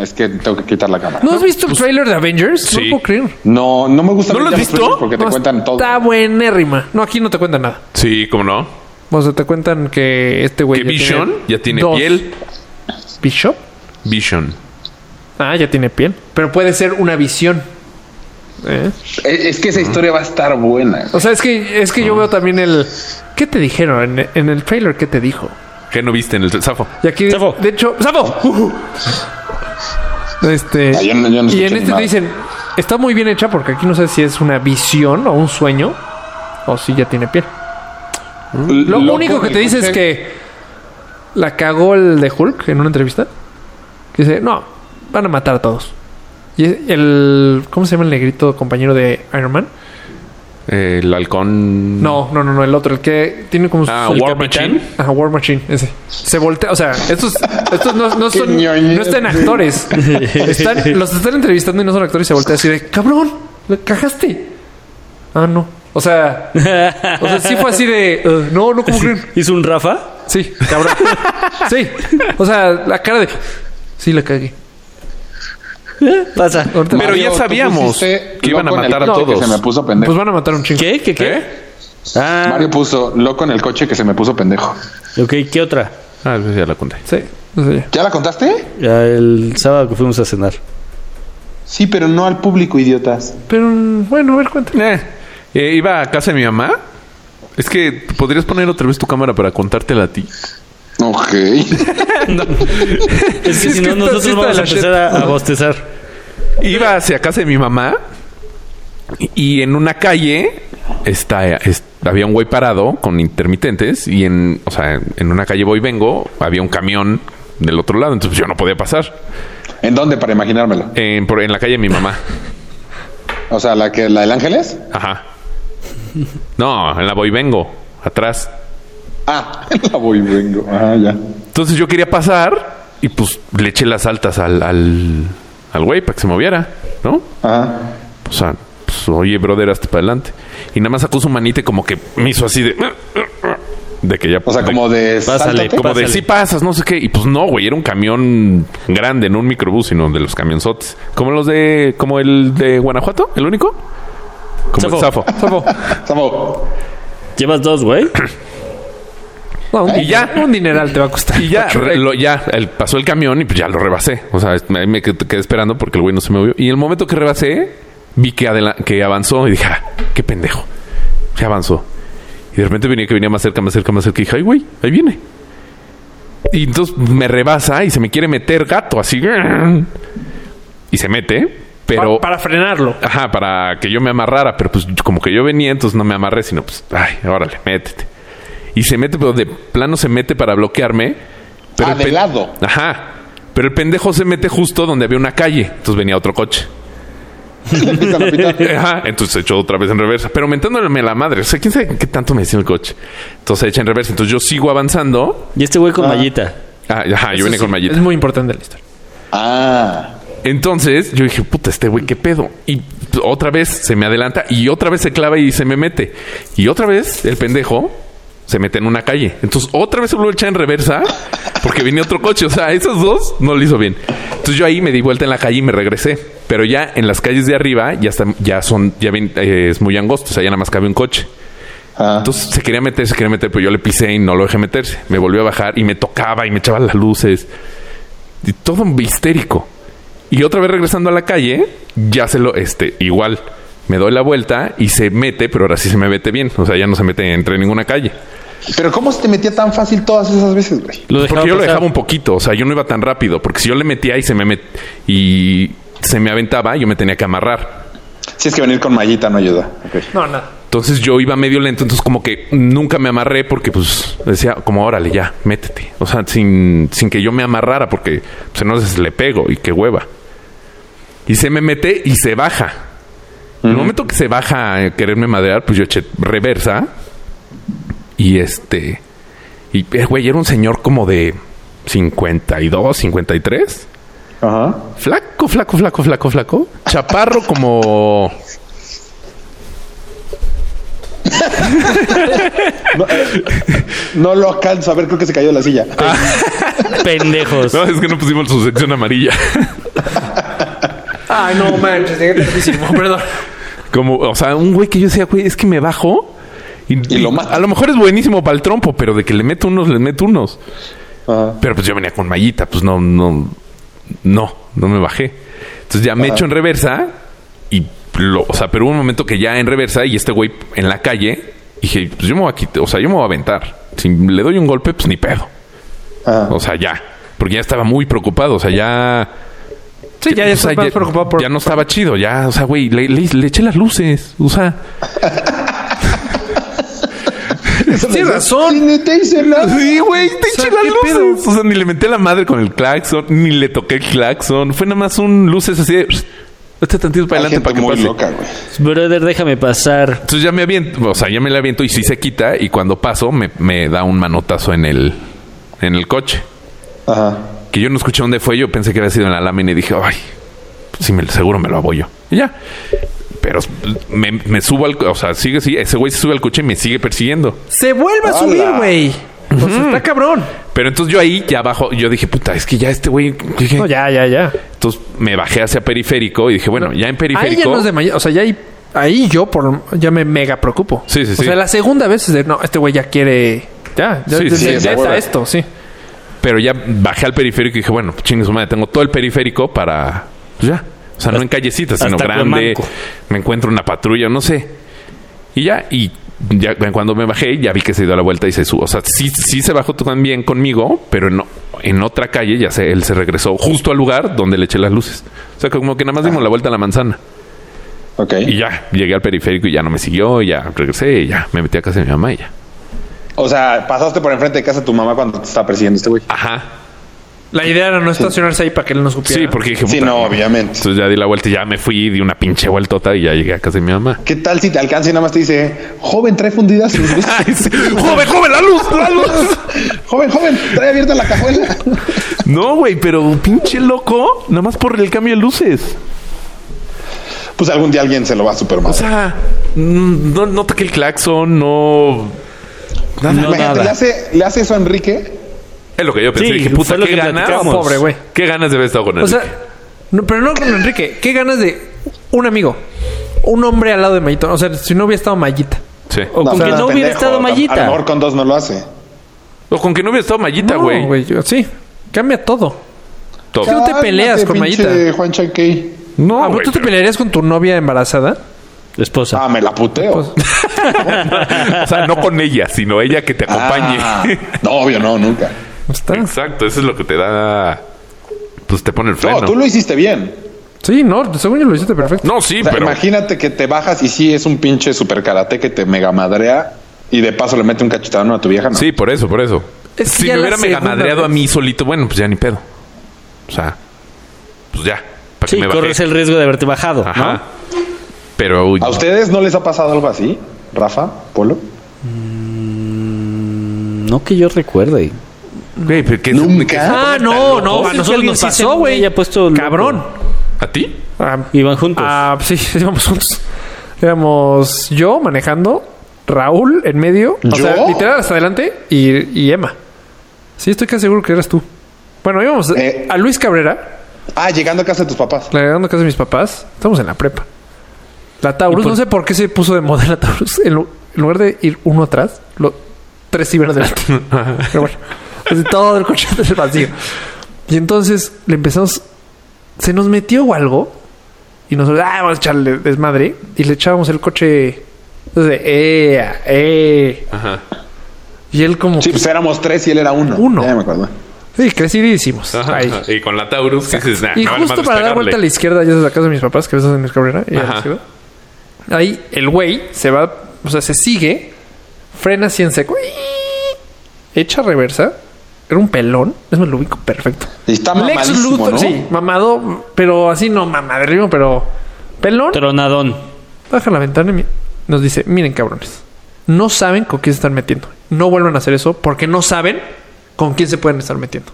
Speaker 2: Es que tengo que quitar la cámara.
Speaker 4: ¿No has visto
Speaker 1: pues,
Speaker 4: el trailer de Avengers? No
Speaker 3: sí.
Speaker 4: lo puedo creer.
Speaker 2: No, no me gusta.
Speaker 3: ¿No lo
Speaker 2: ahorita
Speaker 3: has
Speaker 2: los
Speaker 3: visto?
Speaker 2: trailers Porque te
Speaker 4: No,
Speaker 2: cuentan todo.
Speaker 4: Está buenérrima. No, aquí no te cuentan nada.
Speaker 3: Sí, ¿cómo no?
Speaker 4: O sea, te cuentan que este güey...
Speaker 3: Que Vision ya tiene
Speaker 4: dos-
Speaker 3: piel.
Speaker 4: ¿Bishop?
Speaker 3: Vision.
Speaker 4: Ah, ya tiene piel. Pero puede ser una visión. ¿Eh?
Speaker 2: Es es que esa historia va a estar buena.
Speaker 4: O sea, es que, es que
Speaker 3: Ah.
Speaker 4: yo veo también el. ¿Qué te dijeron? En, en el trailer, ¿qué te dijo?
Speaker 3: ¿Qué no viste en el zafo?
Speaker 4: Y aquí,
Speaker 1: Safo.
Speaker 4: de hecho, ¡Safo! Ujú. Este.
Speaker 2: Ah, yo no- yo no
Speaker 4: y
Speaker 2: escuché
Speaker 4: en este
Speaker 2: nada.
Speaker 4: te dicen, está muy bien hecha porque aquí no sé si es una visión o un sueño o si ya tiene piel. Lo, único que te dice es que la cagó el de Hulk en una entrevista. Que dice, no, van a matar a todos. Y el. ¿Cómo se llama el negrito compañero de Iron Man?
Speaker 3: El halcón.
Speaker 4: No, no, no, no, el otro, el que tiene como
Speaker 3: Ah,
Speaker 4: su-
Speaker 1: ¿El
Speaker 3: War
Speaker 1: capitán?
Speaker 3: Machine.
Speaker 4: Ajá, War Machine, ese. Se voltea, o sea, estos, estos no, no
Speaker 2: Qué
Speaker 4: son,
Speaker 2: ñoñez.
Speaker 4: no están actores. Están, los están entrevistando y no son actores y se voltea así de, cabrón, lo cagaste. Ah, no. O sea, o sea, sí fue así de, "Uh, no, no, ¿cómo creen?
Speaker 1: ¿Hizo un Rafa?
Speaker 4: Sí, cabrón. Sí. O sea, la cara de, sí, la cagué.
Speaker 1: Pasa.
Speaker 4: Ahorita-
Speaker 3: Pero ya
Speaker 2: tú
Speaker 3: sabíamos
Speaker 2: pusiste
Speaker 3: que iban a
Speaker 2: loco en el
Speaker 3: matar a
Speaker 2: coche que
Speaker 3: todos.
Speaker 2: se me puso pendejo.
Speaker 4: pues van a matar un chingo.
Speaker 1: ¿Qué? ¿Qué? ¿Qué?
Speaker 3: ¿Eh?
Speaker 1: Ah,
Speaker 2: Mario puso loco en el coche que se me puso pendejo.
Speaker 1: ok, ¿qué otra?
Speaker 3: Ah, pues ya la conté.
Speaker 4: Sí, no sé ya.
Speaker 2: ¿Ya la contaste?
Speaker 1: Ya El sábado que fuimos a cenar.
Speaker 2: Sí, pero no al público, idiotas.
Speaker 4: Pero bueno, a ver cuánto.
Speaker 3: Eh, eh, iba a casa de mi mamá. Es que podrías poner otra vez tu cámara para contártela a ti.
Speaker 2: Ok.
Speaker 1: Es que
Speaker 4: es
Speaker 1: si
Speaker 4: que
Speaker 1: no,
Speaker 4: está-
Speaker 1: nosotros
Speaker 4: sí
Speaker 1: vamos
Speaker 4: está de
Speaker 1: a
Speaker 4: la shit.
Speaker 1: empezar a, a bostezar.
Speaker 3: Iba hacia casa de mi mamá y en una calle está, es- había un güey parado con intermitentes y en, o sea, en una calle voy y vengo había un camión del otro lado, entonces yo no podía pasar
Speaker 2: ¿En dónde? Para imaginármelo.
Speaker 3: en, por- en la calle de mi mamá.
Speaker 2: O sea, la que la del Ángeles.
Speaker 3: Ajá. No, en la voy y vengo atrás.
Speaker 2: Ah, la voy y vengo. Ah, ya.
Speaker 3: Entonces yo quería pasar y pues le eché las altas al, al, al güey para que se moviera, ¿no?
Speaker 2: Ajá.
Speaker 3: O sea, pues, oye, brother, hasta para adelante. Y nada más sacó su manita y como que me hizo así de... De que ya...
Speaker 2: O sea,
Speaker 3: de-
Speaker 2: como de.
Speaker 1: Pásale,
Speaker 2: sáltate.
Speaker 3: Como de
Speaker 1: Pásale.
Speaker 3: sí pasas, no sé qué. Y pues no, güey, era un camión grande, no un microbús, sino de los camionzotes. Como los de... Como el de Guanajuato, el único. Como el
Speaker 1: Zafo.
Speaker 3: Zafo.
Speaker 2: Samo,
Speaker 1: ¿Llevas dos, güey?
Speaker 4: No, un-
Speaker 3: Y ya.
Speaker 4: un dineral te va a costar.
Speaker 3: Y ya,
Speaker 4: Ocho,
Speaker 3: re- lo- ya el- pasó el camión y pues ya lo rebasé. O sea, es- me, me qued- quedé esperando porque el güey no se movió. Y en el momento que rebasé, vi que, adela- que avanzó y dije, "Ah, qué pendejo. Ya avanzó. Y de repente venía que venía más cerca, más cerca, más cerca. Y dije, ay, güey, ahí viene. Y entonces me rebasa y se me quiere meter gato así. Y se mete,
Speaker 4: pa-
Speaker 3: pero...
Speaker 4: para frenarlo.
Speaker 3: Ajá, para que yo me amarrara, pero pues como que yo venía, entonces no me amarré, sino pues, ay, órale, métete. Y se mete, pero de plano se mete para bloquearme. Pero
Speaker 2: Ah,
Speaker 3: el
Speaker 2: de
Speaker 3: pen-
Speaker 2: lado.
Speaker 3: Ajá. Pero el pendejo se mete justo donde había una calle, entonces venía otro coche.
Speaker 2: le pisa la pita.
Speaker 3: Ajá, entonces se echó otra vez en reversa, pero aumentándome la madre. O sea, quién sabe qué tanto me decía el coche. Entonces se echa en reversa, entonces yo sigo avanzando.
Speaker 1: Y este güey con mallita.
Speaker 3: Ah, ajá, yo
Speaker 4: Eso
Speaker 3: venía
Speaker 4: sí,
Speaker 3: con mallita.
Speaker 4: Es muy importante la historia.
Speaker 2: Ah.
Speaker 3: Entonces yo dije, puta, este güey, qué pedo. Y otra vez se me adelanta y otra vez se clava y se me mete. Y otra vez el pendejo se mete en una calle. Entonces otra vez se vuelve a echar en reversa porque venía otro coche. O sea, esos dos no lo hizo bien. Entonces yo ahí me di vuelta en la calle y me regresé. Pero ya en las calles de arriba ya, está, ya son, ya ven- eh, es muy angosto. O sea, ya nada más cabe un coche.
Speaker 2: Ah.
Speaker 3: Entonces se quería meter, se quería meter, pero yo le pisé y no lo dejé meterse. Me volvió a bajar y me tocaba y me echaba las luces. Y todo histérico. Y otra vez regresando a la calle, ya se lo, este, igual. Me doy la vuelta y se mete, pero ahora sí se me mete bien. O sea, ya no se mete entre ninguna calle.
Speaker 2: Pero ¿cómo se te metía tan fácil todas esas veces, güey?
Speaker 1: Lo
Speaker 3: Pues
Speaker 1: dejaba
Speaker 3: porque yo lo
Speaker 1: pasar.
Speaker 3: dejaba un poquito, o sea, yo no iba tan rápido, porque si yo le metía y se me met- y se me aventaba, yo me tenía que amarrar.
Speaker 2: Si es que venir con mallita no ayuda. Ok.
Speaker 4: No, nada.
Speaker 3: Entonces yo iba medio lento, entonces como que nunca me amarré porque pues decía como órale ya, métete. O sea, sin, sin que yo me amarrara porque pues entonces le pego y qué hueva. Y se me mete y se baja. En el momento que se baja a quererme madrear, pues yo eché reversa y este... Y eh, güey, era un señor como de 52, 53.
Speaker 2: Ajá.
Speaker 3: Flaco, flaco, flaco, flaco, flaco. Chaparro como...
Speaker 2: No lo alcanzo a ver, creo que se cayó de la silla.
Speaker 1: Pendejos.
Speaker 3: No, es que no pusimos su sección amarilla.
Speaker 4: Ay, no manches, llegué tardísimo, perdón.
Speaker 3: Como, o sea, un güey que yo decía, güey, es que me bajo. Y,
Speaker 2: Y lo
Speaker 3: y
Speaker 2: mata.
Speaker 3: A lo mejor es buenísimo para el trompo, pero de que le meto unos, le meto unos.
Speaker 2: Ajá.
Speaker 3: Pero pues yo venía con mallita, pues no, no, no, no me bajé. Entonces ya me echo en reversa y lo, o sea, pero hubo un momento que ya en reversa y este güey en la calle, dije, pues yo me voy a quitar, o sea, yo me voy a aventar. Si le doy un golpe, pues ni pedo.
Speaker 2: Ajá.
Speaker 3: O sea, ya. Porque ya estaba muy preocupado, o sea, ya...
Speaker 4: Sí, ya, ya
Speaker 3: o
Speaker 4: estoy
Speaker 3: sea,
Speaker 4: más preocupado por.
Speaker 3: ya no estaba chido, ya, o sea, güey, le, le- le eché las luces, o sea...
Speaker 4: Tienes razón.
Speaker 2: Y ni te hice nada.
Speaker 3: Sí, güey, te
Speaker 4: sea,
Speaker 3: eché las
Speaker 4: ¿qué
Speaker 3: luces. O sea, ni le metí la madre con el claxon, ni le toqué el claxon. Fue nada más un luces así de. Este tantito para
Speaker 2: Hay gente
Speaker 3: adelante para que
Speaker 2: muy
Speaker 3: pase.
Speaker 2: loca, güey.
Speaker 1: Brother, déjame pasar.
Speaker 3: Entonces ya me aviento, o sea, ya me la aviento y sí se quita y cuando paso me, me da un manotazo en el, en el coche.
Speaker 2: Ajá.
Speaker 3: Que yo no escuché dónde fue, yo pensé que había sido en la lámina y dije, ay, sí, me, seguro me lo apoyo. Y ya. Pero me, me subo al... co- O sea, sigue, sí, ese güey se sube al coche y me sigue persiguiendo.
Speaker 4: Se vuelve a
Speaker 2: Hola.
Speaker 4: subir, güey. O sea, está cabrón.
Speaker 3: Pero entonces yo ahí ya abajo, yo dije, puta, es que ya este güey... dije-
Speaker 4: No, ya, ya, ya.
Speaker 3: Entonces me bajé hacia periférico y dije, bueno, ya en
Speaker 4: Ahí ya
Speaker 3: periférico...
Speaker 4: no es de mañana. O sea, ya ahí, ahí yo por, ya me mega preocupo.
Speaker 3: Sí, sí,
Speaker 4: o
Speaker 3: sí.
Speaker 4: sea, la segunda vez es de, no, este güey ya quiere... Ya, ya,
Speaker 3: Sí,
Speaker 4: ya-
Speaker 3: sí,
Speaker 4: ya
Speaker 2: sí,
Speaker 4: está
Speaker 2: seguro.
Speaker 4: esto, sí.
Speaker 3: Pero ya bajé al periférico y dije, bueno, pues, chingue su madre, tengo todo el periférico para. pues ya. O sea, no en callecitas, sino
Speaker 1: hasta
Speaker 3: grande.
Speaker 1: Cuemanco.
Speaker 3: Me encuentro una patrulla, no sé. Y ya, y ya cuando me bajé, ya vi que se dio la vuelta y se subió. O sea, sí, sí se bajó también conmigo, pero no, en otra calle ya se, él se regresó justo al lugar donde le eché las luces. O sea, como que nada más dimos la vuelta a la manzana.
Speaker 2: Ok.
Speaker 3: Y ya, llegué al periférico y ya no me siguió, y ya regresé, y ya me metí a casa de mi mamá y ya.
Speaker 2: O sea, pasaste por enfrente de casa de tu mamá cuando te estaba persiguiendo este güey.
Speaker 3: Ajá.
Speaker 4: La idea era no estacionarse ahí para que él no supiera.
Speaker 3: Sí, porque dije,
Speaker 2: Sí,
Speaker 3: puta,
Speaker 2: no, obviamente.
Speaker 3: Entonces ya di la vuelta y ya me fui, di una pinche vueltota y ya llegué a casa de mi mamá.
Speaker 2: ¿Qué tal si te alcanza y nada más te dice, joven, trae fundidas sus luces"?
Speaker 3: Ay, sí. joven, joven, la luz, la luz.
Speaker 2: joven, joven, trae abierta la cajuela.
Speaker 3: No, güey, pero pinche loco, nada más por el cambio de luces.
Speaker 2: pues algún día alguien se lo va a superar
Speaker 3: O sea, mm, no, no toqué el claxon, no.
Speaker 1: No,
Speaker 2: Imagínate, le
Speaker 1: nada.
Speaker 2: hace, le hace eso a Enrique.
Speaker 3: Es lo que yo pensé.
Speaker 1: Sí,
Speaker 3: dije, puta,
Speaker 1: fue lo
Speaker 3: qué
Speaker 1: que
Speaker 3: ganas.
Speaker 1: platicamos.
Speaker 4: Pobre, güey.
Speaker 3: Qué ganas de haber estado con él.
Speaker 4: O sea, no, pero no con Enrique. ¿Qué ganas de un amigo? Un hombre al lado de Mayito. O sea, si no hubiera estado Mayita.
Speaker 3: sí.
Speaker 1: O con que
Speaker 2: pero
Speaker 1: no hubiera
Speaker 2: pendejo,
Speaker 1: estado
Speaker 2: A lo
Speaker 1: Mallita.
Speaker 2: mejor con dos no lo hace.
Speaker 3: O con que no hubiera estado Mallita,
Speaker 4: No,
Speaker 3: güey.
Speaker 4: güey. yo- sí. Cambia todo.
Speaker 3: Todo.
Speaker 4: ¿Qué no te
Speaker 2: Cálmate,
Speaker 4: peleas con
Speaker 2: pinche
Speaker 4: Mayita?
Speaker 2: Juan Chankey.
Speaker 3: No,
Speaker 4: Ah, pero
Speaker 3: güey,
Speaker 4: ¿Tú te
Speaker 3: pero-
Speaker 4: pelearías con tu novia embarazada?
Speaker 1: Esposa.
Speaker 2: Ah, me la puteo.
Speaker 4: Pues,
Speaker 3: O sea, no con ella, sino ella que te acompañe.
Speaker 2: Ah, no, obvio, no, nunca.
Speaker 4: Está.
Speaker 3: Exacto, eso es lo que te da. Pues te pone el
Speaker 2: No,
Speaker 3: freno. No,
Speaker 2: tú lo hiciste bien.
Speaker 4: Sí, no, según yo lo hiciste perfecto.
Speaker 3: sí,
Speaker 2: O sea,
Speaker 3: pero.
Speaker 2: Imagínate que te bajas y sí es un pinche super karate que te mega madrea y de paso le mete un cachetadón a tu vieja. ¿no?
Speaker 3: Sí, por eso, por eso.
Speaker 4: Es que
Speaker 3: si
Speaker 4: ya
Speaker 3: me
Speaker 4: la
Speaker 3: hubiera mega
Speaker 4: segunda
Speaker 3: madreado a
Speaker 4: vez.
Speaker 3: mí solito, bueno, pues ya ni pedo. O sea, pues ya. ¿Para
Speaker 1: Sí,
Speaker 3: qué me bajé?
Speaker 1: corres el riesgo de haberte bajado,
Speaker 3: Ajá.
Speaker 1: ¿no?
Speaker 3: Pero
Speaker 2: ¿A ustedes no les ha pasado algo así, Rafa, Polo?
Speaker 1: No que yo recuerde.
Speaker 3: Güey, pero ¿qué- qué-
Speaker 4: Ah, no,
Speaker 3: Oh,
Speaker 4: no, a nosotros nos pasó, güey.
Speaker 1: Ya puesto loco.
Speaker 4: Cabrón.
Speaker 3: ¿A ti?
Speaker 4: Ah,
Speaker 1: Iban juntos.
Speaker 4: ah, sí, íbamos juntos. Éramos yo manejando, Raúl en medio,
Speaker 2: ¿Yo?
Speaker 4: o sea, literal hasta adelante y, y Emma. Sí, estoy casi seguro que eras tú. Bueno, íbamos
Speaker 2: Eh.
Speaker 4: a Luis Cabrera,
Speaker 2: Ah, llegando a casa de tus papás.
Speaker 4: la grabando a casa de mis papás. Estamos en la prepa. La Taurus, no sé por qué se puso de moda la Taurus. En, lu- en lugar de ir uno atrás, lo, tres iban adelante. Pero bueno, así todo el coche del vacío. Y entonces le empezamos. Se nos metió o algo. Y nosotros, ah, vamos a echarle desmadre. Y le echábamos el coche. Entonces, eh, eh.
Speaker 3: Ajá.
Speaker 4: Y él, como,
Speaker 2: Sí,
Speaker 4: sí,
Speaker 2: pues éramos tres y él era uno.
Speaker 4: Uno.
Speaker 2: Ya me acuerdo.
Speaker 4: crecidísimos.
Speaker 3: Ajá.
Speaker 4: Ahí.
Speaker 3: Y con la Taurus, ¿qué dices? Nah,
Speaker 4: Y
Speaker 3: no vale
Speaker 4: justo
Speaker 3: madres
Speaker 4: para dar
Speaker 3: pegarle.
Speaker 4: vuelta a la izquierda, ya es la casa de mis papás, que ves en Luis Cabrera. y a la
Speaker 3: Ajá.
Speaker 4: izquierda, Ahí el güey se va, o sea, se sigue, frena así en seco, echa reversa. Era un pelón, es lo ubico perfecto.
Speaker 2: Y está
Speaker 4: Lex
Speaker 2: mamadísimo,
Speaker 4: Luthor,
Speaker 2: ¿no?
Speaker 4: sí, mamado, pero así no mamadrísimo, pero pelón.
Speaker 1: Tronadón.
Speaker 4: Baja la ventana y mi- nos dice, miren cabrones, no saben con quién se están metiendo. No vuelvan a hacer eso porque no saben con quién se pueden estar metiendo.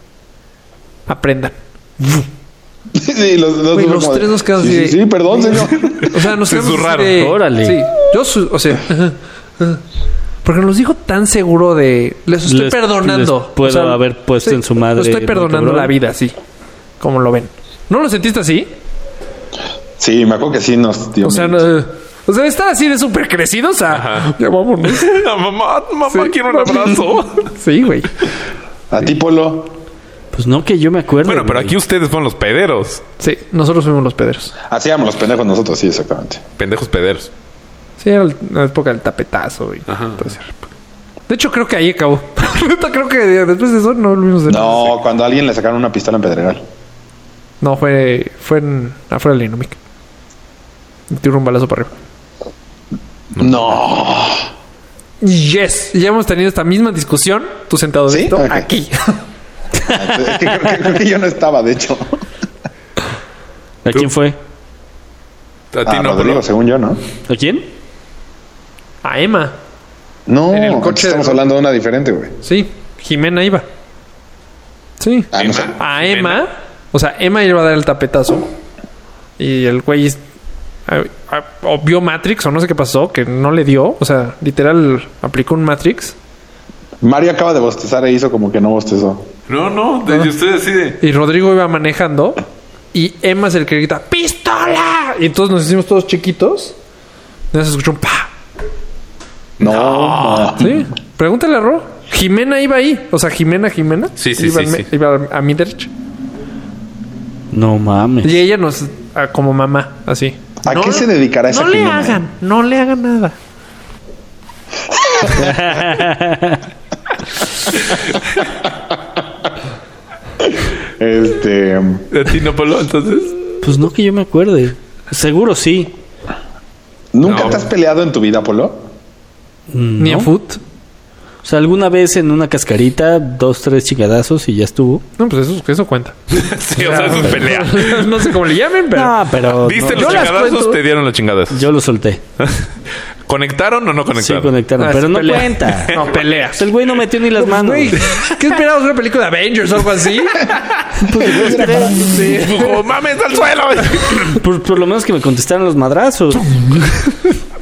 Speaker 4: Aprendan.
Speaker 2: Sí, los, los,
Speaker 4: Güey,
Speaker 2: dos
Speaker 4: los
Speaker 2: como de,
Speaker 4: tres nos quedamos
Speaker 2: sí,
Speaker 4: así
Speaker 2: sí,
Speaker 4: de-
Speaker 2: sí, perdón, señor.
Speaker 4: O sea, nos
Speaker 3: Se
Speaker 4: quedamos así
Speaker 3: zurraron.
Speaker 4: de-
Speaker 1: Órale.
Speaker 4: Sí. Yo, su- o sea, ajá, ajá. porque nos dijo tan seguro de les estoy
Speaker 1: Les-
Speaker 4: perdonando.
Speaker 1: les puedo
Speaker 4: O sea,
Speaker 1: haber puesto en su madre,
Speaker 4: "Lo Estoy
Speaker 1: muy
Speaker 4: perdonando
Speaker 1: cabrón".
Speaker 4: la vida, sí. Como lo ven. ¿No lo sentiste así?
Speaker 2: Sí, me acuerdo que sí nos dio.
Speaker 4: O sea, no,
Speaker 2: miedo.
Speaker 4: o sea, estar así de súper crecidos a ya vámonos.
Speaker 3: Ah, mamá, mamá,
Speaker 4: Sí.
Speaker 3: quiero un abrazo.
Speaker 4: Sí, güey.
Speaker 2: A ti, Polo.
Speaker 1: Pues no que yo me acuerde.
Speaker 3: bueno, pero
Speaker 1: güey.
Speaker 3: aquí ustedes fueron los pederos.
Speaker 4: Sí, nosotros fuimos los pederos.
Speaker 2: Hacíamos los pendejos nosotros, sí, exactamente.
Speaker 3: Pendejos pederos.
Speaker 4: Sí, era el- la época del tapetazo y todo ese rollo. De hecho, creo que ahí acabó. Neta, creo que después de eso no volvimos de nada.
Speaker 2: No, cuando a alguien le sacaron una pistola en Pedregal.
Speaker 4: No, fue, fue en, afuera del Inumic. Me Tiró un balazo para arriba.
Speaker 2: No.
Speaker 4: Yes. Y ya hemos tenido esta misma discusión, tú sentado de
Speaker 2: ¿Sí?
Speaker 4: esto,
Speaker 2: Ok.
Speaker 4: aquí.
Speaker 2: Es que creo, que creo que yo no estaba, de hecho.
Speaker 1: ¿A quién fue?
Speaker 3: A ti
Speaker 2: A
Speaker 3: no,
Speaker 2: Rodrigo,
Speaker 3: pero-
Speaker 2: según yo, Ah, ¿no?
Speaker 1: ¿A quién?
Speaker 4: A Emma.
Speaker 2: No,
Speaker 4: En el coche
Speaker 2: estamos
Speaker 4: de-
Speaker 2: hablando de una diferente, güey.
Speaker 4: Sí, Jimena iba. Sí.
Speaker 2: Ah, no sé.
Speaker 4: A Emma. O sea, Emma iba a dar el tapetazo. Y el güey es- a- a- o vio Matrix o no sé qué pasó, que no le dio. O sea, literal aplicó un Matrix.
Speaker 2: Mario acaba de bostezar e hizo como que no bostezó.
Speaker 3: No, no,
Speaker 4: Ah.
Speaker 3: de- y usted decide.
Speaker 4: Y Rodrigo iba manejando. Y Emma es el que grita, ¡Pistola! Y entonces nos hicimos todos chiquitos. Y nos escuchó un pa.
Speaker 2: No, no.
Speaker 4: Sí. Pregúntale a Ro. Jimena iba ahí. O sea, Jimena, Jimena.
Speaker 3: Sí, sí,
Speaker 4: iba
Speaker 3: sí,
Speaker 4: al me-
Speaker 3: sí.
Speaker 4: Iba a- a mi derecha.
Speaker 1: No mames.
Speaker 4: Y ella nos, ah, como mamá, así.
Speaker 2: ¿A qué se dedicará esa
Speaker 4: No le
Speaker 2: Jimena?
Speaker 4: hagan, no le hagan nada.
Speaker 2: Este.
Speaker 3: A ti no, Pablo, entonces.
Speaker 1: Pues no que yo me acuerde. Seguro sí.
Speaker 2: ¿Nunca
Speaker 3: No.
Speaker 2: te has peleado en tu vida, Polo?
Speaker 1: Mm,
Speaker 4: Ni
Speaker 1: ¿no?
Speaker 4: en foot.
Speaker 1: O sea, alguna vez en una cascarita, dos, tres chingadazos y ya estuvo.
Speaker 4: No, pues eso, eso cuenta.
Speaker 3: Sí, o sea, eso es pelea.
Speaker 4: no sé cómo le llamen, pero.
Speaker 1: No, Ah, pero.
Speaker 3: Diste
Speaker 1: no,
Speaker 3: los
Speaker 4: Yo las
Speaker 3: chingadazos,
Speaker 4: cuento.
Speaker 3: te dieron los chingadazos.
Speaker 1: Yo lo solté.
Speaker 3: ¿Conectaron o no
Speaker 1: Sí,
Speaker 3: conectaron?
Speaker 1: conectaron.
Speaker 4: Ah,
Speaker 1: pero
Speaker 4: es
Speaker 1: no
Speaker 4: pelea.
Speaker 1: cuenta.
Speaker 4: No, pelea.
Speaker 1: O sea, el güey no metió ni
Speaker 3: Pues,
Speaker 1: las manos.
Speaker 4: Güey, ¿qué esperabas? ¿Una película de Avengers o algo así?
Speaker 3: Empujó, mames al suelo.
Speaker 1: Por, por lo menos que me contestaran los madrazos.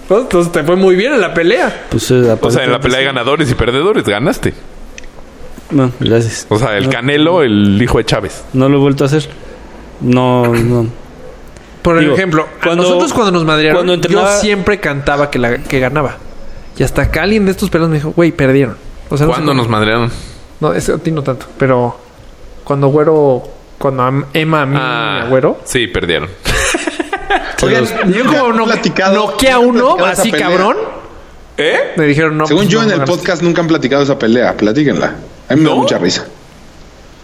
Speaker 4: Pues, Entonces te fue muy bien en la pelea.
Speaker 1: Pues, eh,
Speaker 3: O sea, en la
Speaker 1: aparentemente
Speaker 3: pelea de ganadores y perdedores ganaste.
Speaker 1: sí. No, gracias.
Speaker 3: O sea, el Canelo, el hijo de Chávez.
Speaker 1: No lo he vuelto a hacer. No, no.
Speaker 4: Por
Speaker 1: Digo,
Speaker 4: ejemplo, a
Speaker 1: cuando-
Speaker 4: nosotros cuando nos madrearon,
Speaker 1: cuando entrenaba-
Speaker 4: yo siempre cantaba que, la, que ganaba. Y hasta acá alguien de estos pelos me dijo, güey, perdieron. O sea, no sé
Speaker 3: ¿Cuándo
Speaker 4: cómo.
Speaker 3: nos madrearon?
Speaker 4: No, es a ti no tanto, pero cuando güero, cuando am- Emma a mí,
Speaker 3: Ah,
Speaker 4: a güero.
Speaker 3: sí, perdieron.
Speaker 2: Oigan,
Speaker 4: Yo como no, noquea a uno así cabrón,
Speaker 3: ¿Eh?
Speaker 4: me dijeron no.
Speaker 2: Según
Speaker 4: pues,
Speaker 2: yo,
Speaker 4: no,
Speaker 2: en
Speaker 4: no
Speaker 2: el
Speaker 4: ganaste.
Speaker 2: podcast nunca han platicado esa pelea. Platíquenla. A mí me da
Speaker 3: ¿No?
Speaker 2: mucha risa.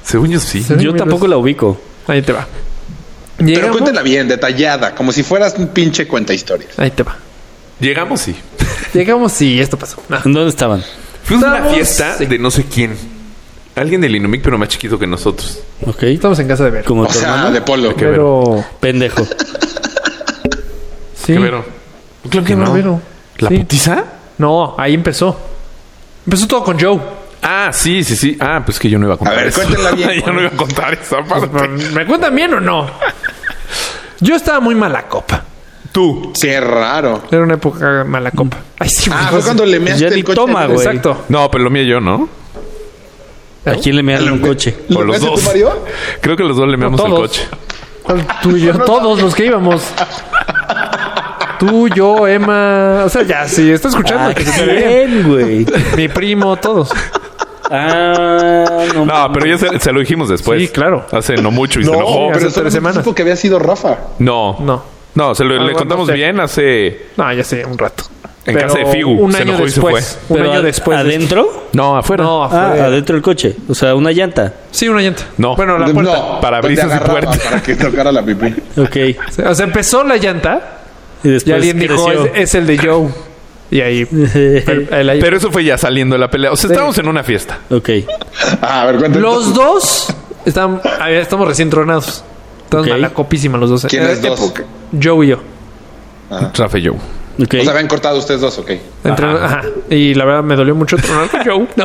Speaker 3: Según yo sí.
Speaker 4: Sí.
Speaker 1: Yo tampoco la ubico.
Speaker 4: Ahí te va.
Speaker 2: Pero
Speaker 4: Llegamos,
Speaker 2: cuéntala bien, detallada, como si fueras un pinche cuenta historia.
Speaker 4: Ahí te va.
Speaker 3: Llegamos, sí.
Speaker 4: Llegamos y esto pasó. No.
Speaker 1: ¿En dónde estaban?
Speaker 3: Fuimos a una
Speaker 4: Estábamos-
Speaker 3: fiesta
Speaker 4: sí.
Speaker 3: de no sé quién. Alguien del Inumic, pero más chiquito que nosotros.
Speaker 1: Ok.
Speaker 4: Estamos en casa de ver.
Speaker 1: Como
Speaker 2: O
Speaker 1: tu
Speaker 2: sea,
Speaker 1: hermano.
Speaker 2: de polo.
Speaker 3: que
Speaker 4: Pero
Speaker 1: Pendejo.
Speaker 4: sí.
Speaker 3: ¿Qué vero? Claro que
Speaker 4: Qué
Speaker 3: no.
Speaker 4: barbero.
Speaker 3: ¿La
Speaker 4: Sí.
Speaker 3: putiza?
Speaker 4: No, ahí empezó. Empezó todo con Joe.
Speaker 3: Ah, sí, sí, sí. Ah, pues que yo no iba a contar
Speaker 2: A ver,
Speaker 3: eso.
Speaker 2: cuéntala bien.
Speaker 3: yo no iba a contar esa parte.
Speaker 4: ¿Me cuentan bien o no? Yo estaba muy mala copa.
Speaker 3: Tú.
Speaker 2: Qué raro.
Speaker 4: Era una época mala copa. Ay, sí,
Speaker 2: Ah,
Speaker 4: güey.
Speaker 2: fue cuando le measte
Speaker 1: ya
Speaker 2: el
Speaker 1: ni
Speaker 2: coche.
Speaker 1: toma, güey.
Speaker 4: Exacto.
Speaker 3: No, pero lo mío yo, ¿no?
Speaker 1: ¿A quién le mearon un coche?
Speaker 2: ¿Lo
Speaker 3: O los
Speaker 2: measte tú,
Speaker 3: dos.
Speaker 2: Mario?
Speaker 3: Creo que los dos le meamos el
Speaker 4: todos.
Speaker 3: coche.
Speaker 4: ¿Cuál Tú y yo, todos los que íbamos. Tú, yo, Emma. O sea, ya, sí, está escuchando.
Speaker 1: Ah,
Speaker 4: que se te ve bien.
Speaker 1: bien, güey.
Speaker 4: Mi primo, todos.
Speaker 1: Ah, no.
Speaker 3: No, pero ya se, se lo dijimos después.
Speaker 4: Sí, claro.
Speaker 3: Hace no mucho y se enojó.
Speaker 2: pero
Speaker 4: hace tres
Speaker 2: tres
Speaker 4: semanas.
Speaker 2: semanas. Supo que había sido Rafa.
Speaker 3: No.
Speaker 4: No. Ah,
Speaker 3: No, se lo, le
Speaker 4: bueno,
Speaker 3: contamos
Speaker 4: no sé.
Speaker 3: bien hace.
Speaker 4: No, ya sé, un rato.
Speaker 3: En casa de Figu,
Speaker 4: Un
Speaker 3: se
Speaker 4: año
Speaker 3: enojó y se
Speaker 4: después. Un
Speaker 1: Pero
Speaker 4: año
Speaker 1: a-
Speaker 4: después. de esto.
Speaker 1: ¿Adentro?
Speaker 3: No, afuera.
Speaker 4: No,
Speaker 1: Ah,
Speaker 4: afuera.
Speaker 1: adentro del coche. O sea, una llanta.
Speaker 4: Sí, una llanta.
Speaker 3: No.
Speaker 4: Bueno, la puerta.
Speaker 2: No,
Speaker 3: Parabrisas y
Speaker 2: te agarraba
Speaker 3: puerta.
Speaker 2: Para que tocara la pipí.
Speaker 1: Ok. Y
Speaker 4: O sea, empezó la llanta
Speaker 1: después
Speaker 4: y alguien dijo,
Speaker 1: creció.
Speaker 4: es, es el de Joe. Y ahí. el- el ahí-
Speaker 3: Pero eso fue ya saliendo de la pelea. O sea, estábamos en una fiesta.
Speaker 1: ok.
Speaker 2: Ah, a ver, cuéntame.
Speaker 4: los dos están, a ver, estamos recién tronados. Estamos
Speaker 1: Ok.
Speaker 4: mala copísima los dos.
Speaker 2: ¿Quiénes
Speaker 3: Eh,
Speaker 4: Era
Speaker 2: dos?
Speaker 4: época- Joe y yo.
Speaker 2: Ah.
Speaker 3: Rafa y yo.
Speaker 1: Ok.
Speaker 2: O sea, habían cortado ustedes dos, ok.
Speaker 4: Entre- ajá. Y la verdad me dolió mucho tronar con Joe. No.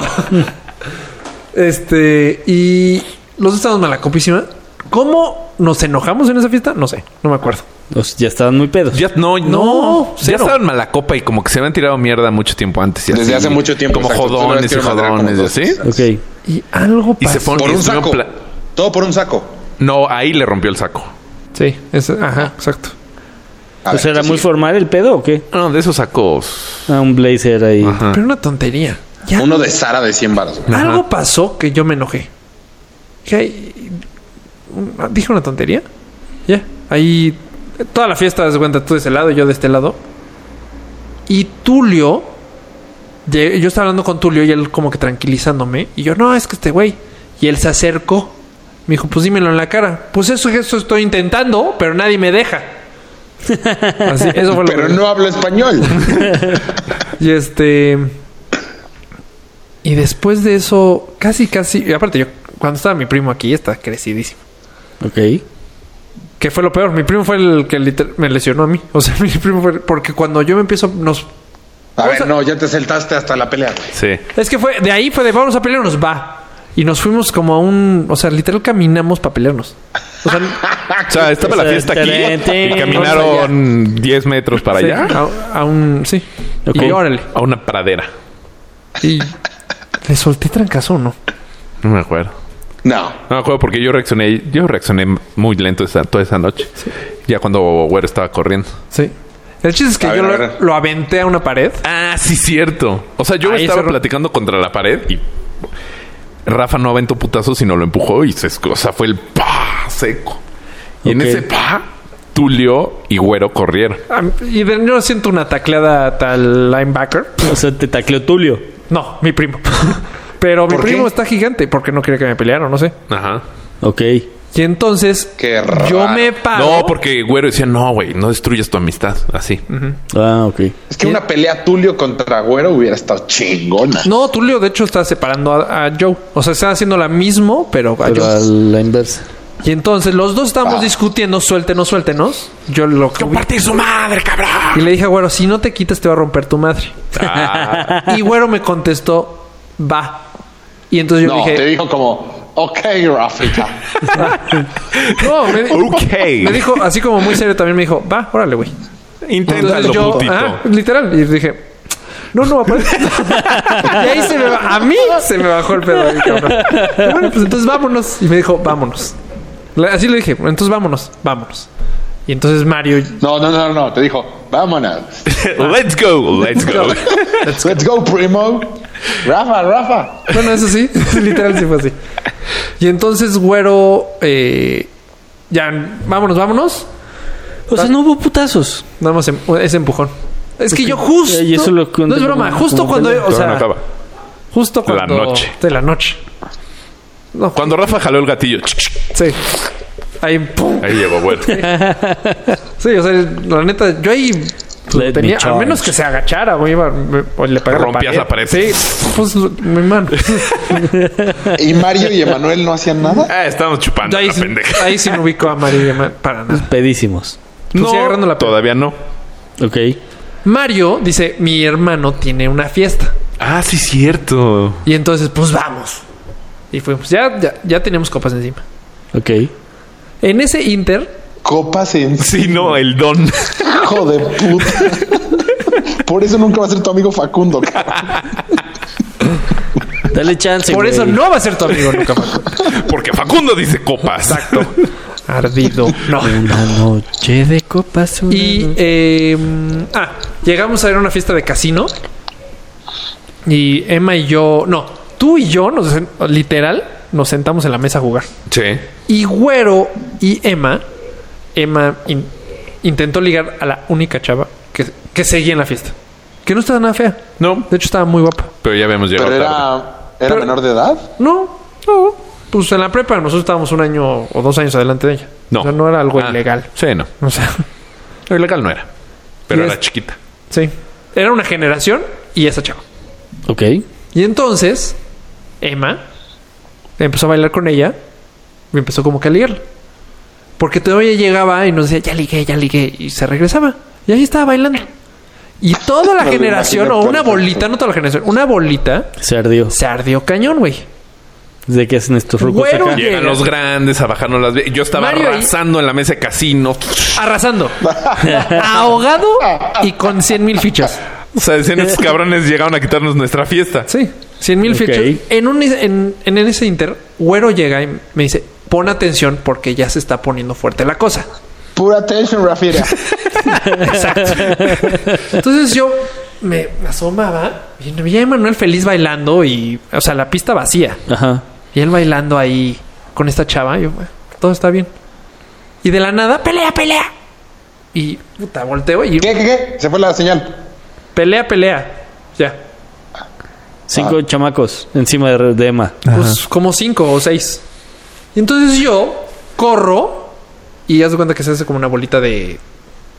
Speaker 4: Este. Y los dos estábamos malacopísima. ¿Cómo nos enojamos en esa fiesta? No sé. No me acuerdo.
Speaker 1: O sea, ya estaban muy pedos.
Speaker 3: Ya, no, no.
Speaker 4: No,
Speaker 3: ya
Speaker 4: cero.
Speaker 3: estaban mala copa y como que se habían tirado mierda mucho tiempo antes. y
Speaker 2: Desde
Speaker 3: así,
Speaker 2: hace mucho tiempo,
Speaker 3: Como
Speaker 2: exacto. Solo les
Speaker 3: jodones y
Speaker 2: quiero mandar
Speaker 3: jodones y
Speaker 2: como
Speaker 3: así.
Speaker 2: dos.
Speaker 1: Ok.
Speaker 4: Y algo
Speaker 3: Y
Speaker 4: pasó.
Speaker 3: se fueron
Speaker 2: Por
Speaker 3: y
Speaker 2: un
Speaker 3: estuvieron
Speaker 2: saco.
Speaker 3: pla-
Speaker 2: Todo por un saco.
Speaker 3: No, ahí le rompió el saco.
Speaker 4: Sí, es- ajá, exacto.
Speaker 2: A
Speaker 1: o
Speaker 2: ver,
Speaker 4: Pues
Speaker 1: sea, ¿era
Speaker 2: tú
Speaker 1: muy
Speaker 2: sigue.
Speaker 1: formal el pedo o qué?
Speaker 3: No, de esos sacos.
Speaker 1: Ah, un blazer ahí.
Speaker 2: Ah.
Speaker 3: Ajá.
Speaker 4: Pero una tontería. Ya
Speaker 2: Uno de Sara de 100 varos. güey.
Speaker 4: Algo pasó que yo me enojé. Dije, "Ay, un- dije una tontería. Ya, ahí toda la fiesta das cuenta tú de ese lado y yo de este lado. Y Tulio, lle- yo estaba hablando con Tulio y él como que tranquilizándome. Y yo, no, es que este güey. Y él se acercó. Me dijo, pues dímelo en la cara. Pues eso, eso estoy intentando, pero nadie me deja. Así, eso fue lo
Speaker 2: Pero
Speaker 4: que-
Speaker 2: no hablo español.
Speaker 4: y este. Y después de eso, casi, casi. Y aparte, yo, cuando estaba mi primo aquí, está crecidísimo.
Speaker 1: Ok.
Speaker 4: Que fue lo peor. Mi primo fue el que liter- me lesionó a mí. O sea, mi primo fue... Porque cuando yo me empiezo... Nos...
Speaker 2: A
Speaker 4: O sea-
Speaker 2: ver, no, ya te saltaste hasta la pelea. güey.
Speaker 3: Sí.
Speaker 4: Es que fue... De ahí fue de vamos a pelearnos. Va. Y nos fuimos como a un... O sea, literal caminamos para pelearnos. O sea...
Speaker 3: O sea, estaba la
Speaker 1: O sea,
Speaker 3: fiesta aquí
Speaker 1: tarantino.
Speaker 3: y caminaron 10 metros para
Speaker 4: sí,
Speaker 3: allá
Speaker 4: a, a un... Sí.
Speaker 1: Ok.
Speaker 4: Y órale.
Speaker 3: a una pradera.
Speaker 4: Y... ¿Le solté trancazo o no?
Speaker 3: No me acuerdo.
Speaker 2: No.
Speaker 3: No me acuerdo porque yo reaccioné, yo reaccioné muy lento esa, toda esa noche. Ya cuando Güero estaba corriendo.
Speaker 4: Sí. El chiste es que
Speaker 2: A
Speaker 4: yo
Speaker 2: ver, a
Speaker 4: lo,
Speaker 2: ver.
Speaker 4: lo aventé a una pared.
Speaker 3: Ah, sí, cierto. O sea, yo
Speaker 4: Ahí
Speaker 3: estaba
Speaker 4: se ro-
Speaker 3: platicando contra la pared y Rafa no aventó putazo, sino lo empujó y se esco- o sea, fue el pa seco. Y en
Speaker 1: Ok.
Speaker 3: ese pa, Tulio y Güero corrieron.
Speaker 4: A mí- Ah, Y de, yo siento una tacleada tal linebacker.
Speaker 1: O sea, te tacleó Tulio.
Speaker 4: No, mi primo. Pero mi
Speaker 2: ¿Por
Speaker 4: primo
Speaker 2: qué?
Speaker 4: está gigante porque no quería que me pelearan, no sé.
Speaker 3: Ajá.
Speaker 1: Ok.
Speaker 4: Y entonces
Speaker 2: Qué
Speaker 4: yo
Speaker 2: raro.
Speaker 4: me paro.
Speaker 3: No, porque Güero decía, no, güey, no destruyas tu amistad. Así.
Speaker 1: Ah, ok.
Speaker 2: Es que una pelea Tulio contra Güero hubiera estado chingona.
Speaker 4: No, Tulio de hecho está separando a, a Joe. O sea, están haciendo la mismo, pero a
Speaker 1: Pero
Speaker 4: Joe.
Speaker 1: a la inversa.
Speaker 4: Y entonces los dos estamos
Speaker 2: Ah.
Speaker 4: discutiendo, suéltenos, suéltenos. Yo lo que...
Speaker 3: ¡Comparte su madre, cabrón!
Speaker 4: Y le dije, güero, si no te quitas te va a romper tu madre.
Speaker 3: Ah,
Speaker 4: Y güero me contestó, va. Y entonces yo
Speaker 2: No,
Speaker 4: dije,
Speaker 2: te dijo como, ok, Rafita.
Speaker 4: no, me, di-
Speaker 3: ok.
Speaker 4: me dijo así como muy serio también, me dijo, va, órale, güey.
Speaker 3: Inténtalo,
Speaker 4: Entonces yo,
Speaker 3: putito.
Speaker 4: ajá, literal, y dije, no, no, aparte. y ahí se me ba- a mí se me bajó el pedo. ahí, cabrón. Y bueno, pues entonces vámonos. Y me dijo, vámonos. Le- Así le dije, entonces vámonos, vámonos. Y entonces Mario,
Speaker 2: No, no, no, no. Te dijo, vámonos.
Speaker 3: Let's go, let's go.
Speaker 2: Let's go, primo. Rafa, Rafa.
Speaker 4: bueno, eso sí, literal sí fue así. Y entonces, güero, eh, ya, vámonos, vámonos.
Speaker 1: O sea, no hubo putazos.
Speaker 4: Nada más em- ese empujón. Es que yo justo.
Speaker 1: Y eso lo
Speaker 4: no es broma,
Speaker 1: como-
Speaker 4: justo
Speaker 1: como
Speaker 4: cuando.
Speaker 1: pelea.
Speaker 4: O
Speaker 3: Todavía no
Speaker 4: sea,
Speaker 3: acaba.
Speaker 4: justo
Speaker 3: La
Speaker 4: cuando.
Speaker 3: noche.
Speaker 4: De la noche. No,
Speaker 3: Cuando Rafa jaló el gatillo,
Speaker 4: Sí. Ahí, pum.
Speaker 3: ahí llegó Güero.
Speaker 4: Sí, o sea, la neta, yo ahí pues,
Speaker 1: Let me
Speaker 4: tenía, a
Speaker 1: charge.
Speaker 4: menos que se agachara o iba, me- o le pegara
Speaker 3: Rompías la pared.
Speaker 4: Sí, pues lo- mi mano.
Speaker 2: Y Mario y Emanuel no hacían nada.
Speaker 3: Ah, estábamos chupando
Speaker 4: Yo ahí,
Speaker 3: la
Speaker 4: sí-
Speaker 3: pendeja.
Speaker 4: ahí sí no ubico a Mario y a Ma- para nada.
Speaker 1: Pedísimos.
Speaker 4: Pues sí, agarrando la peda.
Speaker 3: todavía no.
Speaker 1: Ok.
Speaker 4: Mario dice, mi hermano tiene una fiesta.
Speaker 3: Ah, sí, cierto.
Speaker 4: Y entonces, pues vamos. Y fuimos. Ya, ya, ya teníamos copas encima.
Speaker 1: Ok.
Speaker 4: En ese inter,
Speaker 2: Copas en
Speaker 3: Sí, no, el don.
Speaker 2: hijo de puta. Por eso nunca va a ser tu amigo Facundo. cabrón.
Speaker 1: Dale chance.
Speaker 4: por
Speaker 1: güey.
Speaker 4: eso no va a ser tu amigo nunca más.
Speaker 3: Porque Facundo dice copas. Exacto.
Speaker 4: Ardido. No.
Speaker 1: Una noche de copas. una
Speaker 4: Y
Speaker 1: noche-
Speaker 4: eh, ah, llegamos a ir a una fiesta de casino. Y Emma y yo, no, tú y yo, nos, sen- literal, nos sentamos en la mesa a jugar.
Speaker 3: Sí.
Speaker 4: Y Güero y Emma, Emma in- intentó ligar a la única chava que, que seguía en la fiesta. Que no estaba nada fea.
Speaker 3: No,
Speaker 4: De hecho, estaba muy guapa.
Speaker 3: pero ya habíamos llegado
Speaker 2: Pero
Speaker 3: tarde.
Speaker 2: era, era
Speaker 4: Pero-
Speaker 2: menor de edad.
Speaker 4: No, no. Pues en la prepa nosotros estábamos un año o dos años adelante de ella.
Speaker 3: No.
Speaker 4: O sea, no era algo
Speaker 3: Ah,
Speaker 4: ilegal.
Speaker 3: Sí, no.
Speaker 4: O sea,
Speaker 3: Lo ilegal no era. Pero
Speaker 4: Y
Speaker 3: era
Speaker 4: es-
Speaker 3: chiquita.
Speaker 4: sí. Era una generación y esa chava.
Speaker 1: Ok.
Speaker 4: Y entonces, Emma empezó a bailar con ella y empezó como que a ligarla. Porque todavía llegaba y nos decía, ya ligué, ya ligué, y se regresaba. Y ahí estaba bailando. Y toda la
Speaker 2: Me lo
Speaker 4: generación, o
Speaker 2: imaginé
Speaker 4: una
Speaker 2: perfecto.
Speaker 4: bolita, no toda la generación, una bolita
Speaker 1: Se ardió.
Speaker 4: se ardió cañón, güey.
Speaker 1: ¿De qué hacen estos rucos
Speaker 4: Güero,
Speaker 1: acá?
Speaker 4: ye-
Speaker 3: Llegan
Speaker 4: Llega.
Speaker 3: los grandes a bajarnos las... vie- Yo estaba
Speaker 4: Ah, Mario y-
Speaker 3: arrasando en la mesa de casino.
Speaker 4: Arrasando. Ahogado y con 100 mil fichas.
Speaker 3: O sea, decían, estos cabrones llegaron a quitarnos nuestra fiesta.
Speaker 4: Sí, 100 mil
Speaker 1: Ok.
Speaker 4: fichas. En, un, en, en ese inter, Güero llega y me dice, pon atención porque ya se está poniendo fuerte la cosa.
Speaker 2: Pura atención, Rafira.
Speaker 4: Entonces yo me asomaba y vi a Emanuel feliz bailando y, o sea, la pista vacía.
Speaker 1: Ajá.
Speaker 4: Y él bailando ahí con esta chava. Yo, "Ah, todo está bien. Y de la nada, pelea, pelea. Y puta, volteo y
Speaker 2: ¿Qué, qué, qué? Se fue la señal.
Speaker 4: pelea, pelea. Ya.
Speaker 1: Cinco
Speaker 4: Ah.
Speaker 1: chamacos encima de, de Emma.
Speaker 4: Pues como cinco o seis. Y entonces yo corro y haz de cuenta que se hace como una bolita de.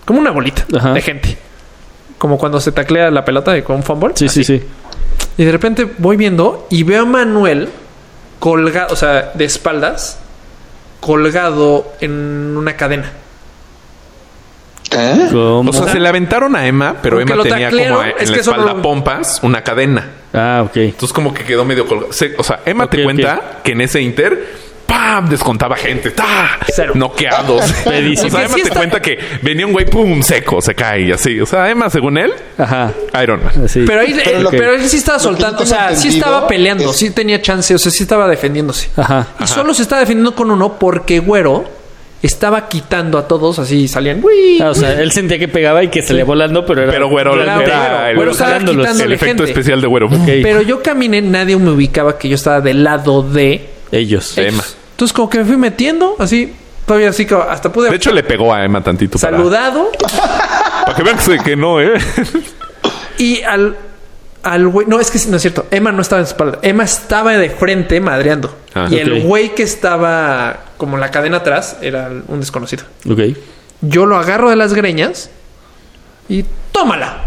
Speaker 4: Como una bolita
Speaker 1: Ajá.
Speaker 4: de gente. Como cuando se taclea la pelota con un fumble.
Speaker 1: Sí, sí, sí.
Speaker 4: Y de repente voy viendo y veo a Manuel colgado, o sea, de espaldas, colgado en una cadena.
Speaker 2: ¿Eh?
Speaker 1: ¿Cómo?
Speaker 3: O sea, se le aventaron a Emma, pero
Speaker 4: Porque
Speaker 3: Emma
Speaker 4: lo
Speaker 3: tenía
Speaker 4: taclearon,
Speaker 3: como a- en
Speaker 4: es
Speaker 3: la
Speaker 4: que eso
Speaker 3: espalda
Speaker 4: no-
Speaker 3: pompas una cadena.
Speaker 1: Ah, ok.
Speaker 3: Entonces como que quedó medio colgado. Se- O sea, Emma
Speaker 1: Ok,
Speaker 3: te cuenta que en ese inter, ¡pam! Descontaba gente. ¡Ta!
Speaker 4: Cero.
Speaker 3: Noqueados.
Speaker 1: Pedísimo.
Speaker 3: O sea, Emma
Speaker 4: Sí
Speaker 3: te
Speaker 4: está-
Speaker 3: cuenta que venía un güey, ¡pum! Seco, se cae y así. O sea, Emma, según él,
Speaker 1: Ajá.
Speaker 3: Iron Man.
Speaker 1: Así.
Speaker 4: Pero, ahí-
Speaker 2: Pero
Speaker 4: eh,
Speaker 2: lo que-
Speaker 4: pero él sí estaba
Speaker 2: lo que yo
Speaker 4: soltando, o
Speaker 2: tengo
Speaker 4: sea, sí
Speaker 2: entendido
Speaker 4: estaba peleando,
Speaker 2: es-
Speaker 4: sí tenía chance, o sea, sí estaba defendiéndose.
Speaker 1: Ajá.
Speaker 4: Y solo se estaba defendiendo con uno porque Güero estaba quitando a todos, así salían. ¡uy!
Speaker 1: Ah, o sea, él sentía que pegaba y que salía volando, pero era.
Speaker 3: Pero güero,
Speaker 1: era-
Speaker 4: Claro,
Speaker 3: era el,
Speaker 4: güero estaba
Speaker 3: el
Speaker 4: quitándole
Speaker 3: efecto
Speaker 4: gente.
Speaker 3: especial de güero.
Speaker 4: Pero yo caminé, nadie me ubicaba que yo estaba del lado de
Speaker 1: Ellos.
Speaker 3: De Emma.
Speaker 4: Entonces, como que me fui metiendo, así, todavía así, como hasta pude
Speaker 3: De hecho, le pegó a Emma tantito. para-
Speaker 4: saludado.
Speaker 3: Para, que vean que se- que no, ¿eh?
Speaker 4: Y al al güey, no es que sí, no es cierto. Emma no estaba en su espalda, Emma estaba de frente madreando.
Speaker 3: Ah,
Speaker 4: y el
Speaker 1: ok.
Speaker 4: güey que estaba como la cadena atrás era un desconocido.
Speaker 1: Ok.
Speaker 4: Yo lo agarro de las greñas y tómala.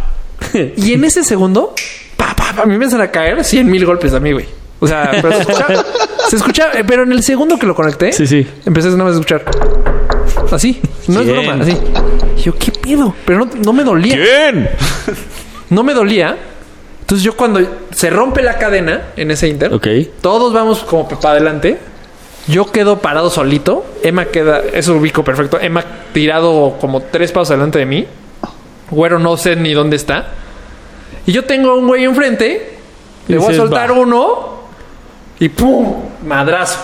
Speaker 4: Y en ese segundo, pa, pa, pa, a mí me empiezan a caer 100 mil golpes a mí, güey. O sea, pero se escuchaba, se escuchaba, eh, pero en el segundo que lo conecté,
Speaker 1: Sí, sí.
Speaker 4: empecé nada más a escuchar. Así, no
Speaker 1: Bien.
Speaker 4: es broma, así. Y yo, ¿qué pedo? Pero no, no me dolía.
Speaker 3: ¿Quién?
Speaker 4: No me dolía. Entonces yo cuando se rompe la cadena en ese inter,
Speaker 1: Ok.
Speaker 4: todos vamos como para adelante. Yo quedo parado solito. Emma queda, eso lo ubico perfecto. Emma tirado como tres pasos adelante de mí. Güero no sé ni dónde está. Y yo tengo a un güey enfrente. Le
Speaker 1: Y
Speaker 4: voy a
Speaker 1: dices,
Speaker 4: soltar
Speaker 1: "Va".
Speaker 4: uno. Y ¡pum! Madrazo.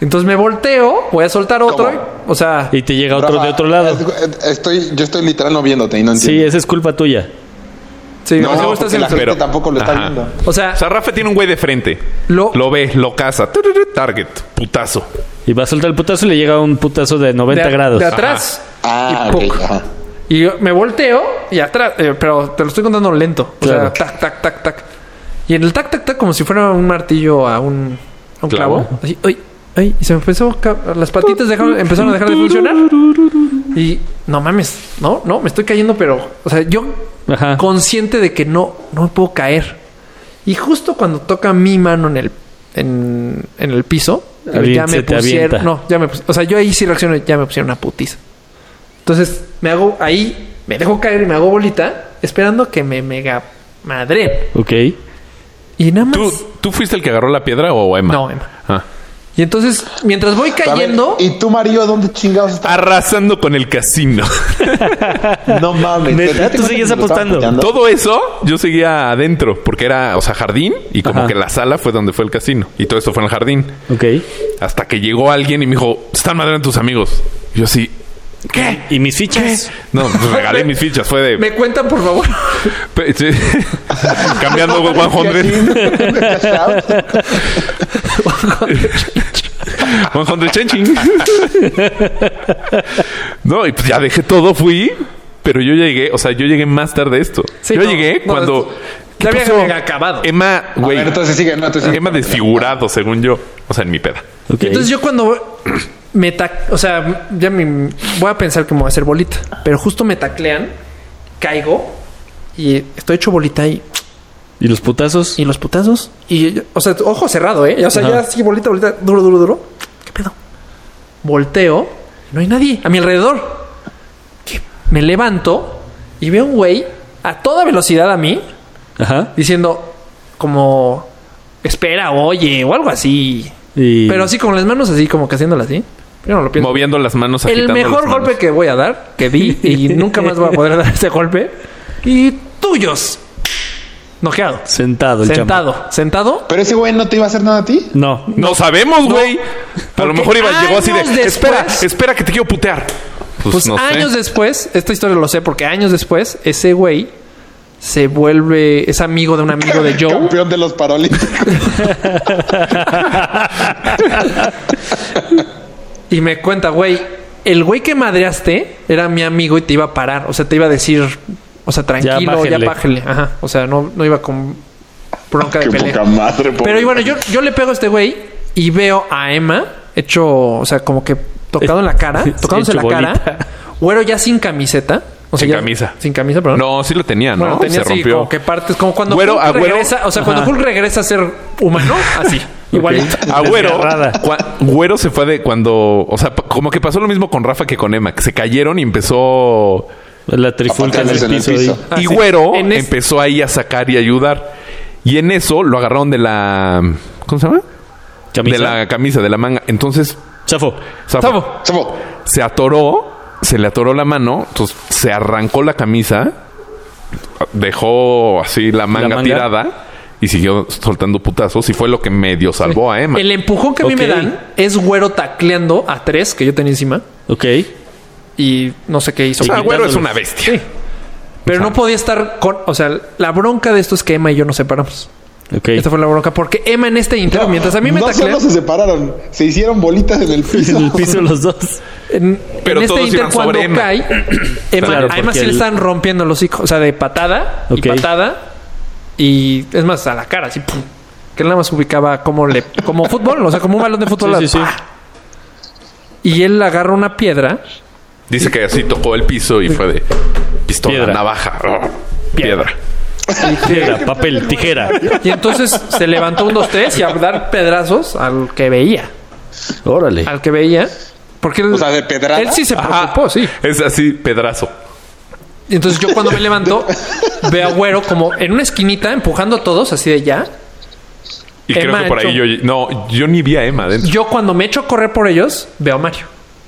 Speaker 4: Entonces me volteo, voy a soltar otro.
Speaker 2: ¿Cómo?
Speaker 4: O sea,
Speaker 1: Y te llega otro
Speaker 2: Rafa,
Speaker 1: de otro lado.
Speaker 2: es- Estoy, yo estoy literal no viéndote y no
Speaker 1: Sí,
Speaker 2: entiendo.
Speaker 1: esa es culpa tuya.
Speaker 4: sí,
Speaker 2: no,
Speaker 4: o sea,
Speaker 2: no,
Speaker 4: vos estás
Speaker 2: porque
Speaker 4: en
Speaker 2: la
Speaker 4: el-
Speaker 2: gente
Speaker 3: pero-
Speaker 2: tampoco lo está
Speaker 3: Ajá.
Speaker 2: viendo.
Speaker 4: o sea,
Speaker 3: O sea, Rafa tiene un güey de frente.
Speaker 4: Lo-
Speaker 3: Lo, ve, lo caza. Tururú, Target. Putazo.
Speaker 1: Y va a soltar el putazo y le llega un putazo de 90
Speaker 4: de, a-
Speaker 1: grados.
Speaker 4: de atrás.
Speaker 2: Ah,
Speaker 4: y
Speaker 2: ok.
Speaker 4: ¡puc!
Speaker 2: ajá.
Speaker 4: Y yo me volteo y atrás, eh, pero te lo estoy contando lento. O
Speaker 1: Claro.
Speaker 4: sea, tac, tac, tac, tac. Y en el tac, tac, tac, como si fuera un martillo a un, a un clavo.
Speaker 3: Clavo.
Speaker 4: Así, ay, ay, y se me empezó, a ca- las patitas dejaron- empezaron a dejar de funcionar. Y no mames, no, no, me estoy cayendo, pero, o sea, yo
Speaker 1: Ajá.
Speaker 4: consciente de que no, no me puedo caer. Y justo cuando toca mi mano en el, en, en el piso,
Speaker 1: Alguien
Speaker 4: ya me
Speaker 1: se te avienta.
Speaker 4: pusieron, no, ya me pus- o sea, yo ahí sí reaccioné, ya me pusieron una putiza. Entonces me hago ahí, me dejo caer y me hago bolita, esperando que me mega madre.
Speaker 1: Ok.
Speaker 4: Y nada más.
Speaker 3: ¿Tú, ¿Tú fuiste el que agarró la piedra o Emma?
Speaker 4: No, Emma.
Speaker 3: Ah.
Speaker 4: Y entonces, mientras voy
Speaker 2: A ver,
Speaker 4: cayendo,
Speaker 2: ¿Y tú, Mario, dónde chingados estás?
Speaker 3: Arrasando con el casino.
Speaker 2: No mames.
Speaker 1: Neta,
Speaker 2: ¿te diste
Speaker 1: tú
Speaker 2: cuenta
Speaker 1: seguías
Speaker 2: que me lo estaban
Speaker 1: apostando.
Speaker 2: puteando?
Speaker 3: Todo eso yo seguía adentro porque era, o sea, jardín y como
Speaker 1: Ajá.
Speaker 3: que la sala fue donde fue el casino y todo esto fue en el jardín.
Speaker 1: Ok.
Speaker 3: Hasta que llegó alguien y me dijo, están madreando tus amigos. Y yo así, ¿qué?
Speaker 1: ¿Y mis fichas?
Speaker 3: No, pues, regalé mis fichas, fue de...
Speaker 4: me cuentan, por favor.
Speaker 3: Pe- sí. Cambiando 100.
Speaker 2: Cash out.
Speaker 3: 100 changing. no, y pues ya dejé todo, fui. Pero yo llegué, o sea, yo llegué más tarde a esto.
Speaker 4: Sí,
Speaker 3: yo
Speaker 4: no,
Speaker 3: llegué
Speaker 4: no,
Speaker 3: cuando...
Speaker 4: ya
Speaker 3: ¿Qué
Speaker 4: había
Speaker 3: pasó?
Speaker 4: acabado.
Speaker 3: Emma,
Speaker 2: A
Speaker 3: güey.
Speaker 2: ver, entonces sigue, no,
Speaker 4: Ah.
Speaker 2: entonces sigue.
Speaker 4: Em-
Speaker 3: Emma desfigurado, según yo. O sea, en mi peda.
Speaker 1: Ok.
Speaker 4: Entonces yo cuando me tac, o sea, ya me voy a pensar que me voy a hacer bolita, pero justo me taclean, caigo y estoy hecho bolita y,
Speaker 1: ¿Y los putazos?
Speaker 4: y los putazos y yo- o sea, ojo cerrado, eh, o sea, ya
Speaker 1: Ajá.
Speaker 4: así bolita, bolita, duro, duro, duro. ¿Qué pedo? Volteo, no hay nadie a mi alrededor. ¿Qué? Me levanto y veo un güey a toda velocidad a mí
Speaker 1: Ajá.
Speaker 4: diciendo como espera, oye, o algo así.
Speaker 1: Y...
Speaker 4: Pero así con las manos así, como que haciéndolas así. Yo no lo pienso.
Speaker 3: Moviendo las manos.
Speaker 4: El
Speaker 3: agitando
Speaker 4: mejor
Speaker 3: las manos.
Speaker 4: golpe que voy a dar, que di, y nunca más voy a poder dar ese golpe. Y tuyos. Noqueado.
Speaker 1: Sentado el
Speaker 4: sentado. Sentado.
Speaker 2: Pero ese güey no te iba a hacer nada a ti.
Speaker 1: chamo. No.
Speaker 3: No sabemos, güey. a lo
Speaker 4: Porque
Speaker 3: mejor iba, llegó así de...
Speaker 4: años después-
Speaker 3: espera, espera que te quiero putear. Pues,
Speaker 4: Pues
Speaker 3: no sé.
Speaker 4: años después, esta historia lo sé porque años después, ese güey se vuelve, es amigo de un amigo de Joe.
Speaker 2: Campeón de los paralímpicos.
Speaker 4: Y me cuenta, güey, el güey que madreaste era mi amigo y te iba a parar. O sea, te iba a decir, o sea, tranquilo, ya
Speaker 1: bájenle.
Speaker 4: bájale. Ajá. O sea, no, no iba con bronca de
Speaker 2: Qué poca
Speaker 4: pelea.
Speaker 2: madre. pobre.
Speaker 4: Pero y bueno, yo, yo le pego a este güey y veo a Emma hecho, o sea, como que tocado en la cara, tocándose
Speaker 1: Hecho
Speaker 4: la cara.
Speaker 1: bolita.
Speaker 4: Güero ya sin camiseta. O
Speaker 3: Sin
Speaker 4: ya-
Speaker 3: camisa.
Speaker 4: Sin camisa, perdón.
Speaker 3: No, sí lo tenía, ¿no?
Speaker 4: Bueno, tenía
Speaker 3: Se
Speaker 4: así
Speaker 3: rompió.
Speaker 4: como que partes, como cuando
Speaker 3: Güero,
Speaker 4: Hulk
Speaker 3: agüero.
Speaker 4: regresa, o sea, cuando Hulk regresa a ser humano, así, igual.
Speaker 3: Agüero,
Speaker 1: Desgarrada.
Speaker 3: cua- Güero se fue de cuando, o sea, p- como que pasó lo mismo con Rafa que con Emma, que se cayeron y empezó
Speaker 1: La trifulca en el
Speaker 2: Apatadas en el
Speaker 1: piso.
Speaker 2: piso.
Speaker 1: ahí.
Speaker 4: Ah,
Speaker 3: y
Speaker 4: sí.
Speaker 3: Güero
Speaker 4: En es-
Speaker 3: empezó ahí a sacar y ayudar. Y en eso lo agarraron de la ¿cómo se llama?
Speaker 1: Camisa.
Speaker 3: De la camisa, de la manga. Entonces,
Speaker 1: Chafo.
Speaker 3: Zafo
Speaker 4: Zafo.
Speaker 2: Sabo,
Speaker 3: se atoró, se le atoró la mano, entonces se arrancó la camisa, dejó así la manga,
Speaker 1: manga.
Speaker 3: tirada y siguió soltando putazos y fue lo que medio salvó ¿eh? a Emma.
Speaker 4: El empujón que a mí me
Speaker 1: Ok.
Speaker 4: dan es güero tacleando a tres que yo tenía encima
Speaker 1: Ok.
Speaker 4: y no sé qué hizo.
Speaker 3: O sea,
Speaker 4: Pero-
Speaker 3: Güero es una bestia.
Speaker 4: Sí. Pero no podía estar con. O sea, la bronca de esto es que Emma y yo nos separamos.
Speaker 1: Ok.
Speaker 4: Esta fue la bronca porque Emma en este intento, mientras a mí me
Speaker 2: no
Speaker 4: taclea.
Speaker 2: solo se separaron, se hicieron bolitas en el piso.
Speaker 1: En el piso los dos.
Speaker 4: En,
Speaker 3: Pero
Speaker 4: en este
Speaker 3: todos
Speaker 4: inter
Speaker 3: iban
Speaker 4: cuando
Speaker 3: sobre Emma.
Speaker 4: cae, Emma,
Speaker 1: Claro,
Speaker 4: a Emma
Speaker 1: porque
Speaker 4: sí le
Speaker 1: el-
Speaker 4: están rompiendo los hijos. O sea, de patada
Speaker 1: Ok.
Speaker 4: y patada. Y es más, a la cara, así. ¡pum! Que él nada más ubicaba como le, como fútbol, o sea, como un balón de fútbol.
Speaker 1: Sí, sí, sí.
Speaker 4: ¡pah! Y él agarra una piedra.
Speaker 3: Dice que así tocó el piso y fue de pistola,
Speaker 1: Piedra.
Speaker 3: navaja, oh, piedra.
Speaker 1: Piedra, papel, tijera.
Speaker 4: Y entonces se levantó un 2-3 y a dar pedrazos al que veía.
Speaker 1: Órale.
Speaker 4: Al que veía. Porque él,
Speaker 2: O sea, de pedrada.
Speaker 4: él sí se
Speaker 3: Ajá.
Speaker 4: preocupó, sí.
Speaker 3: Es así, pedrazo.
Speaker 4: Y Entonces yo cuando me levanto, veo a Güero como en una esquinita empujando a todos así de ya.
Speaker 3: Y
Speaker 4: Emma
Speaker 3: creo que por ahí
Speaker 4: hecho-
Speaker 3: yo... No, yo ni vi a Emma adentro.
Speaker 4: Yo cuando me echo a correr por ellos, veo a Mario.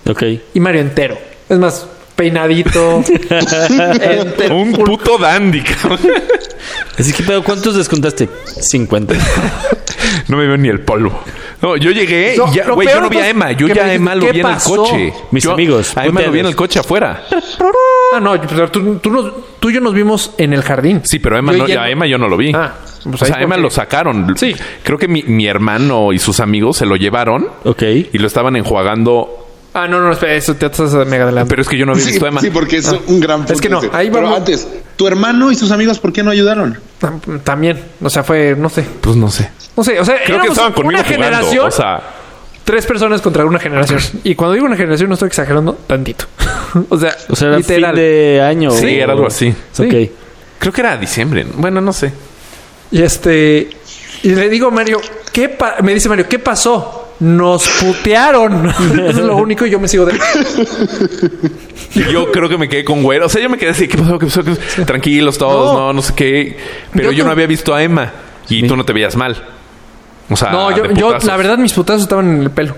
Speaker 1: Ok.
Speaker 4: Y Mario entero. Es más, peinadito. entero.
Speaker 3: Un puto dandy, cabrón.
Speaker 1: Así que, pero ¿cuántos descontaste? 50.
Speaker 3: No me veo ni el polvo. No, yo llegué
Speaker 4: No,
Speaker 3: y ya,
Speaker 4: lo
Speaker 3: güey, yo
Speaker 4: peor
Speaker 3: no vi
Speaker 4: no
Speaker 3: a
Speaker 4: es
Speaker 3: Emma. Yo
Speaker 4: que
Speaker 3: ya
Speaker 4: me
Speaker 3: a Emma lo
Speaker 4: dices,
Speaker 3: vi en
Speaker 4: ¿qué
Speaker 3: el
Speaker 4: pasó?
Speaker 3: coche.
Speaker 1: Mis
Speaker 3: Yo-
Speaker 1: amigos,
Speaker 3: A Emma lo vi en
Speaker 1: ustedes.
Speaker 3: el coche afuera.
Speaker 4: Ah, no, pero tú, tú nos- tú y yo nos vimos en el jardín.
Speaker 3: Sí, pero Emma
Speaker 4: Yo
Speaker 3: no,
Speaker 4: ya
Speaker 3: a
Speaker 4: no-
Speaker 3: Emma yo no lo vi.
Speaker 4: Ah, pues
Speaker 3: o
Speaker 4: ahí
Speaker 3: sea, a Emma
Speaker 4: porque-
Speaker 3: lo sacaron.
Speaker 4: Sí.
Speaker 3: Creo que mi, mi hermano y sus amigos se lo llevaron
Speaker 1: Ok.
Speaker 3: y lo estaban enjuagando.
Speaker 4: Ah, no, no, espera, eso te estás mega adelante.
Speaker 3: Pero es que yo no había
Speaker 2: Sí,
Speaker 3: visto a Emma.
Speaker 2: sí, porque es un gran punto
Speaker 4: Ah. que no,
Speaker 2: ese.
Speaker 4: ahí
Speaker 2: Pero
Speaker 4: vamos.
Speaker 2: antes, tu hermano y sus amigos, ¿por qué no ayudaron?
Speaker 4: Tam- También, o sea, fue, no sé.
Speaker 3: Pues no sé.
Speaker 4: No sé, o sea,
Speaker 3: Creo
Speaker 4: éramos
Speaker 3: que estaban conmigo
Speaker 4: una
Speaker 3: jugando.
Speaker 4: generación,
Speaker 3: O sea,
Speaker 4: tres personas contra una generación. Y cuando digo una generación, no estoy exagerando tantito. o sea,
Speaker 1: O sea, era
Speaker 4: literal.
Speaker 1: fin de año.
Speaker 3: sí,
Speaker 1: o-
Speaker 3: era algo así.
Speaker 4: Sí.
Speaker 1: Ok.
Speaker 3: Creo que era diciembre. Bueno, no sé.
Speaker 4: Y este, y le digo a Mario, ¿qué pa-?" me dice Mario, ¿qué pasó? Nos putearon. Eso es lo único y yo me sigo de.
Speaker 3: Y yo creo que me quedé con güero. O sea, yo me quedé así, ¿qué pasó? ¿Qué pasó? ¿Qué pasó? Tranquilos todos,
Speaker 4: No.
Speaker 3: no. no, sé qué. Pero
Speaker 4: Yo
Speaker 3: yo, no
Speaker 4: tu-
Speaker 3: había visto a Emma y tú no te veías mal. O sea,
Speaker 4: No, yo,
Speaker 3: Ah, de
Speaker 4: yo,
Speaker 3: putazos.
Speaker 4: la verdad, mis putazos estaban en el pelo.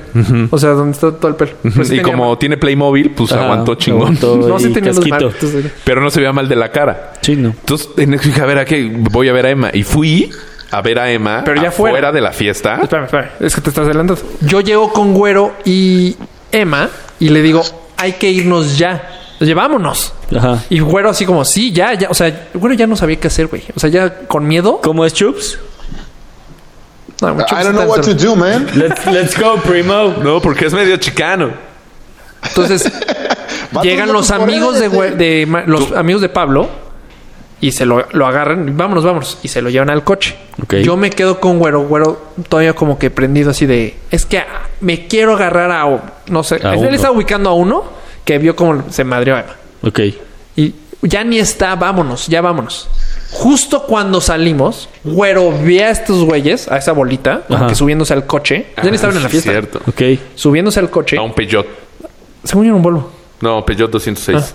Speaker 4: O sea, donde está todo el pelo. Pero pues, sí
Speaker 3: y
Speaker 4: tenía-
Speaker 3: como tiene Playmobil, pues
Speaker 1: Ajá,
Speaker 3: aguantó chingón.
Speaker 1: aguantó
Speaker 4: No, sí
Speaker 1: y
Speaker 4: tenía los
Speaker 1: casquito.
Speaker 4: mar- entonces-
Speaker 3: Pero no se veía mal de la cara.
Speaker 1: Chino.
Speaker 3: Entonces, en eso dije, a ver, ¿a qué? Voy a ver a Emma. Y fui a ver a Emma
Speaker 4: Pero ya
Speaker 3: afuera
Speaker 4: fuera.
Speaker 3: de la fiesta.
Speaker 4: Espérame, espérame. Es que te estás adelantando. Yo llego con Güero y Emma y le digo, hay que irnos ya. Llevámonos.
Speaker 1: Ajá.
Speaker 4: Y Güero así como, sí, ya, ya. O sea, Güero ya no sabía qué hacer, güey. O sea, ya con miedo.
Speaker 1: ¿Cómo es, Chups?
Speaker 4: No, güey,
Speaker 2: I
Speaker 4: chupas,
Speaker 2: don't know what
Speaker 4: tanto.
Speaker 2: to do, man.
Speaker 1: Let's, let's go, primo.
Speaker 3: No, porque es medio chicano.
Speaker 4: Entonces llegan los amigos de, Güe- de Ma- los amigos de Pablo y se lo, lo agarran. y Vámonos, vámonos. Y se lo llevan al coche.
Speaker 1: Ok.
Speaker 4: Yo me quedo con Güero. Güero todavía como que prendido así de... Es que ah, me quiero agarrar a... o- No sé.
Speaker 1: A
Speaker 4: él
Speaker 1: uno.
Speaker 4: está ubicando a uno que vio como se madrió a Emma.
Speaker 1: Ok.
Speaker 4: Y ya ni está, vámonos, ya vámonos. Justo cuando salimos, güero ve a estos güeyes, a esa bolita, como
Speaker 1: Ajá. Ah,
Speaker 4: que subiéndose al coche. Ya ni estaban en la fiesta.
Speaker 3: Ah, Cierto.
Speaker 1: Ok.
Speaker 4: Subiéndose al coche,
Speaker 3: A un Peugeot.
Speaker 4: según yo en un Volvo.
Speaker 3: No, Peugeot 206.
Speaker 4: Ah,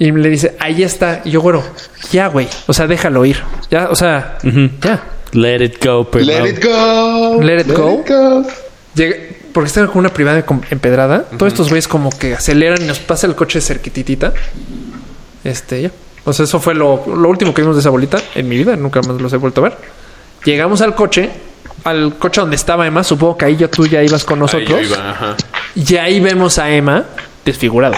Speaker 4: Y le dice, ahí está. Y yo, güero, ya, güey. O sea, déjalo ir. Ya, o sea, ya.
Speaker 1: Let it go, primo.
Speaker 2: Let it go.
Speaker 4: Let it go. Llega- porque estaba con una privada con- empedrada. Todos estos güeyes como que aceleran y nos pasa el coche cerquititita. Este, ya. O sea, eso fue lo, lo último que vimos de esa bolita en mi vida. Nunca más los he vuelto a ver. Llegamos al coche. Al coche donde estaba Emma. Supongo que ahí yo, tú ya ibas con
Speaker 3: Ahí,
Speaker 4: nosotros.
Speaker 3: ahí va, ajá.
Speaker 4: Y ahí vemos a Emma desfigurado.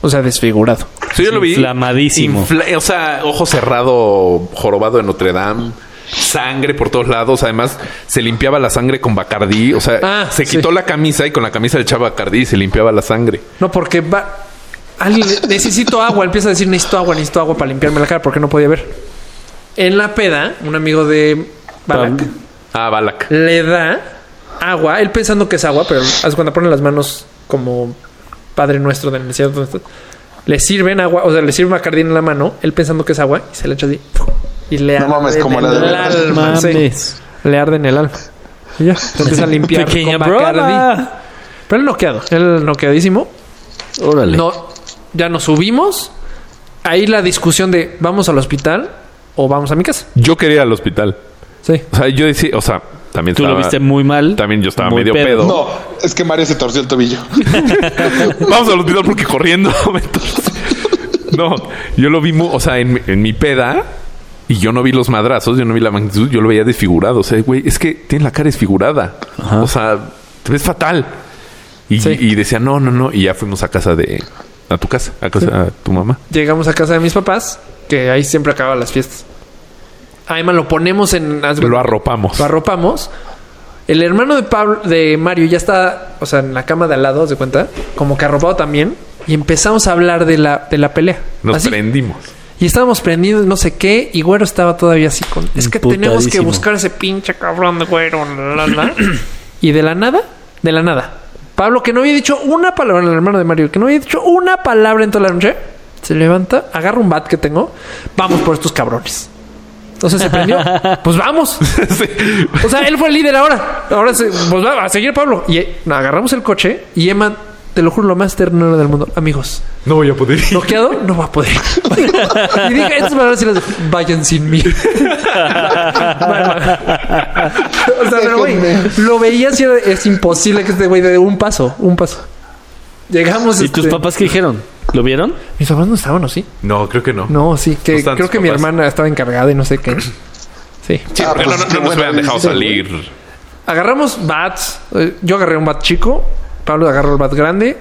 Speaker 4: O sea, desfigurado.
Speaker 3: Sí, yo lo vi.
Speaker 1: Inflamadísimo.
Speaker 3: Infla- o sea, ojo cerrado, jorobado de Notre Dame. Sangre por todos lados. Además, se limpiaba la sangre con Bacardí. O sea,
Speaker 4: Ah,
Speaker 3: se
Speaker 4: sí.
Speaker 3: quitó la camisa y con la camisa le echaba Bacardí y se limpiaba la sangre.
Speaker 4: No, porque va... Alguien, le- necesito agua. Empieza a decir, necesito agua, necesito agua para limpiarme la cara porque no podía ver. En la peda, un amigo de... Balak,
Speaker 1: Pablo.
Speaker 3: Ah, Balak.
Speaker 4: le da agua, él pensando que es agua, pero haz cuando pone las manos como Padre Nuestro del Desierto, Le sirven agua, o sea, le sirve Bacardi en la mano, él pensando que es agua, y se le echa así. Y le
Speaker 2: No mames,
Speaker 4: arde
Speaker 2: como
Speaker 4: en
Speaker 2: la de
Speaker 4: el
Speaker 2: la-
Speaker 4: alma. sí.
Speaker 1: Mames.
Speaker 4: Le arde en el alma. Y ya, se empieza a limpiar
Speaker 1: Pequeña
Speaker 4: con Bacardi.
Speaker 1: broma.
Speaker 4: Pero él noqueado, él noqueadísimo.
Speaker 1: Órale.
Speaker 4: No, ya nos subimos. Ahí la discusión de vamos al hospital o vamos a mi casa.
Speaker 3: Yo quería ir al hospital.
Speaker 4: Sí.
Speaker 3: O sea, yo decía, o sea, también
Speaker 1: Tú lo
Speaker 3: estaba-
Speaker 1: viste muy mal.
Speaker 3: También yo estaba
Speaker 1: Muy
Speaker 3: medio
Speaker 1: pedo.
Speaker 3: pedo.
Speaker 2: No, es que Mario se torció el tobillo.
Speaker 3: Vamos al hospital porque corriendo. me torcí. no, yo lo vi, mu- o sea, en, en mi peda y yo no vi los madrazos, yo no vi la magnitud, yo lo veía desfigurado. O sea, güey, es que tiene la cara desfigurada. O sea, te ves fatal. Y,
Speaker 4: Sí.
Speaker 3: y decía, no, no, no. Y ya fuimos a casa de. A tu casa, a casa a tu mamá.
Speaker 4: Llegamos a casa de mis papás, que ahí siempre acaban las fiestas. Además lo ponemos en... haz-
Speaker 3: Lo arropamos.
Speaker 4: Lo arropamos. El hermano de Pablo, de Mario ya está, o sea, en la cama de al lado, ¿se cuenta? Como que arropado también. Y empezamos a hablar de la, de la pelea.
Speaker 3: Nos
Speaker 4: Así.
Speaker 3: prendimos.
Speaker 4: Y estábamos prendidos, no sé qué, y Güero estaba todavía así con. Es que tenemos que
Speaker 1: Emputadísimo.
Speaker 4: buscar ese pinche cabrón de Güero. la, la, la". y de la nada, de la nada. Pablo, que no había dicho una palabra, el hermano de Mario, que no había dicho una palabra en toda la noche, se levanta, agarra un bat que tengo, vamos por estos cabrones. Entonces se prendió, pues vamos.
Speaker 3: Sí.
Speaker 4: O sea, él fue el líder ahora. Ahora se, pues va a seguir Pablo. Y eh, agarramos el coche y Emma, te lo juro, lo más ternero del mundo. Amigos,
Speaker 3: No voy a poder ir.
Speaker 4: bloqueado no va a poder. y dije, estas palabras y las vayan sin mí. o sea, pero güey,
Speaker 2: Déjenme.
Speaker 4: lo veías y era- es imposible que este güey dé un paso, un paso. Llegamos
Speaker 1: ¿Y
Speaker 4: este,
Speaker 1: tus papás qué dijeron? ¿Lo vieron?
Speaker 4: Mis papás no estaban, ¿o sí?
Speaker 3: No, creo que no.
Speaker 4: No, sí,
Speaker 3: No
Speaker 4: que
Speaker 3: estaban
Speaker 4: creo
Speaker 3: tus
Speaker 4: que mi
Speaker 3: papás.
Speaker 4: hermana estaba encargada y no sé qué. Sí.
Speaker 3: Sí,
Speaker 2: Ah,
Speaker 3: porque
Speaker 2: pues
Speaker 3: no,
Speaker 2: es
Speaker 3: no
Speaker 2: que
Speaker 3: nos
Speaker 2: bueno,
Speaker 3: hubieran dejado
Speaker 2: dices, güey.
Speaker 3: salir.
Speaker 4: Agarramos bats. Eh, Yo agarré un bat chico. Pablo agarró el bat grande.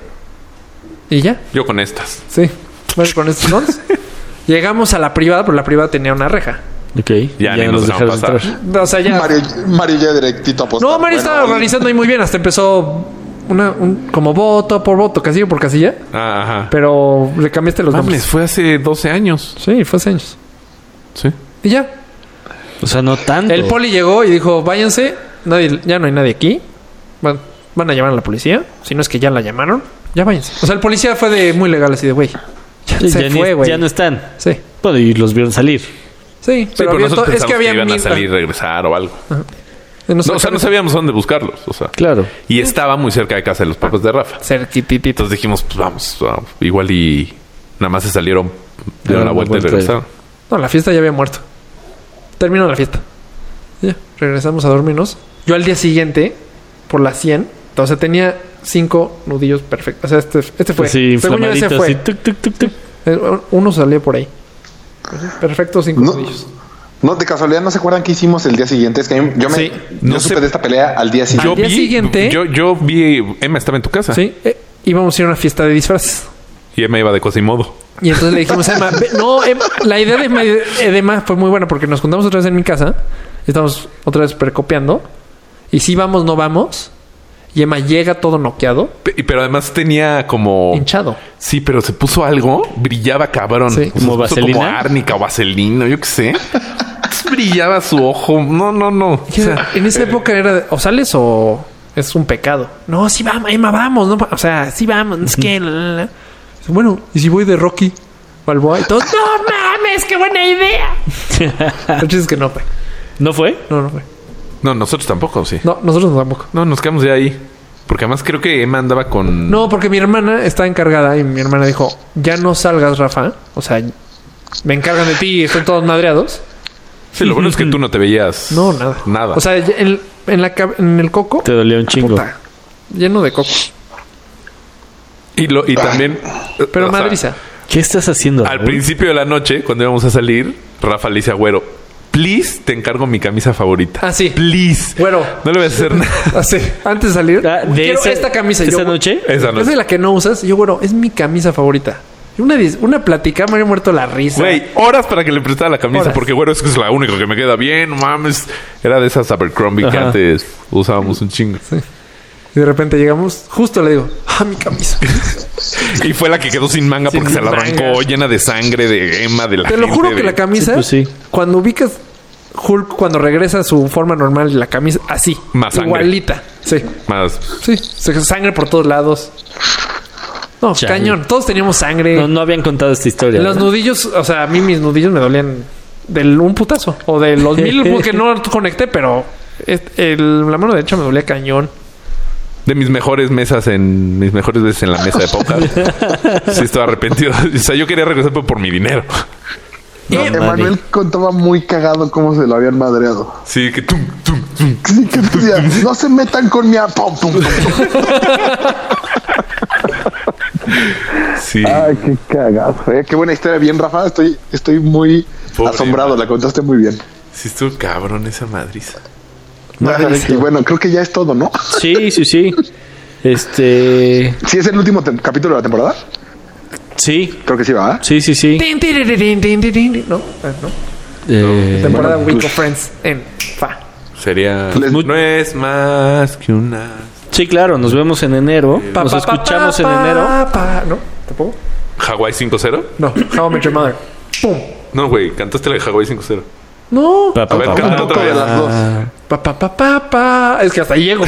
Speaker 4: Y ya.
Speaker 3: Yo con estas.
Speaker 4: Sí. Bueno, con estos dos. Llegamos a la privada, pero la privada tenía una reja.
Speaker 1: Ok.
Speaker 3: Ya ni
Speaker 1: no
Speaker 3: nos dejaron pasar.
Speaker 4: O sea, ya.
Speaker 2: Mario, Mario ya directito apostó.
Speaker 4: no,
Speaker 1: Pues,
Speaker 4: Mario estaba organizando ahí muy bien. Hasta empezó una, un- como voto por voto, casilla por casilla.
Speaker 3: Ah, ajá.
Speaker 4: Pero pues, le cambiaste los
Speaker 3: Mames,
Speaker 4: nombres.
Speaker 3: fue hace 12 años.
Speaker 4: Sí, fue hace años.
Speaker 3: Sí.
Speaker 4: Y ya.
Speaker 1: O sea, no tanto.
Speaker 4: El poli llegó y dijo, váyanse. Nadie, ya no hay nadie aquí. Van, van a llamar a la policía. Si no es que ya la llamaron, ya váyanse. O sea, el policía fue de muy legal así de, güey. Ya
Speaker 1: Sí,
Speaker 4: se
Speaker 1: ya, ni-
Speaker 4: fue, güey.
Speaker 1: ya no están.
Speaker 4: Sí.
Speaker 1: Bueno, y los vieron salir.
Speaker 4: Sí,
Speaker 3: Sí, pero,
Speaker 4: había
Speaker 3: nosotros
Speaker 4: to-
Speaker 3: pensamos que, iban
Speaker 4: mil- eh,
Speaker 3: a salir, regresar o algo.
Speaker 4: Ah,
Speaker 3: No, o sea, no sabíamos dónde buscarlos. O sea,
Speaker 1: Claro.
Speaker 3: y estaba muy cerca de casa de los papás de Rafa.
Speaker 4: Cerquititito.
Speaker 3: Entonces dijimos, pues vamos, vamos. igual y nada más se salieron, dieron
Speaker 4: Ah,
Speaker 1: Dieron
Speaker 3: la
Speaker 1: la
Speaker 3: vuelta y
Speaker 1: vuelta.
Speaker 3: regresaron.
Speaker 4: No, la fiesta ya había muerto. Terminó la fiesta. Ya, regresamos a dormirnos. Yo al día siguiente, por las 100, entonces tenía cinco nudillos perfectos. O sea, este, este fue.
Speaker 1: Pues Sí,
Speaker 4: Según yo, ese
Speaker 1: inflamaditos.
Speaker 4: fue.
Speaker 1: así, tuc, tuc, tuc, tuc.
Speaker 4: Eh, Uno salía por ahí. Perfecto, cinco
Speaker 2: No.
Speaker 4: nudillos.
Speaker 2: No, de casualidad, ¿no se acuerdan qué hicimos el día siguiente? Es que yo, me,
Speaker 4: Sí.
Speaker 2: yo
Speaker 3: No
Speaker 2: supe
Speaker 3: sé.
Speaker 2: de esta pelea al día
Speaker 4: Al
Speaker 2: siguiente.
Speaker 3: Yo
Speaker 4: día
Speaker 3: vi,
Speaker 4: siguiente-
Speaker 3: yo, yo vi, Emma estaba en tu
Speaker 1: Ah.
Speaker 3: casa
Speaker 4: Sí, eh, íbamos a ir a una fiesta de disfraces.
Speaker 3: y Emma iba de Cosimodo.
Speaker 4: Y entonces le dijimos a Emma, "Ve- no, Emma, la idea de Emma, eh, de Emma fue muy buena porque nos juntamos otra vez en mi casa, estamos otra vez precopiando, y si vamos, no vamos, y Emma llega todo noqueado,
Speaker 3: Pe- y- Pero además tenía
Speaker 1: Oh.
Speaker 3: como...
Speaker 4: hinchado.
Speaker 3: Sí, pero se puso algo, brillaba cabrón.
Speaker 4: Sí.
Speaker 3: O sea,
Speaker 1: ¿Como
Speaker 3: se puso Como
Speaker 1: vaselina?
Speaker 3: árnica o vaselina, yo qué sé. Entonces, brillaba su ojo. No, no, no. O
Speaker 4: Y
Speaker 3: sea, eh,
Speaker 4: en esa época era, de, o sales o es un pecado. No, sí vamos, Emma, vamos, no, va- o sea, sí vamos, es que... la, la, la". Bueno, ¿y si voy de Rocky? Balboa y todo. No mames, qué buena idea. El chiste es que no fue.
Speaker 1: ¿No fue?
Speaker 4: No, no fue.
Speaker 3: no, nosotros tampoco, sí.
Speaker 4: No, nosotros tampoco.
Speaker 3: No, nos quedamos ya ahí. Porque además creo que Emma andaba con...
Speaker 4: No, porque mi hermana está encargada y mi hermana dijo, ya no salgas, Rafa. O sea, me encargan de ti y están todos madreados.
Speaker 3: Sí, lo bueno es que tú no te veías...
Speaker 4: No, nada.
Speaker 3: Nada.
Speaker 4: O sea, ya en, en la, cab- en el coco,
Speaker 1: Te dolió un chingo.
Speaker 4: puta, lleno de coco.
Speaker 3: y, lo, y también...
Speaker 4: Ah. Pero
Speaker 3: o sea,
Speaker 4: madriza.
Speaker 1: ¿Qué estás haciendo?
Speaker 3: Al
Speaker 1: Raúl?
Speaker 3: principio de la noche, cuando íbamos a salir, Rafa le dice a Güero, please, te encargo mi camisa favorita.
Speaker 4: Ah, sí.
Speaker 3: Please.
Speaker 4: Güero.
Speaker 3: No le voy a hacer nada.
Speaker 4: Así, Ah, antes de salir,
Speaker 1: Ah, de
Speaker 4: quiero
Speaker 1: ese-
Speaker 4: esta camisa.
Speaker 1: ¿Esa
Speaker 4: Yo, Eh,
Speaker 1: noche?
Speaker 3: Esa
Speaker 4: Esa
Speaker 3: noche.
Speaker 4: es la que no usas. Y Yo, bueno, es mi camisa favorita. Y Una, dis- una plática me había muerto la risa.
Speaker 3: Güey, horas para que le prestara la camisa,
Speaker 4: Horas.
Speaker 3: porque Güero es que es la única que me queda bien, no mames. Era de esas Abercrombie que
Speaker 1: Ajá.
Speaker 3: antes usábamos un chingo.
Speaker 4: Y de repente llegamos, justo le digo, ah, mi camisa.
Speaker 3: Y fue la que quedó sin manga
Speaker 4: Sin
Speaker 3: porque se la arrancó
Speaker 4: manga.
Speaker 3: llena de sangre, de gema, de la
Speaker 4: Te lo
Speaker 3: gente,
Speaker 4: juro que
Speaker 3: de-
Speaker 4: la camisa,
Speaker 1: Sí, pues sí.
Speaker 4: cuando ubicas Hulk, cuando regresa a su forma normal, la camisa así,
Speaker 3: Más sangre.
Speaker 4: igualita. Sí,
Speaker 3: Más...
Speaker 4: sí, se- sangre por todos lados. No,
Speaker 1: Chale.
Speaker 4: cañón. Todos teníamos sangre.
Speaker 1: No, no habían contado esta historia.
Speaker 4: Los
Speaker 1: ¿no?
Speaker 4: nudillos, o sea, a mí mis nudillos me dolían del un putazo. O de los mil que no conecté, pero est- el- la mano derecha me dolía cañón.
Speaker 3: De mis mejores mesas en... Mis mejores veces en la mesa de póker. sí, estaba arrepentido. O sea, yo quería regresar pero por mi dinero.
Speaker 1: No,
Speaker 4: Eh,
Speaker 2: Emanuel
Speaker 1: mami.
Speaker 2: contaba muy cagado cómo se lo habían madreado.
Speaker 3: Sí, que... tum, tum, tum.
Speaker 2: Sí, que decía, no se metan con mi apom.
Speaker 3: Sí.
Speaker 2: Ay, qué cagado. eh. Qué buena historia. Bien, Rafa, estoy, estoy muy
Speaker 3: Pobre
Speaker 2: asombrado.
Speaker 3: Emanuel.
Speaker 2: La contaste muy bien.
Speaker 3: Sí, estuvo cabrón esa madriza.
Speaker 2: Y bueno, creo que ya es todo, ¿no?
Speaker 1: Sí, sí, sí. Este.
Speaker 2: Si es el último tem- capítulo de la temporada,
Speaker 1: Sí,
Speaker 2: creo que sí, va.
Speaker 1: sí, sí, sí.
Speaker 4: Tin, tirirín, tin, tirirín. No, eh, no.
Speaker 1: Eh,
Speaker 4: Temporada
Speaker 2: bueno,
Speaker 4: Week
Speaker 2: pues-
Speaker 4: of Friends en fa.
Speaker 3: Sería...
Speaker 2: Les-
Speaker 3: No es más que una...
Speaker 1: sí, claro, nos vemos en enero.
Speaker 4: Pa,
Speaker 1: Nos
Speaker 4: pa, pa,
Speaker 1: escuchamos
Speaker 4: pa,
Speaker 1: en
Speaker 4: pa,
Speaker 1: enero.
Speaker 4: pa. No, tampoco.
Speaker 3: ¿Hawái 5-0?
Speaker 4: No, How I Met Your Mother. Pum.
Speaker 3: No, güey. Cantaste la de Hawái 5-0.
Speaker 4: No.
Speaker 1: Pa, pa,
Speaker 3: A ver,
Speaker 1: pa, pa.
Speaker 3: cántala
Speaker 2: Un poco
Speaker 3: otra
Speaker 2: de
Speaker 3: vez.
Speaker 2: las dos.
Speaker 4: Pa, pa, pa, pa, pa. Es que hasta ahí llego.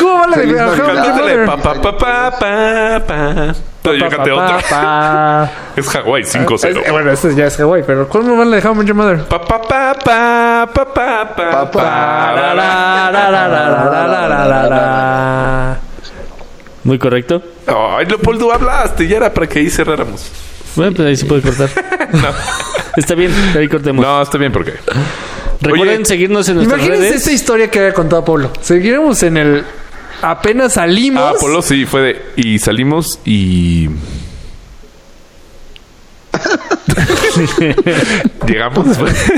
Speaker 4: ¿Cómo va la de
Speaker 2: Feliz
Speaker 4: How I Met Your
Speaker 2: Navidad.
Speaker 3: Cantaste la de
Speaker 4: Mother?
Speaker 3: pa, pa, pa, pa, pa, pa. Pero yo canté
Speaker 4: Pa, pa,
Speaker 3: otra.
Speaker 4: pa.
Speaker 3: Es Hawái
Speaker 4: Es-
Speaker 3: 5-0.
Speaker 4: bueno, este ya es Hawaii, pero ¿cómo va la de How I Met Your Mother?
Speaker 3: Pa, pa, pa, pa, pa, pa, pa,
Speaker 2: Pa, pa.
Speaker 3: pa, ra.
Speaker 1: Muy correcto.
Speaker 3: Ay, Leopoldo, hablaste. Ya era para que ahí cerráramos.
Speaker 1: Bueno, pues ahí se puede cortar. Está bien, ahí cortemos.
Speaker 3: No, está bien porque...
Speaker 1: Recuerden
Speaker 3: Oye,
Speaker 1: seguirnos en nuestras
Speaker 4: Imagínense
Speaker 1: redes.
Speaker 4: esta historia que había contado Pablo. Seguiremos en el. Apenas salimos.
Speaker 3: Ah, Polo sí, fue de... Y salimos y... Llegamos después.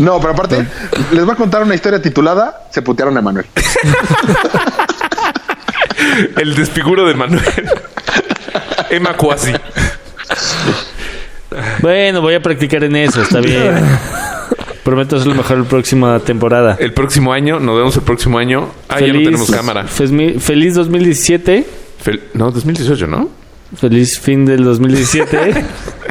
Speaker 2: No, pero aparte, les voy a contar una historia titulada Se putearon a Emanuel.
Speaker 3: El despiguro de Manuel. Emma Cuasi.
Speaker 1: Bueno, voy a practicar en eso, está bien. Prometo hacerlo mejor la próxima temporada.
Speaker 3: El próximo año, nos vemos el próximo año. Ah, ya no tenemos cámara.
Speaker 1: fesmi- Feliz 2017.
Speaker 3: Fel- no, 2018, ¿no?
Speaker 1: Feliz fin del 2017.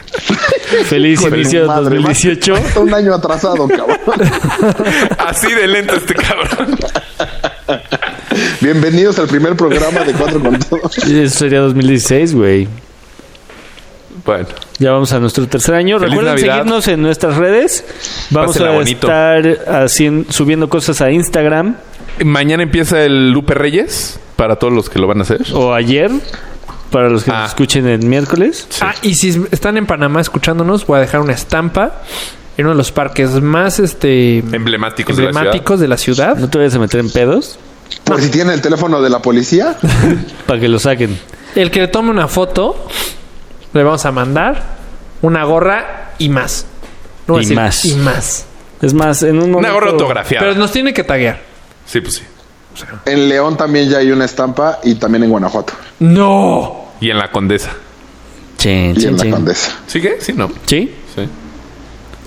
Speaker 1: feliz
Speaker 2: Con
Speaker 1: inicio del
Speaker 2: madre,
Speaker 1: 2018.
Speaker 2: más- Un año atrasado, cabrón.
Speaker 3: Así de lento este cabrón.
Speaker 2: Bienvenidos al primer programa de Cuatro con Todo.
Speaker 1: Eso sería 2016, güey.
Speaker 3: Bueno,
Speaker 1: Ya vamos a nuestro tercer año.
Speaker 3: Feliz
Speaker 1: Recuerden
Speaker 3: Navidad.
Speaker 1: seguirnos en nuestras redes. Vamos
Speaker 3: Pásenla
Speaker 1: a
Speaker 3: bonito.
Speaker 1: estar haciendo, subiendo cosas a Instagram
Speaker 3: mañana empieza el Lupe Reyes para todos los que lo van a hacer.
Speaker 1: o ayer para los que
Speaker 3: Ah.
Speaker 1: nos escuchen el miércoles.
Speaker 4: Ah, y si están en Panamá escuchándonos, voy a dejar una estampa en uno de los parques más este
Speaker 3: Emblemáticos de la ciudad.
Speaker 4: emblemáticos de la ciudad.
Speaker 1: No te vayas a meter en pedos
Speaker 2: Por si tienen el teléfono de la policía,
Speaker 1: para que lo saquen.
Speaker 4: El que le tome una foto, le vamos a mandar una gorra y más. No voy a
Speaker 1: Y
Speaker 4: decir,
Speaker 1: más.
Speaker 4: Y más.
Speaker 1: Es más, en un momento...
Speaker 3: Una gorra autografiada.
Speaker 4: Pero nos tiene que taguear.
Speaker 3: Sí, pues sí.
Speaker 2: en León también ya hay una estampa y también en Guanajuato
Speaker 4: ¡No!
Speaker 3: Y en la Condesa.
Speaker 1: Chin,
Speaker 2: y
Speaker 1: chin,
Speaker 2: en la
Speaker 1: chin.
Speaker 2: Condesa.
Speaker 3: ¿Sigue? Sí, no.
Speaker 1: Sí.
Speaker 3: Sí.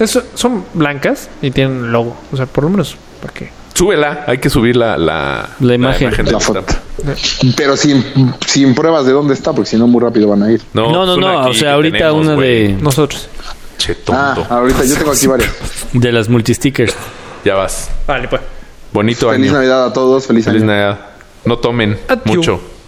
Speaker 4: Eso, son blancas y tienen logo. O sea, por lo menos, ¿para qué?
Speaker 3: Súbela. Hay que subir la... La,
Speaker 1: La imagen.
Speaker 3: de
Speaker 2: La
Speaker 3: la
Speaker 2: foto.
Speaker 3: estampa.
Speaker 2: Pero sin, sin pruebas de dónde está, porque si no, muy rápido van a ir.
Speaker 1: No, no, no.
Speaker 3: es una aquí
Speaker 1: o
Speaker 3: que
Speaker 1: sea, ahorita
Speaker 3: tenemos,
Speaker 1: una
Speaker 3: güey.
Speaker 1: de,
Speaker 4: Nosotros.
Speaker 3: Che,
Speaker 2: Ah,
Speaker 3: tonto.
Speaker 2: ahorita yo tengo aquí varias.
Speaker 1: de las multistickers.
Speaker 3: Ya vas.
Speaker 4: Vale, pues.
Speaker 3: Bonito
Speaker 2: Feliz
Speaker 3: año.
Speaker 2: Navidad a todos. Feliz,
Speaker 3: Feliz
Speaker 2: año.
Speaker 3: Navidad. No tomen
Speaker 4: Adiós.
Speaker 3: mucho.